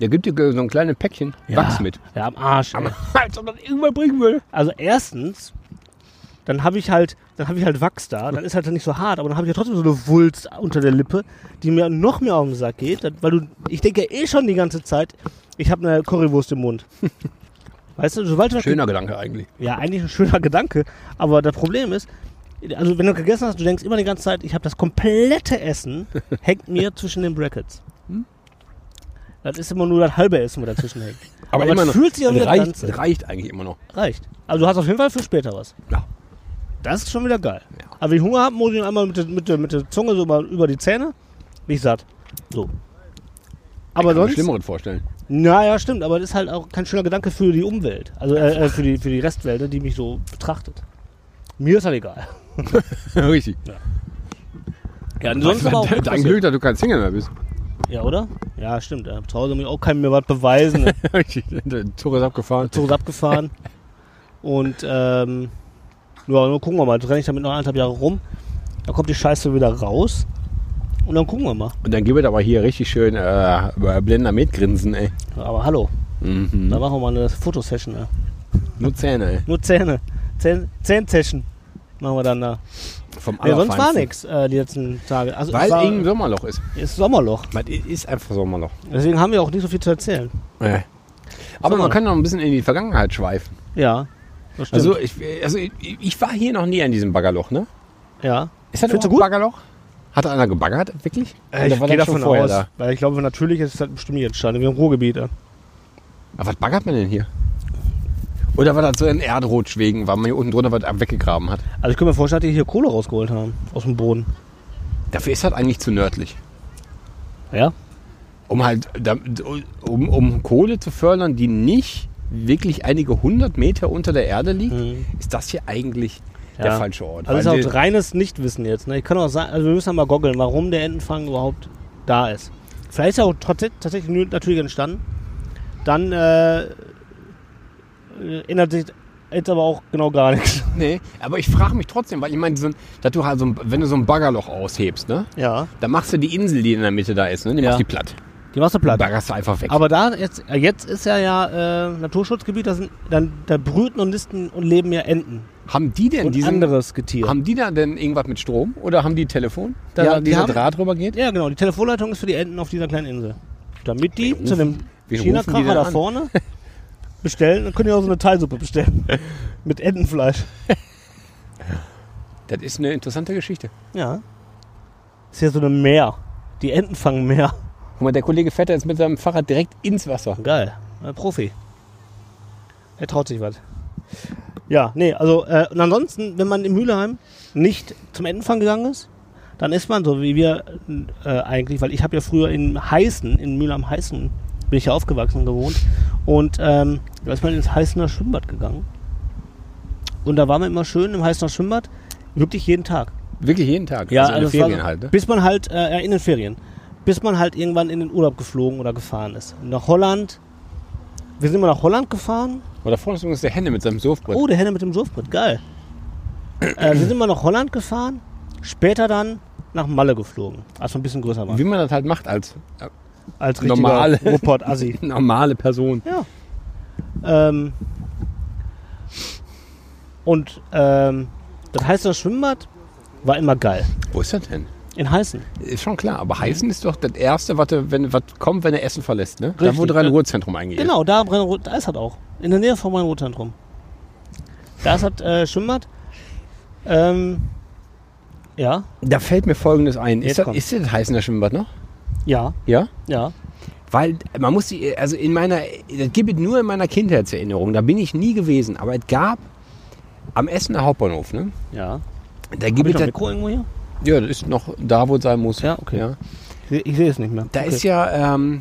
[SPEAKER 3] der gibt dir ge- so ein kleines Päckchen Wachs mit.
[SPEAKER 2] Ja, am Arsch. ey.
[SPEAKER 3] [laughs] Als ob das irgendwann bringen würde.
[SPEAKER 2] Also erstens, dann habe ich halt, dann habe ich halt Wachs da, dann ist halt nicht so hart, aber dann habe ich ja trotzdem so eine Wulst unter der Lippe, die mir noch mehr auf den Sack geht, das- weil du, ich denke ja eh schon die ganze Zeit, ich habe eine Currywurst im
[SPEAKER 3] [laughs]
[SPEAKER 2] Mund. Weißt du, sobald du was
[SPEAKER 3] Schöner Gedanke eigentlich.
[SPEAKER 2] ja, eigentlich ein schöner Gedanke. Aber das Problem ist, also wenn du gegessen hast, du denkst immer die ganze Zeit, ich habe das komplette Essen,
[SPEAKER 3] [laughs]
[SPEAKER 2] hängt mir zwischen den Brackets.
[SPEAKER 3] Hm?
[SPEAKER 2] Das ist immer nur das halbe Essen, was dazwischen hängt.
[SPEAKER 3] Aber,
[SPEAKER 2] es
[SPEAKER 3] immer noch.
[SPEAKER 2] fühlt sich auch
[SPEAKER 3] das
[SPEAKER 2] wieder
[SPEAKER 3] reicht,
[SPEAKER 2] ganz-
[SPEAKER 3] das reicht eigentlich immer noch.
[SPEAKER 2] Reicht. Also du hast auf jeden Fall für später was.
[SPEAKER 3] Ja.
[SPEAKER 2] Das ist schon wieder geil. Aber wenn ich Hunger habe, muss ich einmal mit der, mit der, mit der Zunge so mal über die Zähne. Bin ich satt. So. Aber
[SPEAKER 3] Kann mir
[SPEAKER 2] sonst.
[SPEAKER 3] Schlimmeres vorstellen. [laughs]
[SPEAKER 2] Naja, stimmt, aber das ist halt auch kein schöner Gedanke für die Umwelt. Also äh, äh, für, die, für die Restwelt, ne, die mich so betrachtet. Mir ist halt egal.
[SPEAKER 3] Richtig.
[SPEAKER 2] Ja,
[SPEAKER 3] [laughs]
[SPEAKER 2] ansonsten aber auch gut
[SPEAKER 3] Dein Glück, dass du kein Single mehr bist.
[SPEAKER 2] passiert. Ja, oder? Ja, stimmt. Ja. Zu Hause muss ich auch keinem mehr was beweisen.
[SPEAKER 3] [laughs]
[SPEAKER 2] ne.
[SPEAKER 3] [laughs] Richtig. Der Zug ist abgefahren.
[SPEAKER 2] Zug ist abgefahren. Und ähm, ja, nur gucken wir mal. Jetzt renne ich damit noch anderthalb Jahre rum. Dann kommt die Scheiße wieder raus. Und dann gucken wir mal.
[SPEAKER 3] Und dann gibt es aber hier richtig schön äh, über Blender mitgrinsen, ey.
[SPEAKER 2] Aber hallo,
[SPEAKER 3] Mhm.
[SPEAKER 2] da machen wir mal eine Fotosession. Ja.
[SPEAKER 3] Nur Zähne, ey.
[SPEAKER 2] Nur Zähne. Zähn- Zähn-Session machen wir dann da.
[SPEAKER 3] Vom
[SPEAKER 2] Nee, sonst war
[SPEAKER 3] Allerfeinsten.
[SPEAKER 2] nichts äh, die letzten Tage. Also es
[SPEAKER 3] Weil
[SPEAKER 2] war,
[SPEAKER 3] irgendein Sommerloch ist.
[SPEAKER 2] ist Sommerloch.
[SPEAKER 3] Man ist einfach Sommerloch.
[SPEAKER 2] Deswegen haben wir auch nicht so viel zu erzählen.
[SPEAKER 3] Äh. Aber man
[SPEAKER 2] Sommerloch.
[SPEAKER 3] kann noch ein bisschen in die Vergangenheit schweifen.
[SPEAKER 2] Ja, das stimmt.
[SPEAKER 3] Also ich, also ich, ich war hier noch nie an diesem Baggerloch, ne?
[SPEAKER 2] ja.
[SPEAKER 3] Ist das
[SPEAKER 2] Findest du
[SPEAKER 3] überhaupt
[SPEAKER 2] gut?
[SPEAKER 3] Baggerloch? Hat einer gebaggert, wirklich?
[SPEAKER 2] Äh,
[SPEAKER 3] Oder
[SPEAKER 2] ich
[SPEAKER 3] war
[SPEAKER 2] gehe
[SPEAKER 3] das schon
[SPEAKER 2] davon
[SPEAKER 3] vorher
[SPEAKER 2] aus,
[SPEAKER 3] da?
[SPEAKER 2] weil ich glaube, natürlich ist das bestimmt nicht entstanden. Wir haben Ruhrgebiete.
[SPEAKER 3] Aber was baggert man denn hier? Oder war das so ein Erdrutsch wegen, weil man hier unten drunter was weggegraben hat?
[SPEAKER 2] Also ich könnte mir vorstellen, dass die hier Kohle rausgeholt haben aus dem Boden.
[SPEAKER 3] Dafür ist das eigentlich zu nördlich.
[SPEAKER 2] Ja?
[SPEAKER 3] Um halt, da- um, um Kohle zu fördern, die nicht wirklich einige hundert Meter unter der Erde liegt, ist das hier eigentlich der
[SPEAKER 2] Mhm. Ja.
[SPEAKER 3] falsche
[SPEAKER 2] Also
[SPEAKER 3] Ort. Weil
[SPEAKER 2] das ist
[SPEAKER 3] die-
[SPEAKER 2] auch reines Nichtwissen jetzt. Ne? Ich kann auch sagen, also wir müssen ja mal goggeln, warum der Entenfang überhaupt da ist. Vielleicht ist er auch tats tatsächlich nur natürlich entstanden. Dann äh, äh, ändert sich jetzt aber auch genau gar nichts.
[SPEAKER 3] nee, aber ich frage mich trotzdem, weil ich meine, so ein- dass du halt so ein, wenn du so ein Baggerloch aushebst, ne,
[SPEAKER 2] Ja.
[SPEAKER 3] dann machst du die Insel, die in der Mitte da ist, ne, die
[SPEAKER 2] Ja.
[SPEAKER 3] machst du platt.
[SPEAKER 2] Die machst du platt.
[SPEAKER 3] Baggerst du einfach weg.
[SPEAKER 2] Aber da jetzt, äh, jetzt ist ja ja äh, Naturschutzgebiet, da, sind, dann, da brüten und nisten und leben ja Enten
[SPEAKER 3] haben die denn
[SPEAKER 2] und
[SPEAKER 3] diesen,
[SPEAKER 2] anderes Getier.
[SPEAKER 3] haben die da denn irgendwas mit Strom oder haben die Telefon, da,
[SPEAKER 2] Ja,
[SPEAKER 3] da
[SPEAKER 2] die
[SPEAKER 3] dieser
[SPEAKER 2] haben-
[SPEAKER 3] Draht rüber geht?
[SPEAKER 2] ja genau, die Telefonleitung ist für die Enten auf dieser kleinen Insel. Damit die
[SPEAKER 3] Wen
[SPEAKER 2] zu dem
[SPEAKER 3] wen rufen die
[SPEAKER 2] China-Kracher
[SPEAKER 3] denn
[SPEAKER 2] da
[SPEAKER 3] an?
[SPEAKER 2] vorne bestellen, dann können die auch so eine Teilsuppe
[SPEAKER 3] [laughs]
[SPEAKER 2] bestellen. Mit Entenfleisch.
[SPEAKER 3] Das ist eine interessante Geschichte.
[SPEAKER 2] Ja. Ist ja so eine Meer. Die Enten fangen Meer.
[SPEAKER 3] Guck mal, der Kollege Vetter ist mit seinem Fahrrad direkt ins Wasser.
[SPEAKER 2] Geil. Ein Profi. Er traut sich was. Ja, nee, also äh, und ansonsten, wenn man in Mülheim nicht zum Entenfang gegangen ist, dann ist man so wie wir äh, eigentlich, weil ich habe ja früher in Heißen, in Mülheim Heißen, bin ich ja aufgewachsen und gewohnt und ähm, da ist man ins Heißener Schwimmbad gegangen. Und da waren wir immer schön im Heißener Schwimmbad, wirklich jeden Tag.
[SPEAKER 3] Wirklich jeden Tag.
[SPEAKER 2] Ja,
[SPEAKER 3] also in den
[SPEAKER 2] also es war
[SPEAKER 3] Ferien
[SPEAKER 2] so,
[SPEAKER 3] halt. Ne?
[SPEAKER 2] Bis man halt, äh, ja, in den Ferien. Bis man halt irgendwann in den Urlaub geflogen oder gefahren ist. Nach Holland. Wir sind mal nach Holland gefahren.
[SPEAKER 3] Oder vorne ist übrigens der Henne mit seinem Surfbrett.
[SPEAKER 2] Oh, der Henne mit dem Surfbrett, geil. äh, wir sind mal nach Holland gefahren. Später dann nach Malle geflogen, als wir ein bisschen größer
[SPEAKER 3] Wie
[SPEAKER 2] waren.
[SPEAKER 3] man das halt macht als äh,
[SPEAKER 2] Als richtiger
[SPEAKER 3] normal. [laughs]
[SPEAKER 2] Ruhrpott-Assi.
[SPEAKER 3] normale Person.
[SPEAKER 2] Ja. Ähm, und ähm, das heißt, das Schwimmbad war immer geil.
[SPEAKER 3] Wo ist das denn?
[SPEAKER 2] In Heißen.
[SPEAKER 3] Ist schon klar, aber Heißen ist doch das Erste, was, du- wenn, was kommt, wenn er Essen verlässt. Ne? Da,
[SPEAKER 2] Richtig,
[SPEAKER 3] wo dran
[SPEAKER 2] ja.
[SPEAKER 3] Ruhrzentrum eingeht.
[SPEAKER 2] Genau, da am Rhein- da ist halt auch. In der Nähe vom Rhein-Ruhr-Zentrum. Da ist halt äh, Schwimmbad. Ähm, ja,
[SPEAKER 3] Da fällt mir Folgendes ein.
[SPEAKER 2] Jetzt
[SPEAKER 3] Ist das,
[SPEAKER 2] kommt.
[SPEAKER 3] ist das Heißener Schwimmbad noch?
[SPEAKER 2] ja,
[SPEAKER 3] Ja?
[SPEAKER 2] ja.
[SPEAKER 3] Weil man muss die, also in meiner, das gibt es nur in meiner Kindheitserinnerung, da bin ich nie gewesen, aber es gab am Essener Hauptbahnhof, ne?
[SPEAKER 2] Ja.
[SPEAKER 3] Da
[SPEAKER 2] Hab
[SPEAKER 3] gibt
[SPEAKER 2] ich noch
[SPEAKER 3] es das-
[SPEAKER 2] ein Mikro irgendwo hier?
[SPEAKER 3] Ja, das ist noch da, wo es sein muss.
[SPEAKER 2] Ja, okay.
[SPEAKER 3] Ja.
[SPEAKER 2] Ich seh- Ich sehe es nicht mehr.
[SPEAKER 3] Da ist ja ähm,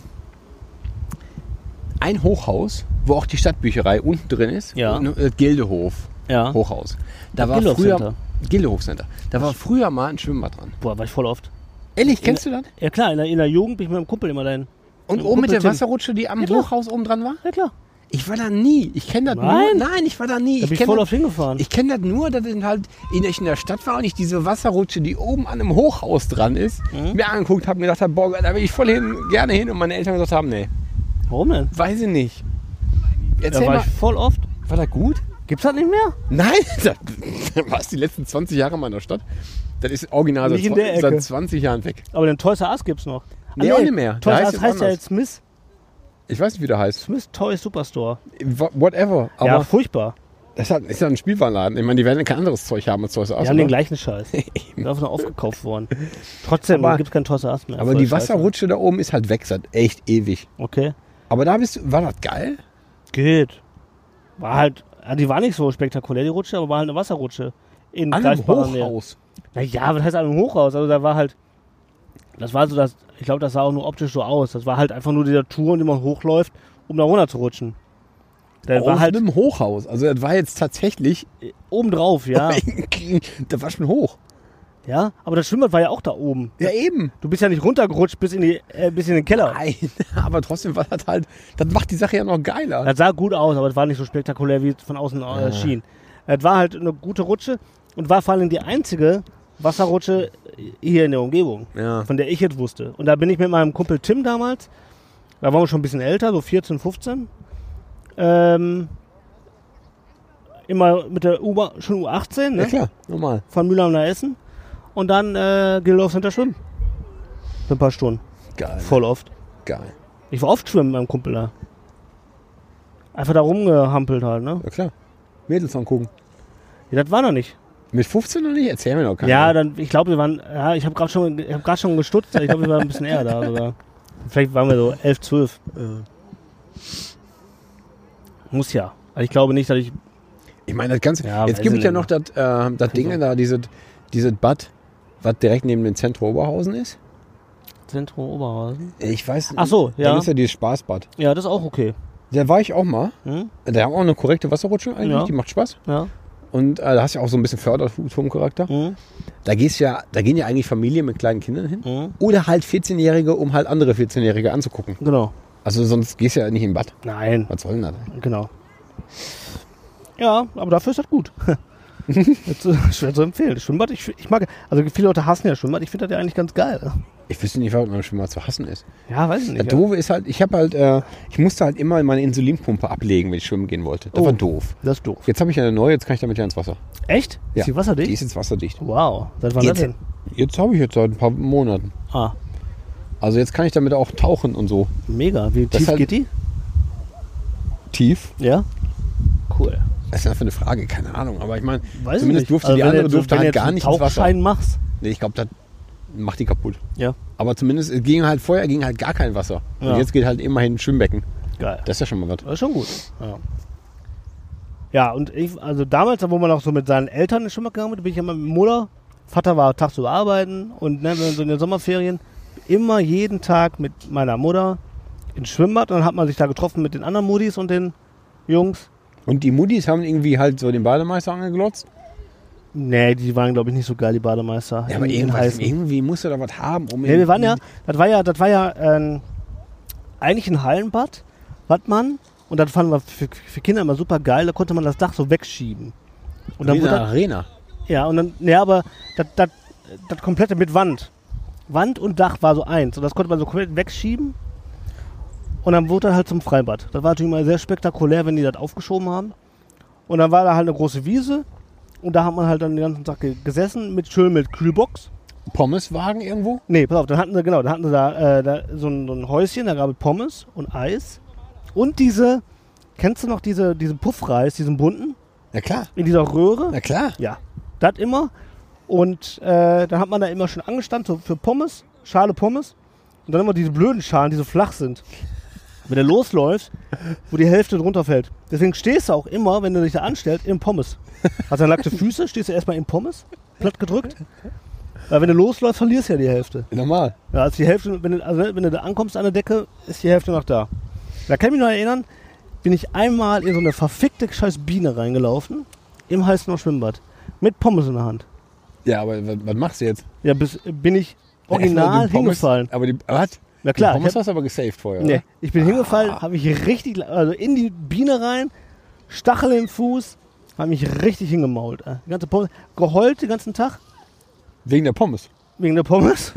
[SPEAKER 3] ein Hochhaus, wo auch die Stadtbücherei unten drin ist.
[SPEAKER 2] Ja.
[SPEAKER 3] Und, äh, Gildehof.
[SPEAKER 2] Ja.
[SPEAKER 3] Hochhaus. Da
[SPEAKER 2] Das
[SPEAKER 3] war
[SPEAKER 2] Gildehof
[SPEAKER 3] früher
[SPEAKER 2] Center.
[SPEAKER 3] Gildehof Center. Da war früher mal ein Schwimmbad dran.
[SPEAKER 2] Boah, war ich voll oft.
[SPEAKER 3] Ehrlich, kennst du das?
[SPEAKER 2] Ja klar, in der, in der Jugend bin ich mit meinem Kumpel immer dahin.
[SPEAKER 3] Und
[SPEAKER 2] Im
[SPEAKER 3] oben mit der
[SPEAKER 2] Kuppeltim.
[SPEAKER 3] Wasserrutsche, die am
[SPEAKER 2] Ja, klar.
[SPEAKER 3] Hochhaus oben dran war?
[SPEAKER 2] Ja klar.
[SPEAKER 3] Ich war da nie. Ich kenne das nur.
[SPEAKER 2] Nein?
[SPEAKER 3] Nein, ich war da nie.
[SPEAKER 2] Da bin ich
[SPEAKER 3] kenn
[SPEAKER 2] voll
[SPEAKER 3] das-
[SPEAKER 2] oft hingefahren.
[SPEAKER 3] Ich kenne das nur, dass ich halt in der- in der Stadt war und ich diese Wasserrutsche, die oben an einem Hochhaus dran ist,
[SPEAKER 2] Mhm.
[SPEAKER 3] mir angeguckt habe und gedacht habe, boah, da will ich voll hin, gerne hin. Und meine Eltern gesagt haben, nee,
[SPEAKER 2] Warum denn?
[SPEAKER 3] weiß ich nicht.
[SPEAKER 2] Da
[SPEAKER 3] Erzähl
[SPEAKER 2] war
[SPEAKER 3] mal,
[SPEAKER 2] ich voll oft.
[SPEAKER 3] war das gut?
[SPEAKER 2] Gibt's das nicht mehr?
[SPEAKER 3] Nein, [laughs] das war es die letzten 20 Jahre meiner Stadt. Das ist original seit,
[SPEAKER 2] Nicht in
[SPEAKER 3] zwa-
[SPEAKER 2] der Ecke.
[SPEAKER 3] seit 20 Jahren weg.
[SPEAKER 2] Aber den Toys R Us gibt's noch. Ah,
[SPEAKER 3] Nee, auch nicht mehr.
[SPEAKER 2] Toys
[SPEAKER 3] Der
[SPEAKER 2] R
[SPEAKER 3] heißt
[SPEAKER 2] Us
[SPEAKER 3] jetzt
[SPEAKER 2] heißt ja
[SPEAKER 3] anders.
[SPEAKER 2] jetzt Smith.
[SPEAKER 3] Ich weiß nicht, wie der heißt.
[SPEAKER 2] Smith Toy Superstore.
[SPEAKER 3] Whatever. Aber
[SPEAKER 2] ja, furchtbar.
[SPEAKER 3] das ist halt- ist ja ein Spielwarenladen. Ich meine, die werden kein anderes Zeug haben als Zeug
[SPEAKER 2] Die haben den gleichen
[SPEAKER 3] [laughs]
[SPEAKER 2] Scheiß. Die sind einfach nur aufgekauft worden. Trotzdem
[SPEAKER 3] Aber-
[SPEAKER 2] gibt es keinen Toys R Us mehr.
[SPEAKER 3] Aber
[SPEAKER 2] Voll
[SPEAKER 3] die
[SPEAKER 2] scheiße.
[SPEAKER 3] Wasserrutsche da oben ist halt weg seit echt ewig.
[SPEAKER 2] Okay.
[SPEAKER 3] Aber da bist du, war das geil?
[SPEAKER 2] Geht. War halt, ah, die war nicht so spektakulär, die Rutsche, aber war halt eine Wasserrutsche. In
[SPEAKER 3] An einem
[SPEAKER 2] greifbarer Nähe.
[SPEAKER 3] Hochhaus.
[SPEAKER 2] Naja, was heißt an einem Hochhaus? Also da war halt, das war so das, ich glaube, das sah auch nur optisch so aus. Das war halt einfach nur dieser Turm, den man hochläuft, um da runter zu rutschen. Da
[SPEAKER 3] Auf
[SPEAKER 2] war halt
[SPEAKER 3] einem Hochhaus. Also das war jetzt tatsächlich,
[SPEAKER 2] oben drauf,
[SPEAKER 3] [laughs]
[SPEAKER 2] ja.
[SPEAKER 3] da war schon hoch.
[SPEAKER 2] ja. Aber das Schwimmbad war ja auch da oben.
[SPEAKER 3] Ja eben.
[SPEAKER 2] Du bist ja nicht runtergerutscht bis in, die, äh, bis in den Keller.
[SPEAKER 3] Nein, [laughs] aber trotzdem war das halt, das macht die Sache ja noch geiler.
[SPEAKER 2] Das sah gut aus, aber es war nicht so spektakulär, wie es von außen äh, schien. Es war halt eine gute Rutsche und war vor allem die einzige Wasserrutsche hier in der Umgebung,
[SPEAKER 3] Ja.
[SPEAKER 2] von der ich jetzt wusste. Und da bin ich mit meinem Kumpel Tim damals, da waren wir schon ein bisschen älter, so 14, 15, ähm, immer mit der U-Bahn, schon U18, ne?
[SPEAKER 3] Ja klar, normal.
[SPEAKER 2] von Mülheim nach Essen und dann äh, Gildorf Center schwimmen. Für ein paar Stunden,
[SPEAKER 3] Geil,
[SPEAKER 2] voll oft.
[SPEAKER 3] geil.
[SPEAKER 2] Ich war oft schwimmen mit meinem Kumpel da. Einfach da rumgehampelt halt, ne?
[SPEAKER 3] Ja klar. Mädels angucken.
[SPEAKER 2] Ja, das war noch nicht.
[SPEAKER 3] Mit 15 noch nicht? Erzähl mir noch keiner.
[SPEAKER 2] Ja, dann, ich glaube, wir waren, ja, ich habe gerade schon, ich hab grad schon gestutzt. Ich glaube, wir waren ein bisschen eher da sogar. Vielleicht waren wir so 11, 12. Äh. Muss ja. Also ich glaube nicht, dass ich.
[SPEAKER 3] Ich meine, das Ganze.
[SPEAKER 2] Ja,
[SPEAKER 3] jetzt
[SPEAKER 2] weiß
[SPEAKER 3] gibt
[SPEAKER 2] ich
[SPEAKER 3] es ja noch
[SPEAKER 2] nicht.
[SPEAKER 3] das äh, das Ding da, dieses, dieses Bad, was direkt neben dem Zentrum Oberhausen ist.
[SPEAKER 2] Zentrum Oberhausen.
[SPEAKER 3] Ich weiß
[SPEAKER 2] Ach so,
[SPEAKER 3] Da
[SPEAKER 2] ja.
[SPEAKER 3] ist ja dieses Spaßbad.
[SPEAKER 2] Ja, das ist auch okay.
[SPEAKER 3] Da war ich auch mal.
[SPEAKER 2] Hm?
[SPEAKER 3] Da haben wir auch eine korrekte Wasserrutsche eigentlich,
[SPEAKER 2] Ja.
[SPEAKER 3] die macht Spaß.
[SPEAKER 2] Ja.
[SPEAKER 3] Und äh, da hast du ja auch so ein bisschen Förderturmcharakter.
[SPEAKER 2] Hm?
[SPEAKER 3] Da gehst ja, da gehen ja eigentlich Familien mit kleinen Kindern hin.
[SPEAKER 2] Hm?
[SPEAKER 3] Oder halt 14-Jährige, um halt andere 14-Jährige anzugucken.
[SPEAKER 2] Genau.
[SPEAKER 3] Also sonst gehst du ja nicht im Bad.
[SPEAKER 2] Nein,
[SPEAKER 3] Was soll denn das?
[SPEAKER 2] genau. Ja, aber dafür ist das gut. [laughs] das ist schwer zu empfehlen. Das Schwimmbad, ich, ich mag, also viele Leute hassen ja Schwimmbad. Ich finde das ja eigentlich ganz geil.
[SPEAKER 3] Ich wüsste nicht, was mit meinem Schwimmbad zu hassen ist.
[SPEAKER 2] Ja, weiß ich
[SPEAKER 3] Das
[SPEAKER 2] nicht.
[SPEAKER 3] Doofe ist halt, ich habe halt, äh, ich musste halt immer meine Insulinpumpe ablegen, wenn ich schwimmen gehen wollte. Das
[SPEAKER 2] Oh.
[SPEAKER 3] war doof.
[SPEAKER 2] Das ist doof.
[SPEAKER 3] Jetzt habe ich eine neue, jetzt kann ich damit ja ins Wasser.
[SPEAKER 2] Echt?
[SPEAKER 3] Ja.
[SPEAKER 2] Ist die wasserdicht?
[SPEAKER 3] Die ist jetzt wasserdicht.
[SPEAKER 2] Wow, seit wann
[SPEAKER 3] Jetzt.
[SPEAKER 2] das denn?
[SPEAKER 3] Jetzt habe ich jetzt seit ein paar Monaten.
[SPEAKER 2] Ah,
[SPEAKER 3] Also jetzt kann ich damit auch tauchen und so.
[SPEAKER 2] mega. Wie
[SPEAKER 3] Das
[SPEAKER 2] tief
[SPEAKER 3] halt hat-
[SPEAKER 2] geht die?
[SPEAKER 3] Tief?
[SPEAKER 2] Ja. Cool.
[SPEAKER 3] Das ist einfach eine Frage, keine Ahnung. Aber ich meine,
[SPEAKER 2] Weiß
[SPEAKER 3] zumindest
[SPEAKER 2] ich nicht.
[SPEAKER 3] durfte
[SPEAKER 2] Also
[SPEAKER 3] die
[SPEAKER 2] wenn du
[SPEAKER 3] andere
[SPEAKER 2] jetzt-
[SPEAKER 3] durfte
[SPEAKER 2] wenn du
[SPEAKER 3] halt
[SPEAKER 2] jetzt
[SPEAKER 3] gar
[SPEAKER 2] einen
[SPEAKER 3] nicht ins Wasser.
[SPEAKER 2] Tauchschein machst.
[SPEAKER 3] Nee, ich glaube, das macht die kaputt.
[SPEAKER 2] Ja,
[SPEAKER 3] Aber zumindest es ging halt vorher ging halt gar kein Wasser.
[SPEAKER 2] Ja.
[SPEAKER 3] Und jetzt geht halt immerhin ein Schwimmbecken.
[SPEAKER 2] geil.
[SPEAKER 3] Das ist ja schon mal was.
[SPEAKER 2] Das ist schon gut. Ja. Ja, und ich, also damals, wo man auch so mit seinen Eltern ins Schwimmbad gegangen ist, bin ich immer mit Mutter. Vater war tagsüber arbeiten und ne, so in den Sommerferien immer jeden Tag mit meiner Mutter ins Schwimmbad. Und dann hat man sich da getroffen mit den anderen Mudis und den Jungs.
[SPEAKER 3] Und die Muddies haben irgendwie halt so den Bademeister angeglotzt.
[SPEAKER 2] Nee, die waren, glaube ich, nicht so geil, die Bademeister.
[SPEAKER 3] Ja, aber
[SPEAKER 2] In- in
[SPEAKER 3] irgendwas,
[SPEAKER 2] Heißen.
[SPEAKER 3] irgendwie musst du da was haben, um
[SPEAKER 2] Nee, wir waren ja, das war ja, das war ja ähm, eigentlich ein Hallenbad, was man, und das fanden wir für, für Kinder immer super geil, da konnte man das Dach so wegschieben. Und dann
[SPEAKER 3] in
[SPEAKER 2] wurde
[SPEAKER 3] der
[SPEAKER 2] das,
[SPEAKER 3] Arena.
[SPEAKER 2] ja, und dann, ja, aber das, das, das komplette mit Wand. Wand und Dach war so eins und das konnte man so komplett wegschieben. Und dann wurde das halt zum Freibad. Das war natürlich mal sehr spektakulär, wenn die das aufgeschoben haben. Und dann war da halt eine große Wiese und da hat man halt dann den ganzen Tag ge- gesessen mit schön mit Kühlbox.
[SPEAKER 3] Pommeswagen irgendwo?
[SPEAKER 2] Nee, pass auf, dann hatten sie, genau, dann hatten sie da, äh, da so, ein, so ein Häuschen, da gab es Pommes und Eis. Und diese, kennst du noch diese, diesen Puffreis, diesen bunten,
[SPEAKER 3] Na klar,
[SPEAKER 2] in dieser Röhre?
[SPEAKER 3] na klar.
[SPEAKER 2] Ja, das immer. Und äh, dann hat man da immer schon angestanden so für Pommes, Schale Pommes. Und dann immer diese blöden Schalen, die so flach sind. Wenn du losläufst, wo die Hälfte drunter fällt. Deswegen stehst du auch immer, wenn du dich da anstellst, im Pommes. Hast dann nackte Füße, stehst du erstmal im Pommes, platt gedrückt. Weil wenn du losläufst, verlierst du ja die Hälfte.
[SPEAKER 3] Normal.
[SPEAKER 2] Ja, also die Hälfte, wenn du, also wenn du da ankommst an der Decke, ist die Hälfte noch da. Da kann ich mich noch erinnern, bin ich einmal in so eine verfickte scheiß Biene reingelaufen, im Heißener Schwimmbad, mit Pommes in der Hand.
[SPEAKER 3] Ja, aber was, was machst du jetzt?
[SPEAKER 2] Ja, bis, bin ich
[SPEAKER 3] Erstmal
[SPEAKER 2] original
[SPEAKER 3] die Pommes-
[SPEAKER 2] hingefallen.
[SPEAKER 3] Aber die, was?
[SPEAKER 2] Na klar,
[SPEAKER 3] Die
[SPEAKER 2] ich
[SPEAKER 3] Pommes
[SPEAKER 2] hab-
[SPEAKER 3] hast du aber gesaved vorher.
[SPEAKER 2] Nee,
[SPEAKER 3] oder?
[SPEAKER 2] ich bin hingefallen, habe mich richtig, also in die Biene rein, Stachel im Fuß, habe mich richtig hingemault. ey. Die ganze Pommes, geheult den ganzen Tag
[SPEAKER 3] Wegen der Pommes.
[SPEAKER 2] wegen der
[SPEAKER 3] [laughs]
[SPEAKER 2] Pommes,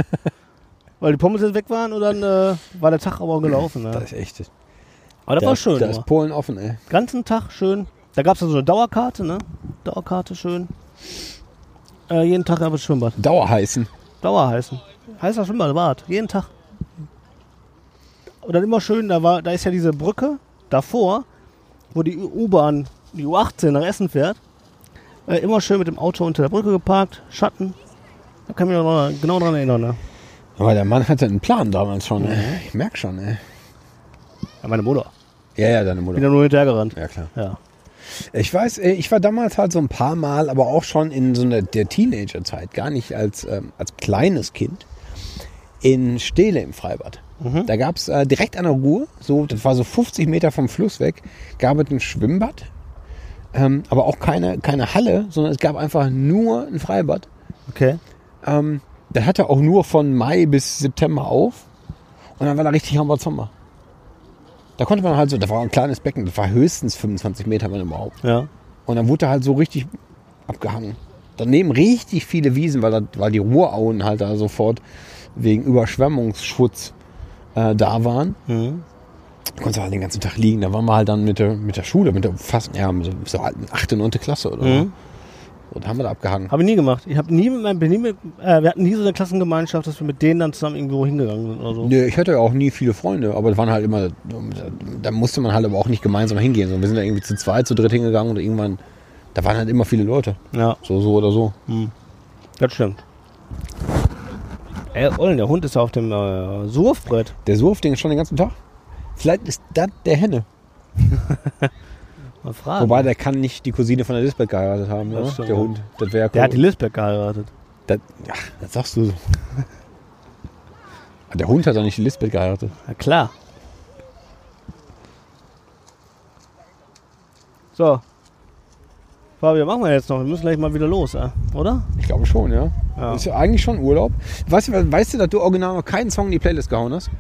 [SPEAKER 2] weil die Pommes jetzt weg waren und dann äh, war der Tag aber gelaufen. Ja.
[SPEAKER 3] ist echt. Das,
[SPEAKER 2] Aber das war schön.
[SPEAKER 3] Da ist
[SPEAKER 2] immer.
[SPEAKER 3] Polen offen, ey.
[SPEAKER 2] ganzen Tag schön. Da gab es ja so eine Dauerkarte, ne? Dauerkarte schön. Äh, jeden Tag aber Schwimmbad.
[SPEAKER 3] Dauer heißen.
[SPEAKER 2] Dauer heißen. Heißer Schwimmbad, Bad. Jeden Tag. Und dann immer schön, da, war, da ist ja diese Brücke davor, wo die U-Bahn, die U18 nach Essen fährt. Äh, immer schön mit dem Auto unter der Brücke geparkt, Schatten. Da kann ich mich noch genau dran erinnern. Ne?
[SPEAKER 3] Aber der Mann hatte einen Plan damals schon, ey. Ich merk schon, ey.
[SPEAKER 2] Ja, meine Mutter.
[SPEAKER 3] Ja, ja, deine
[SPEAKER 2] Bin
[SPEAKER 3] Mutter.
[SPEAKER 2] ja nur hinterhergerannt.
[SPEAKER 3] Ja, klar.
[SPEAKER 2] Ja.
[SPEAKER 3] Ich weiß, äh, ich war damals halt so ein paar Mal, aber auch schon in so einer der Teenagerzeit, gar nicht als, ähm, als kleines Kind, in Stele im Freibad. Da gab es äh, direkt an der Ruhr, so, das war so 50 Meter vom Fluss weg, gab es ein Schwimmbad, ähm, aber auch keine, keine Halle, sondern es gab einfach nur ein Freibad.
[SPEAKER 2] Okay.
[SPEAKER 3] Ähm, das hatte auch nur von Mai bis September auf. Und dann war da richtig Hamburg Sommer. Da konnte man halt so, da war ein kleines Becken, das war höchstens 25 Meter, wenn überhaupt.
[SPEAKER 2] Ja.
[SPEAKER 3] Und dann wurde halt so richtig abgehangen. Daneben richtig viele Wiesen, weil, da- weil die Ruhrauen halt da sofort wegen Überschwemmungsschutz äh, da waren.
[SPEAKER 2] Mhm.
[SPEAKER 3] Da konntest du halt den ganzen Tag liegen. Da waren wir halt dann mit der, mit der Schule, mit der fast, ja, mit der, so halt 8. und 9. Klasse oder
[SPEAKER 2] Mhm.
[SPEAKER 3] so. Und da haben wir da abgehangen.
[SPEAKER 2] Habe ich nie gemacht. Ich habe nie mit meinem, bin nie mit, äh, wir hatten nie so eine Klassengemeinschaft, dass wir mit denen dann zusammen irgendwo hingegangen sind oder so.
[SPEAKER 3] Nö, ich hatte ja auch nie viele Freunde, aber das waren halt immer, da, da musste man halt aber auch nicht gemeinsam hingehen. sondern wir sind da irgendwie zu zweit, zu dritt hingegangen und irgendwann Da waren halt immer viele Leute.
[SPEAKER 2] Ja,
[SPEAKER 3] So, so oder so.
[SPEAKER 2] das stimmt. Ey, Ollen, der Hund ist auf dem äh, Surfbrett.
[SPEAKER 3] Der surft den schon den ganzen Tag. Vielleicht ist das der Henne.
[SPEAKER 2] Mal fragen.
[SPEAKER 3] Wobei, der kann nicht die Cousine von der Lisbeth geheiratet haben,
[SPEAKER 2] Das
[SPEAKER 3] oder?
[SPEAKER 2] stimmt,
[SPEAKER 3] Der
[SPEAKER 2] ja.
[SPEAKER 3] Hund. Das wäre
[SPEAKER 2] der hat die Lisbeth geheiratet.
[SPEAKER 3] das, ja, das sagst du so. [laughs] Der Hund hat doch nicht die Lisbeth geheiratet.
[SPEAKER 2] Na klar. So. Fabio, machen wir jetzt noch. Wir müssen gleich mal wieder los, äh, oder?
[SPEAKER 3] Ich glaube schon, ja.
[SPEAKER 2] Ja.
[SPEAKER 3] Ist ja eigentlich schon Urlaub. Weißt du, weißt du, dass du original noch keinen Song in die Playlist gehauen hast?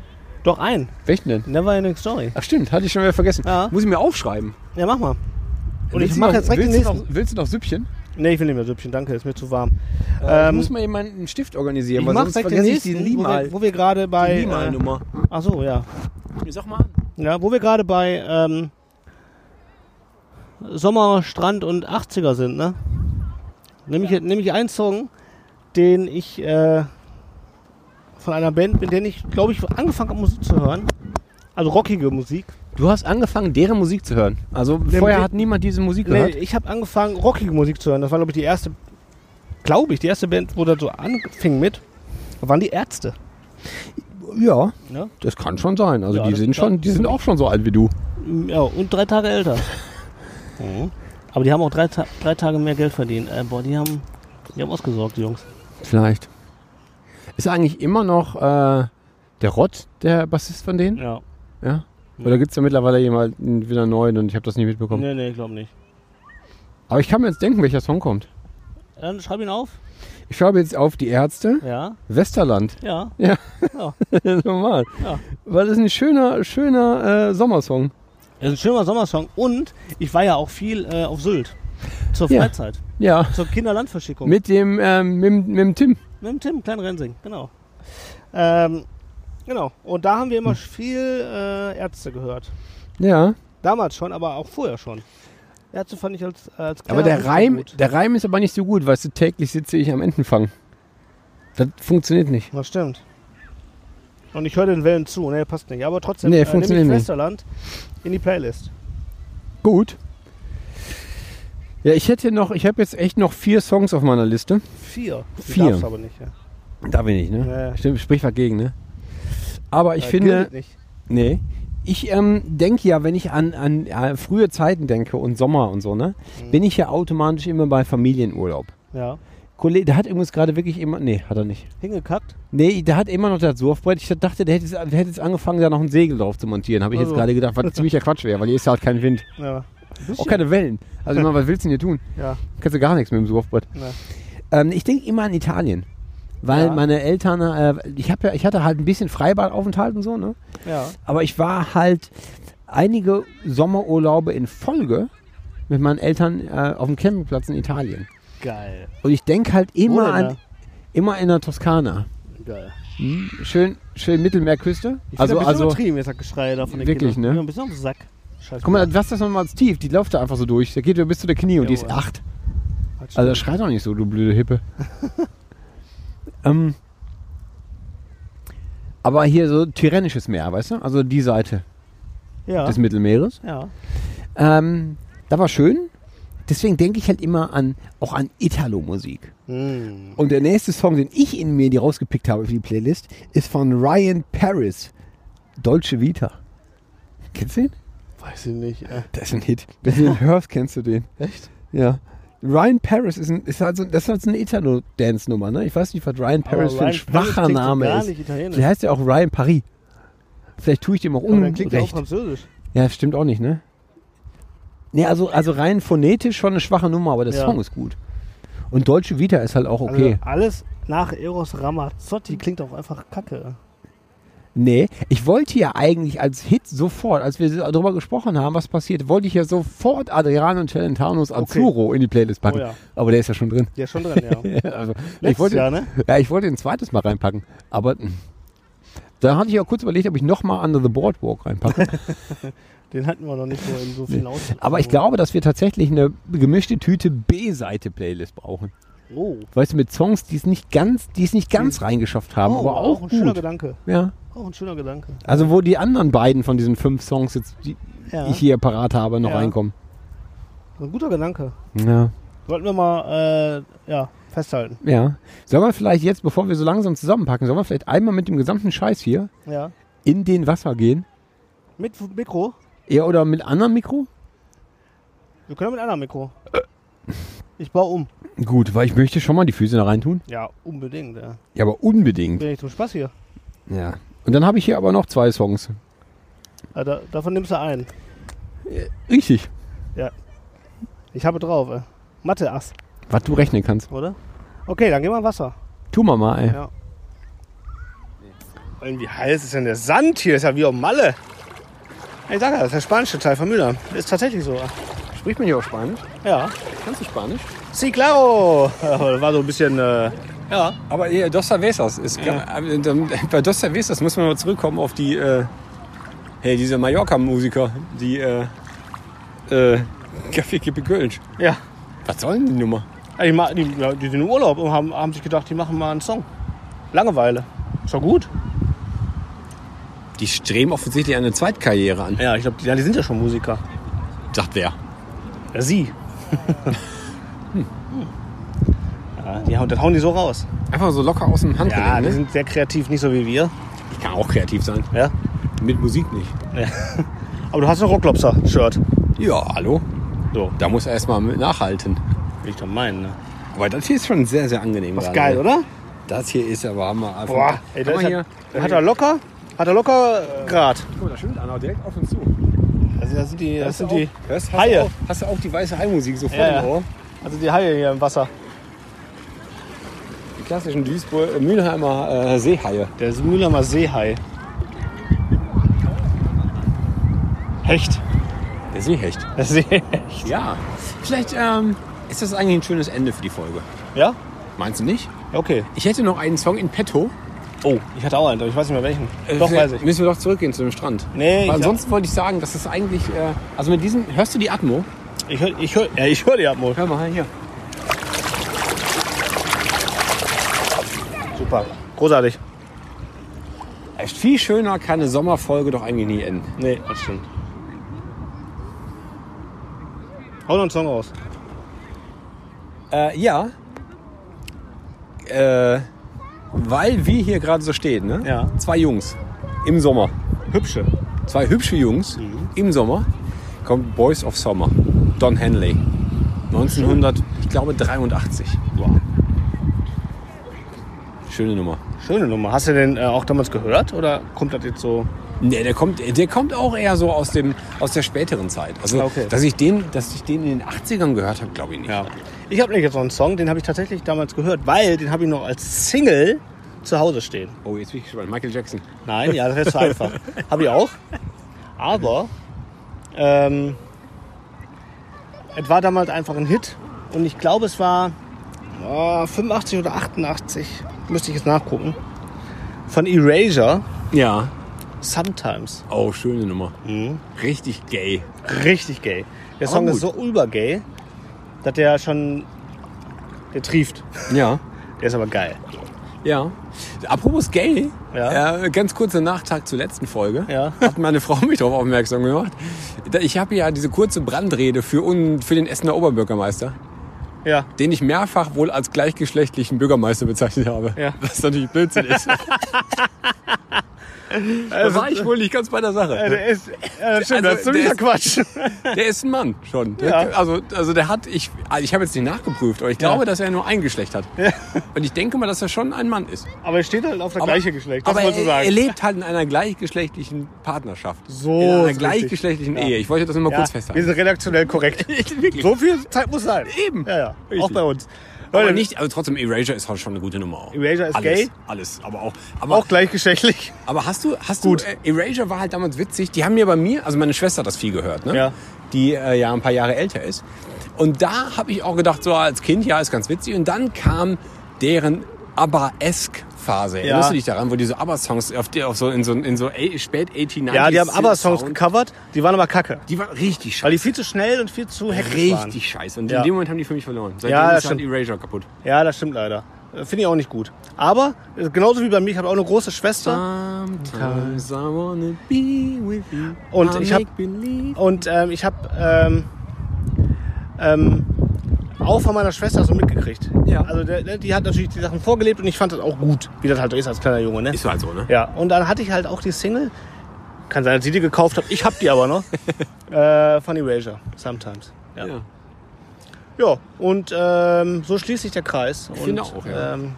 [SPEAKER 2] Doch ein.
[SPEAKER 3] Welchen denn?
[SPEAKER 2] Never Ending Story.
[SPEAKER 3] Ach stimmt, hatte ich schon wieder vergessen.
[SPEAKER 2] Ja.
[SPEAKER 3] Muss ich mir aufschreiben.
[SPEAKER 2] Ja, mach mal. Und
[SPEAKER 3] Willst
[SPEAKER 2] ich
[SPEAKER 3] du
[SPEAKER 2] mache
[SPEAKER 3] noch-
[SPEAKER 2] jetzt direkt den
[SPEAKER 3] willst du,
[SPEAKER 2] nächsten.
[SPEAKER 3] noch, willst du noch Süppchen?
[SPEAKER 2] Nee, ich will nicht mehr Süppchen, danke, ist mir zu warm.
[SPEAKER 3] Äh, ich
[SPEAKER 2] Ähm,
[SPEAKER 3] muss mal eben einen Stift organisieren,
[SPEAKER 2] ich
[SPEAKER 3] weil
[SPEAKER 2] mach
[SPEAKER 3] sonst
[SPEAKER 2] direkt den
[SPEAKER 3] vergesse ich die
[SPEAKER 2] nächsten, wo wir,
[SPEAKER 3] Limal.
[SPEAKER 2] wo wir gerade bei. Äh,
[SPEAKER 4] Lima-Nummer.
[SPEAKER 2] ach so, ja.
[SPEAKER 4] Sag mal an.
[SPEAKER 2] Ja, wo wir gerade bei ähm, Sommer, Strand und 80er sind, ne? Nehme ich, nehm ich einen Song, den ich äh, von einer Band, mit der ich, glaube ich, angefangen habe, Musik zu hören. Also rockige Musik.
[SPEAKER 3] Du hast angefangen, deren Musik zu hören. Also vorher
[SPEAKER 2] wir-
[SPEAKER 3] hat niemand diese Musik
[SPEAKER 2] Nee,
[SPEAKER 3] gehört.
[SPEAKER 2] ich habe angefangen, rockige Musik zu hören. Das war, glaube ich, die erste, glaube ich, die erste Band, wo das so anfing mit, waren die Ärzte.
[SPEAKER 3] Ja,
[SPEAKER 2] Ja.
[SPEAKER 3] das kann schon sein. Also
[SPEAKER 2] Ja,
[SPEAKER 3] die
[SPEAKER 2] das-
[SPEAKER 3] sind schon, die sind auch schon so alt wie du.
[SPEAKER 2] Ja, und drei Tage älter. [laughs] Mhm. Aber die haben auch drei, Ta drei Tage mehr Geld verdient. Äh, boah, die haben, die haben ausgesorgt, die Jungs.
[SPEAKER 3] Vielleicht. Ist eigentlich immer noch äh, der Rott der Bassist von denen?
[SPEAKER 2] Ja.
[SPEAKER 3] Ja. Oder gibt es da mittlerweile jemanden wieder einen neuen und ich habe das nicht mitbekommen?
[SPEAKER 2] Nee, nee, ich glaube nicht.
[SPEAKER 3] Aber ich kann mir jetzt denken, welcher Song kommt.
[SPEAKER 2] Dann schreib ihn auf.
[SPEAKER 3] Ich schreibe jetzt auf die Ärzte.
[SPEAKER 2] Ja, [laughs]
[SPEAKER 3] Westerland.
[SPEAKER 2] ja.
[SPEAKER 3] Das ist
[SPEAKER 2] Also,
[SPEAKER 3] Normal.
[SPEAKER 2] Ja.
[SPEAKER 3] Weil das ist ein schöner, schöner äh, Sommersong.
[SPEAKER 2] Das ist ein schöner Sommersong. Und ich war ja auch viel äh, auf Sylt. Zur
[SPEAKER 3] Ja.
[SPEAKER 2] Freizeit.
[SPEAKER 3] Ja.
[SPEAKER 2] Zur Kinderlandverschickung.
[SPEAKER 3] Mit dem, ähm, mit, dem- mit dem Tim.
[SPEAKER 2] Mit dem Tim, kleinen Rensing, genau. Ähm, genau. Und da haben wir immer viel äh, Ärzte gehört.
[SPEAKER 3] Ja.
[SPEAKER 2] Damals schon, aber auch vorher schon. Ärzte fand ich als, als kleiner
[SPEAKER 3] Aber
[SPEAKER 2] nicht
[SPEAKER 3] der
[SPEAKER 2] so
[SPEAKER 3] Reim,
[SPEAKER 2] gut.
[SPEAKER 3] der Reim ist aber nicht so gut, weißt du, täglich sitze ich am Entenfang. Das funktioniert nicht.
[SPEAKER 2] Das stimmt. Und ich höre den Wellen zu, ne, passt nicht. Aber trotzdem
[SPEAKER 3] Nee,
[SPEAKER 2] äh, nehme
[SPEAKER 3] funktioniert
[SPEAKER 2] ich
[SPEAKER 3] nicht.
[SPEAKER 2] Westerland in die Playlist.
[SPEAKER 3] Gut. Ja, ich hätte noch, ich habe jetzt echt noch vier Songs auf meiner Liste.
[SPEAKER 2] Vier. Du
[SPEAKER 3] Vier.
[SPEAKER 2] darfst aber nicht. Ja.
[SPEAKER 3] Da bin ich, ne?
[SPEAKER 2] Ja, ja.
[SPEAKER 3] Stimmt, sprich dagegen, ne? Aber ich
[SPEAKER 2] Äh,
[SPEAKER 3] finde,
[SPEAKER 2] gilt Nicht.
[SPEAKER 3] Nee. Ich ähm, denke ja, wenn ich an, an äh, frühe Zeiten denke und Sommer und so, ne,
[SPEAKER 2] Mhm.
[SPEAKER 3] bin ich ja automatisch immer bei Familienurlaub.
[SPEAKER 2] Ja.
[SPEAKER 3] Kollege, der hat übrigens gerade wirklich immer. Nee, hat er nicht.
[SPEAKER 2] Hingekackt.
[SPEAKER 3] Nee, der hat immer noch das Surfbrett. Ich dachte, der hätte, jetzt- der hätte jetzt angefangen, da noch ein Segel drauf zu montieren. Habe ich jetzt
[SPEAKER 2] Also.
[SPEAKER 3] gerade
[SPEAKER 2] [laughs]
[SPEAKER 3] gedacht, was ziemlicher Quatsch wäre, weil hier ist halt kein Wind.
[SPEAKER 2] Ja.
[SPEAKER 3] Auch keine Wellen. Also, ich meine, was willst du denn hier tun?
[SPEAKER 2] Ja.
[SPEAKER 3] Kannst du gar nichts mit dem Surfbrett.
[SPEAKER 2] Nee.
[SPEAKER 3] Ähm, ich denke immer an Italien. Weil
[SPEAKER 2] Ja.
[SPEAKER 3] meine Eltern, äh, ich, hab ja, ich hatte halt ein bisschen Freibadaufenthalt und so, ne?
[SPEAKER 2] ja.
[SPEAKER 3] Aber ich war halt einige Sommerurlaube in Folge mit meinen Eltern äh, auf dem Campingplatz in Italien.
[SPEAKER 2] Geil.
[SPEAKER 3] Und ich denke halt
[SPEAKER 2] Wo
[SPEAKER 3] immer
[SPEAKER 2] denn
[SPEAKER 3] an immer in der Toskana.
[SPEAKER 2] da? Geil.
[SPEAKER 3] Schön, schön Mittelmeerküste.
[SPEAKER 2] Ich find
[SPEAKER 3] Also,
[SPEAKER 2] ein bisschen
[SPEAKER 3] also,
[SPEAKER 2] übertrieben jetzt das Geschrei da von den
[SPEAKER 3] Wirklich,
[SPEAKER 2] Kindern.
[SPEAKER 3] ne?
[SPEAKER 2] Ja, ein bisschen auf den Sack. Scheiße.
[SPEAKER 3] guck mal, das- was das nochmal als tief. Die läuft da einfach so durch. Da geht ja bis zu der Knie und die ist
[SPEAKER 2] Jawohl.
[SPEAKER 3] acht. Also schreit doch nicht so, du blöde
[SPEAKER 2] [laughs]
[SPEAKER 3] Hippe. ähm, aber hier so tyrannisches Meer, weißt du? Also die Seite
[SPEAKER 2] ja.
[SPEAKER 3] des Mittelmeeres.
[SPEAKER 2] ja.
[SPEAKER 3] Ähm, da war schön. Deswegen denke ich halt immer an auch an Italo-Musik.
[SPEAKER 2] Hm.
[SPEAKER 3] Und der nächste Song, den ich in mir die rausgepickt habe für die Playlist, ist von Ryan Paris, Dolce Vita. Kennst du den?
[SPEAKER 2] Weiß ich nicht. Äh,
[SPEAKER 3] Das ist ein Hit. Wenn du den hörst, kennst du den.
[SPEAKER 2] echt?
[SPEAKER 3] Ja. Ryan Paris ist, ein, ist halt so, das ist halt so eine Italo-Dance-Nummer, ne? Ich weiß nicht, was Ryan Paris für ein schwacher Name
[SPEAKER 2] gar
[SPEAKER 3] ist.
[SPEAKER 2] Nicht italienisch.
[SPEAKER 3] Der heißt ja auch Ryan Paris. Vielleicht tue ich dem auch
[SPEAKER 2] Aber dann klingt er auch
[SPEAKER 3] Unrecht.
[SPEAKER 2] französisch.
[SPEAKER 3] Ja, stimmt auch nicht, ne? Nee, also, also rein phonetisch schon eine schwache Nummer, aber der
[SPEAKER 2] Ja.
[SPEAKER 3] Song ist gut. Und Deutsche Vita ist halt auch okay.
[SPEAKER 2] Also alles nach Eros Ramazzotti klingt auch einfach kacke.
[SPEAKER 3] nee, ich wollte ja eigentlich als Hit sofort, als wir darüber gesprochen haben, was passiert, wollte ich ja sofort Adriano Celentanos Azzurro in die Playlist packen.
[SPEAKER 2] Oh ja.
[SPEAKER 3] Aber der ist ja schon drin.
[SPEAKER 2] Ja, schon drin, [laughs] ja.
[SPEAKER 3] [laughs] also, ich
[SPEAKER 2] Letztes
[SPEAKER 3] wollte,
[SPEAKER 2] Jahr, ne?
[SPEAKER 3] ja, ich wollte ein zweites Mal reinpacken, aber mh. da hatte ich auch kurz überlegt, ob ich nochmal Under the Boardwalk reinpacke.
[SPEAKER 2] [laughs] Den hatten wir noch nicht so in so vielen Ausgaben.
[SPEAKER 3] aber ich glaube, dass wir tatsächlich eine gemischte Tüte B-Seite-Playlist brauchen.
[SPEAKER 2] Oh,
[SPEAKER 3] weißt du, mit Songs, die es nicht ganz, die es nicht ganz reingeschafft haben,
[SPEAKER 2] oh
[SPEAKER 3] aber auch,
[SPEAKER 2] ein schöner
[SPEAKER 3] gut.
[SPEAKER 2] Gedanke.
[SPEAKER 3] Ja.
[SPEAKER 2] Auch ein schöner Gedanke.
[SPEAKER 3] Also wo die anderen beiden von diesen fünf Songs jetzt, die
[SPEAKER 2] Ja.
[SPEAKER 3] ich hier parat habe, noch
[SPEAKER 2] Ja.
[SPEAKER 3] reinkommen.
[SPEAKER 2] Ein guter Gedanke.
[SPEAKER 5] Ja.
[SPEAKER 2] Sollten wir mal äh, ja, festhalten.
[SPEAKER 5] ja. Sollen wir vielleicht jetzt, bevor wir so langsam zusammenpacken, sollen wir vielleicht einmal mit dem gesamten Scheiß hier
[SPEAKER 2] Ja.
[SPEAKER 5] in den Wasser gehen?
[SPEAKER 2] Mit F- Mikro?
[SPEAKER 5] Ja, oder mit anderem Mikro?
[SPEAKER 2] Wir können mit anderem
[SPEAKER 3] [laughs]
[SPEAKER 2] Mikro. Ich baue um.
[SPEAKER 5] Gut, weil ich möchte schon mal die Füße da reintun.
[SPEAKER 2] Ja, unbedingt. Ja.
[SPEAKER 5] Ja, aber unbedingt.
[SPEAKER 2] Bin ich zum Spaß hier.
[SPEAKER 5] Ja. Und dann habe ich hier aber noch zwei Songs.
[SPEAKER 2] Ja, da, davon nimmst du einen.
[SPEAKER 5] Richtig.
[SPEAKER 2] Ich habe drauf. Äh. Mathe Ass,
[SPEAKER 5] Was du rechnen kannst.
[SPEAKER 2] oder? Okay, dann gehen wir in Wasser.
[SPEAKER 5] Tu mal mal, ey.
[SPEAKER 2] Ja.
[SPEAKER 6] Wie heiß ist denn der Sand hier? Ist ja wie auf Malle.
[SPEAKER 2] Ich sag ja, das ist der spanische Teil von Müller. Ist tatsächlich so.
[SPEAKER 5] Spricht man hier auch Spanisch?
[SPEAKER 2] Ja.
[SPEAKER 5] Kannst du Spanisch?
[SPEAKER 2] Sí, claro. [laughs] Aber War so ein bisschen. Äh, ja.
[SPEAKER 3] Aber eh, Dos Cervezas ist. äh, dann- Bei Dos Cervezas muss man mal zurückkommen auf die. Äh, hey, diese Mallorca-Musiker, die. Äh, äh, Kaffee Kippe Kölsch.
[SPEAKER 2] Ja.
[SPEAKER 3] Was soll denn die Nummer?
[SPEAKER 2] Ich mag, die, ja, die sind im Urlaub und haben, haben sich gedacht, die machen mal einen Song. Langeweile. Ist doch gut.
[SPEAKER 3] Die streben offensichtlich eine Zweitkarriere an.
[SPEAKER 2] Ja, ich glaube, die, ja, die sind ja schon Musiker.
[SPEAKER 3] Sagt wer?
[SPEAKER 2] Ja, sie. [laughs] Ja, die, hauen- das hauen die so raus.
[SPEAKER 3] Einfach so locker aus dem Handgelenk.
[SPEAKER 2] Ja, die
[SPEAKER 3] ne?
[SPEAKER 2] sind sehr kreativ, nicht so wie wir.
[SPEAKER 3] Ich kann auch kreativ sein.
[SPEAKER 2] Ja.
[SPEAKER 3] Mit Musik nicht.
[SPEAKER 2] Aber du hast ein Rocklobster-Shirt.
[SPEAKER 3] Ja, hallo.
[SPEAKER 2] So.
[SPEAKER 3] Da muss er erstmal mit nachhalten.
[SPEAKER 2] Will ich doch meinen, ne?
[SPEAKER 3] Aber das hier ist schon sehr, sehr angenehm.
[SPEAKER 2] Das ist
[SPEAKER 3] gerade.
[SPEAKER 2] geil, oder?
[SPEAKER 3] Das hier ist aber Hammer.
[SPEAKER 2] Boah, ey, das
[SPEAKER 3] Kann man
[SPEAKER 2] ist ja-
[SPEAKER 3] hier.
[SPEAKER 2] Hat er locker, hat er locker Grad.
[SPEAKER 3] Guck mal, da schwimmt einer direkt auf uns zu.
[SPEAKER 2] Also das sind die, das sind die,
[SPEAKER 3] Hörst, hast,
[SPEAKER 2] Haie.
[SPEAKER 3] Du auch, hast du auch die weiße Haimusik sofort
[SPEAKER 2] Ja, ja.
[SPEAKER 3] im Ohr?
[SPEAKER 2] also die Haie hier im Wasser.
[SPEAKER 3] Die klassischen Duisburg, äh, Mülheimer äh, Seehaie.
[SPEAKER 2] Der Mühlheimer Seehai. Hecht.
[SPEAKER 3] Der Seehecht.
[SPEAKER 2] Der Seehecht.
[SPEAKER 3] Ja. Vielleicht ähm, ist das eigentlich ein schönes Ende für die Folge.
[SPEAKER 2] Ja?
[SPEAKER 3] Meinst du nicht?
[SPEAKER 2] Ja, Okay.
[SPEAKER 3] Ich hätte noch einen Song in petto.
[SPEAKER 2] Oh, ich hatte auch einen, aber ich weiß nicht mehr welchen. Doch,
[SPEAKER 3] Äh, vielleicht
[SPEAKER 2] weiß ich.
[SPEAKER 3] Müssen wir doch zurückgehen zu dem Strand.
[SPEAKER 2] Nee, ich-
[SPEAKER 3] Weil ansonsten wollte ich sagen, dass es eigentlich. Äh, also mit diesem. Hörst du die Atmo?
[SPEAKER 2] Ich höre ich hör, ja, ich hör die Abmod.
[SPEAKER 3] Hör mal hier.
[SPEAKER 2] Super. Großartig.
[SPEAKER 3] Echt viel schöner kann eine Sommerfolge doch eigentlich nie enden.
[SPEAKER 2] Nee, das stimmt. Hau noch einen Song raus.
[SPEAKER 3] Äh, ja. Äh, weil wir hier gerade so stehen, ne?
[SPEAKER 2] Ja.
[SPEAKER 3] Zwei Jungs im Sommer.
[SPEAKER 2] Hübsche.
[SPEAKER 3] Zwei hübsche Jungs
[SPEAKER 2] Mhm.
[SPEAKER 3] im Sommer. Kommt Boys of Summer. Don Henley. 1900, ich glaube 83.
[SPEAKER 2] Wow.
[SPEAKER 3] Schöne Nummer.
[SPEAKER 2] Schöne Nummer. Hast du den äh, auch damals gehört oder kommt das jetzt so?
[SPEAKER 3] Nee, der kommt, der kommt auch eher so aus, dem, aus der späteren Zeit. Also,
[SPEAKER 2] Okay.
[SPEAKER 3] dass, ich den, dass ich den in den 80ern gehört habe, glaube ich nicht.
[SPEAKER 2] Ja. Ich habe nämlich jetzt noch einen Song, den habe ich tatsächlich damals gehört, weil den habe ich noch als Single zu Hause stehen.
[SPEAKER 3] Oh, jetzt bin ich gespannt. Michael Jackson.
[SPEAKER 2] Nein, ja, das wäre zu einfach. Habe ich auch. Aber ähm, es war damals einfach ein Hit und ich glaube, es war oh, 85 oder 88, müsste ich jetzt nachgucken, von Erasure,
[SPEAKER 3] Ja.
[SPEAKER 2] Sometimes.
[SPEAKER 3] Oh, schöne Nummer.
[SPEAKER 2] Mhm.
[SPEAKER 3] Richtig gay.
[SPEAKER 2] Richtig gay. Der Song ist so übergay, dass der schon, der trieft.
[SPEAKER 3] Ja.
[SPEAKER 2] Der ist aber geil.
[SPEAKER 3] Ja. Apropos gay,
[SPEAKER 2] Ja.
[SPEAKER 3] äh, ganz kurzer Nachtrag zur letzten Folge.
[SPEAKER 2] Ja.
[SPEAKER 3] [laughs] Hat meine Frau mich darauf aufmerksam gemacht. Da- Ich habe ja diese kurze Brandrede für, un, für den Essener Oberbürgermeister,
[SPEAKER 2] Ja.
[SPEAKER 3] den ich mehrfach wohl als gleichgeschlechtlichen Bürgermeister bezeichnet habe.
[SPEAKER 2] Ja.
[SPEAKER 3] Was natürlich
[SPEAKER 2] [laughs]
[SPEAKER 3] Blödsinn ist. da war ich wohl nicht ganz bei der Sache.
[SPEAKER 2] Der ist, ja, das stimmt,
[SPEAKER 3] Also,
[SPEAKER 2] das ist ziemlicher
[SPEAKER 3] der
[SPEAKER 2] Quatsch.
[SPEAKER 3] Der ist ein Mann schon.
[SPEAKER 2] Ja.
[SPEAKER 3] Der, also, also der hat, ich, also ich habe jetzt nicht nachgeprüft, aber ich glaube, dass er nur ein Geschlecht hat. Und ich denke mal, dass er schon ein Mann ist.
[SPEAKER 2] [laughs] Aber er steht halt auf der
[SPEAKER 3] Aber-
[SPEAKER 2] gleichen Geschlecht, das
[SPEAKER 3] Aber
[SPEAKER 2] muss man so
[SPEAKER 3] er,
[SPEAKER 2] sagen.
[SPEAKER 3] er lebt halt in einer gleichgeschlechtlichen Partnerschaft.
[SPEAKER 2] So
[SPEAKER 3] In
[SPEAKER 2] ist
[SPEAKER 3] einer
[SPEAKER 2] richtig.
[SPEAKER 3] gleichgeschlechtlichen Ehe. Ich wollte das nur mal
[SPEAKER 2] ja,
[SPEAKER 3] kurz
[SPEAKER 2] wir
[SPEAKER 3] festhalten.
[SPEAKER 2] sind redaktionell korrekt.
[SPEAKER 3] [laughs] Wirklich.
[SPEAKER 2] So viel Zeit muss sein.
[SPEAKER 3] Eben.
[SPEAKER 2] Ja, ja. Auch
[SPEAKER 3] Richtig.
[SPEAKER 2] bei uns.
[SPEAKER 3] aber
[SPEAKER 2] Leute,
[SPEAKER 3] nicht, aber trotzdem, Erasure ist halt schon eine gute Nummer. Auch.
[SPEAKER 2] Erasure ist
[SPEAKER 3] alles,
[SPEAKER 2] gay?
[SPEAKER 3] Alles, aber auch. Aber,
[SPEAKER 2] auch gleichgeschlechtlich.
[SPEAKER 3] aber hast du, hast
[SPEAKER 2] Gut.
[SPEAKER 3] du, äh, Erasure war halt damals witzig. Die haben mir bei mir, also meine Schwester hat das viel gehört, ne?
[SPEAKER 2] Ja.
[SPEAKER 3] Die äh, ja ein paar Jahre älter ist. Und da habe ich auch gedacht, so als Kind, ja, ist ganz witzig. Und dann kam deren ABBA-esque Phase. Erinnerst du dich daran, wo diese ABBA-Songs auf, die- auf so, in so, in so ey- spät 1890s
[SPEAKER 2] Ja, die haben ABBA-Songs
[SPEAKER 3] Sound-
[SPEAKER 2] gecovert, die waren aber kacke.
[SPEAKER 3] Die war richtig
[SPEAKER 2] Weil
[SPEAKER 3] scheiße.
[SPEAKER 2] die viel zu schnell und viel zu hektisch waren.
[SPEAKER 3] Richtig scheiße. Und
[SPEAKER 2] Ja.
[SPEAKER 3] in dem Moment haben die für mich verloren. Seitdem
[SPEAKER 2] Ja, das
[SPEAKER 3] ist halt Erasure kaputt.
[SPEAKER 2] Ja, das stimmt leider. Äh, Finde ich auch nicht gut. Aber äh, genauso wie bei mir, ich habe auch eine große Schwester.
[SPEAKER 3] Sometimes I wanna be with you.
[SPEAKER 2] Und
[SPEAKER 3] I
[SPEAKER 2] ich hab-
[SPEAKER 3] Ah. make believe.
[SPEAKER 2] Und ähm, ich habe ähm, ähm, auch von meiner Schwester so mitgekriegt.
[SPEAKER 3] Ja.
[SPEAKER 2] Also der, ne, die hat natürlich die Sachen vorgelebt und ich fand das auch gut, wie das halt so ist als kleiner Junge. Ne?
[SPEAKER 3] Ist halt so, ne?
[SPEAKER 2] Ja, und dann hatte ich halt auch die Single. Kann sein, dass sie die gekauft hat. Ich hab die aber
[SPEAKER 3] [laughs]
[SPEAKER 2] noch. äh, von Erasure, sometimes. Ja.
[SPEAKER 3] Ja.
[SPEAKER 2] Ja, und ähm, so schließt sich der Kreis. Und,
[SPEAKER 3] finde auch, ja.
[SPEAKER 2] ähm,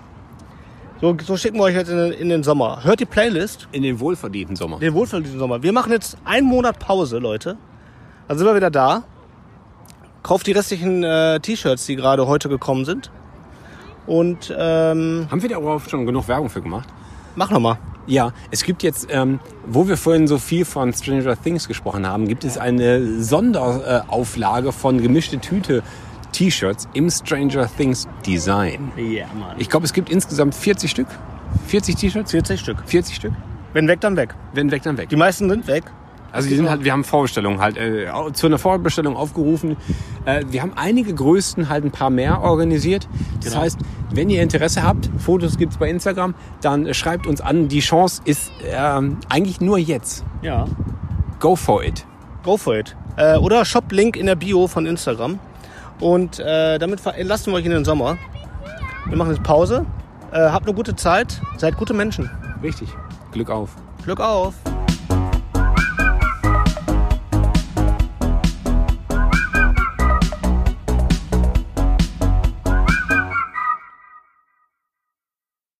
[SPEAKER 2] so, so schicken wir euch jetzt in den, in den Sommer. Hört die Playlist,
[SPEAKER 3] In den wohlverdienten Sommer.
[SPEAKER 2] den wohlverdienten Sommer. Wir machen jetzt einen Monat Pause, Leute. Dann sind wir wieder da. Kauft die restlichen äh, T-Shirts, die gerade heute gekommen sind. Und ähm,
[SPEAKER 3] Haben wir da überhaupt schon genug Werbung für gemacht?
[SPEAKER 2] mach nochmal.
[SPEAKER 3] Ja, es gibt jetzt, ähm, wo wir vorhin so viel von Stranger Things gesprochen haben, gibt es eine Sonderauflage von gemischte Tüte T-Shirts im Stranger Things Design.
[SPEAKER 2] Ja, yeah, Mann.
[SPEAKER 3] Ich glaube, es gibt insgesamt 40 Stück. 40 T-Shirts?
[SPEAKER 2] 40 Stück.
[SPEAKER 3] 40 Stück?
[SPEAKER 2] Wenn weg, dann weg.
[SPEAKER 3] Wenn weg, dann weg.
[SPEAKER 2] Die meisten sind weg.
[SPEAKER 3] Also die sind halt, wir haben Vorbestellungen halt äh, zu einer Vorbestellung aufgerufen. Äh, wir haben einige Größten halt ein paar mehr organisiert. Das heißt, wenn ihr Interesse habt, Fotos gibt's bei Instagram, dann äh, schreibt uns an. Die Chance ist ähm, eigentlich nur jetzt.
[SPEAKER 2] Ja.
[SPEAKER 3] Go for it.
[SPEAKER 2] Go for it. Äh, oder Shop-Link in der Bio von Instagram. Und äh, damit verlassen wir euch in den Sommer. Wir machen jetzt Pause. Äh, habt eine gute Zeit. Seid gute Menschen.
[SPEAKER 3] Richtig. Glück auf.
[SPEAKER 2] Glück auf.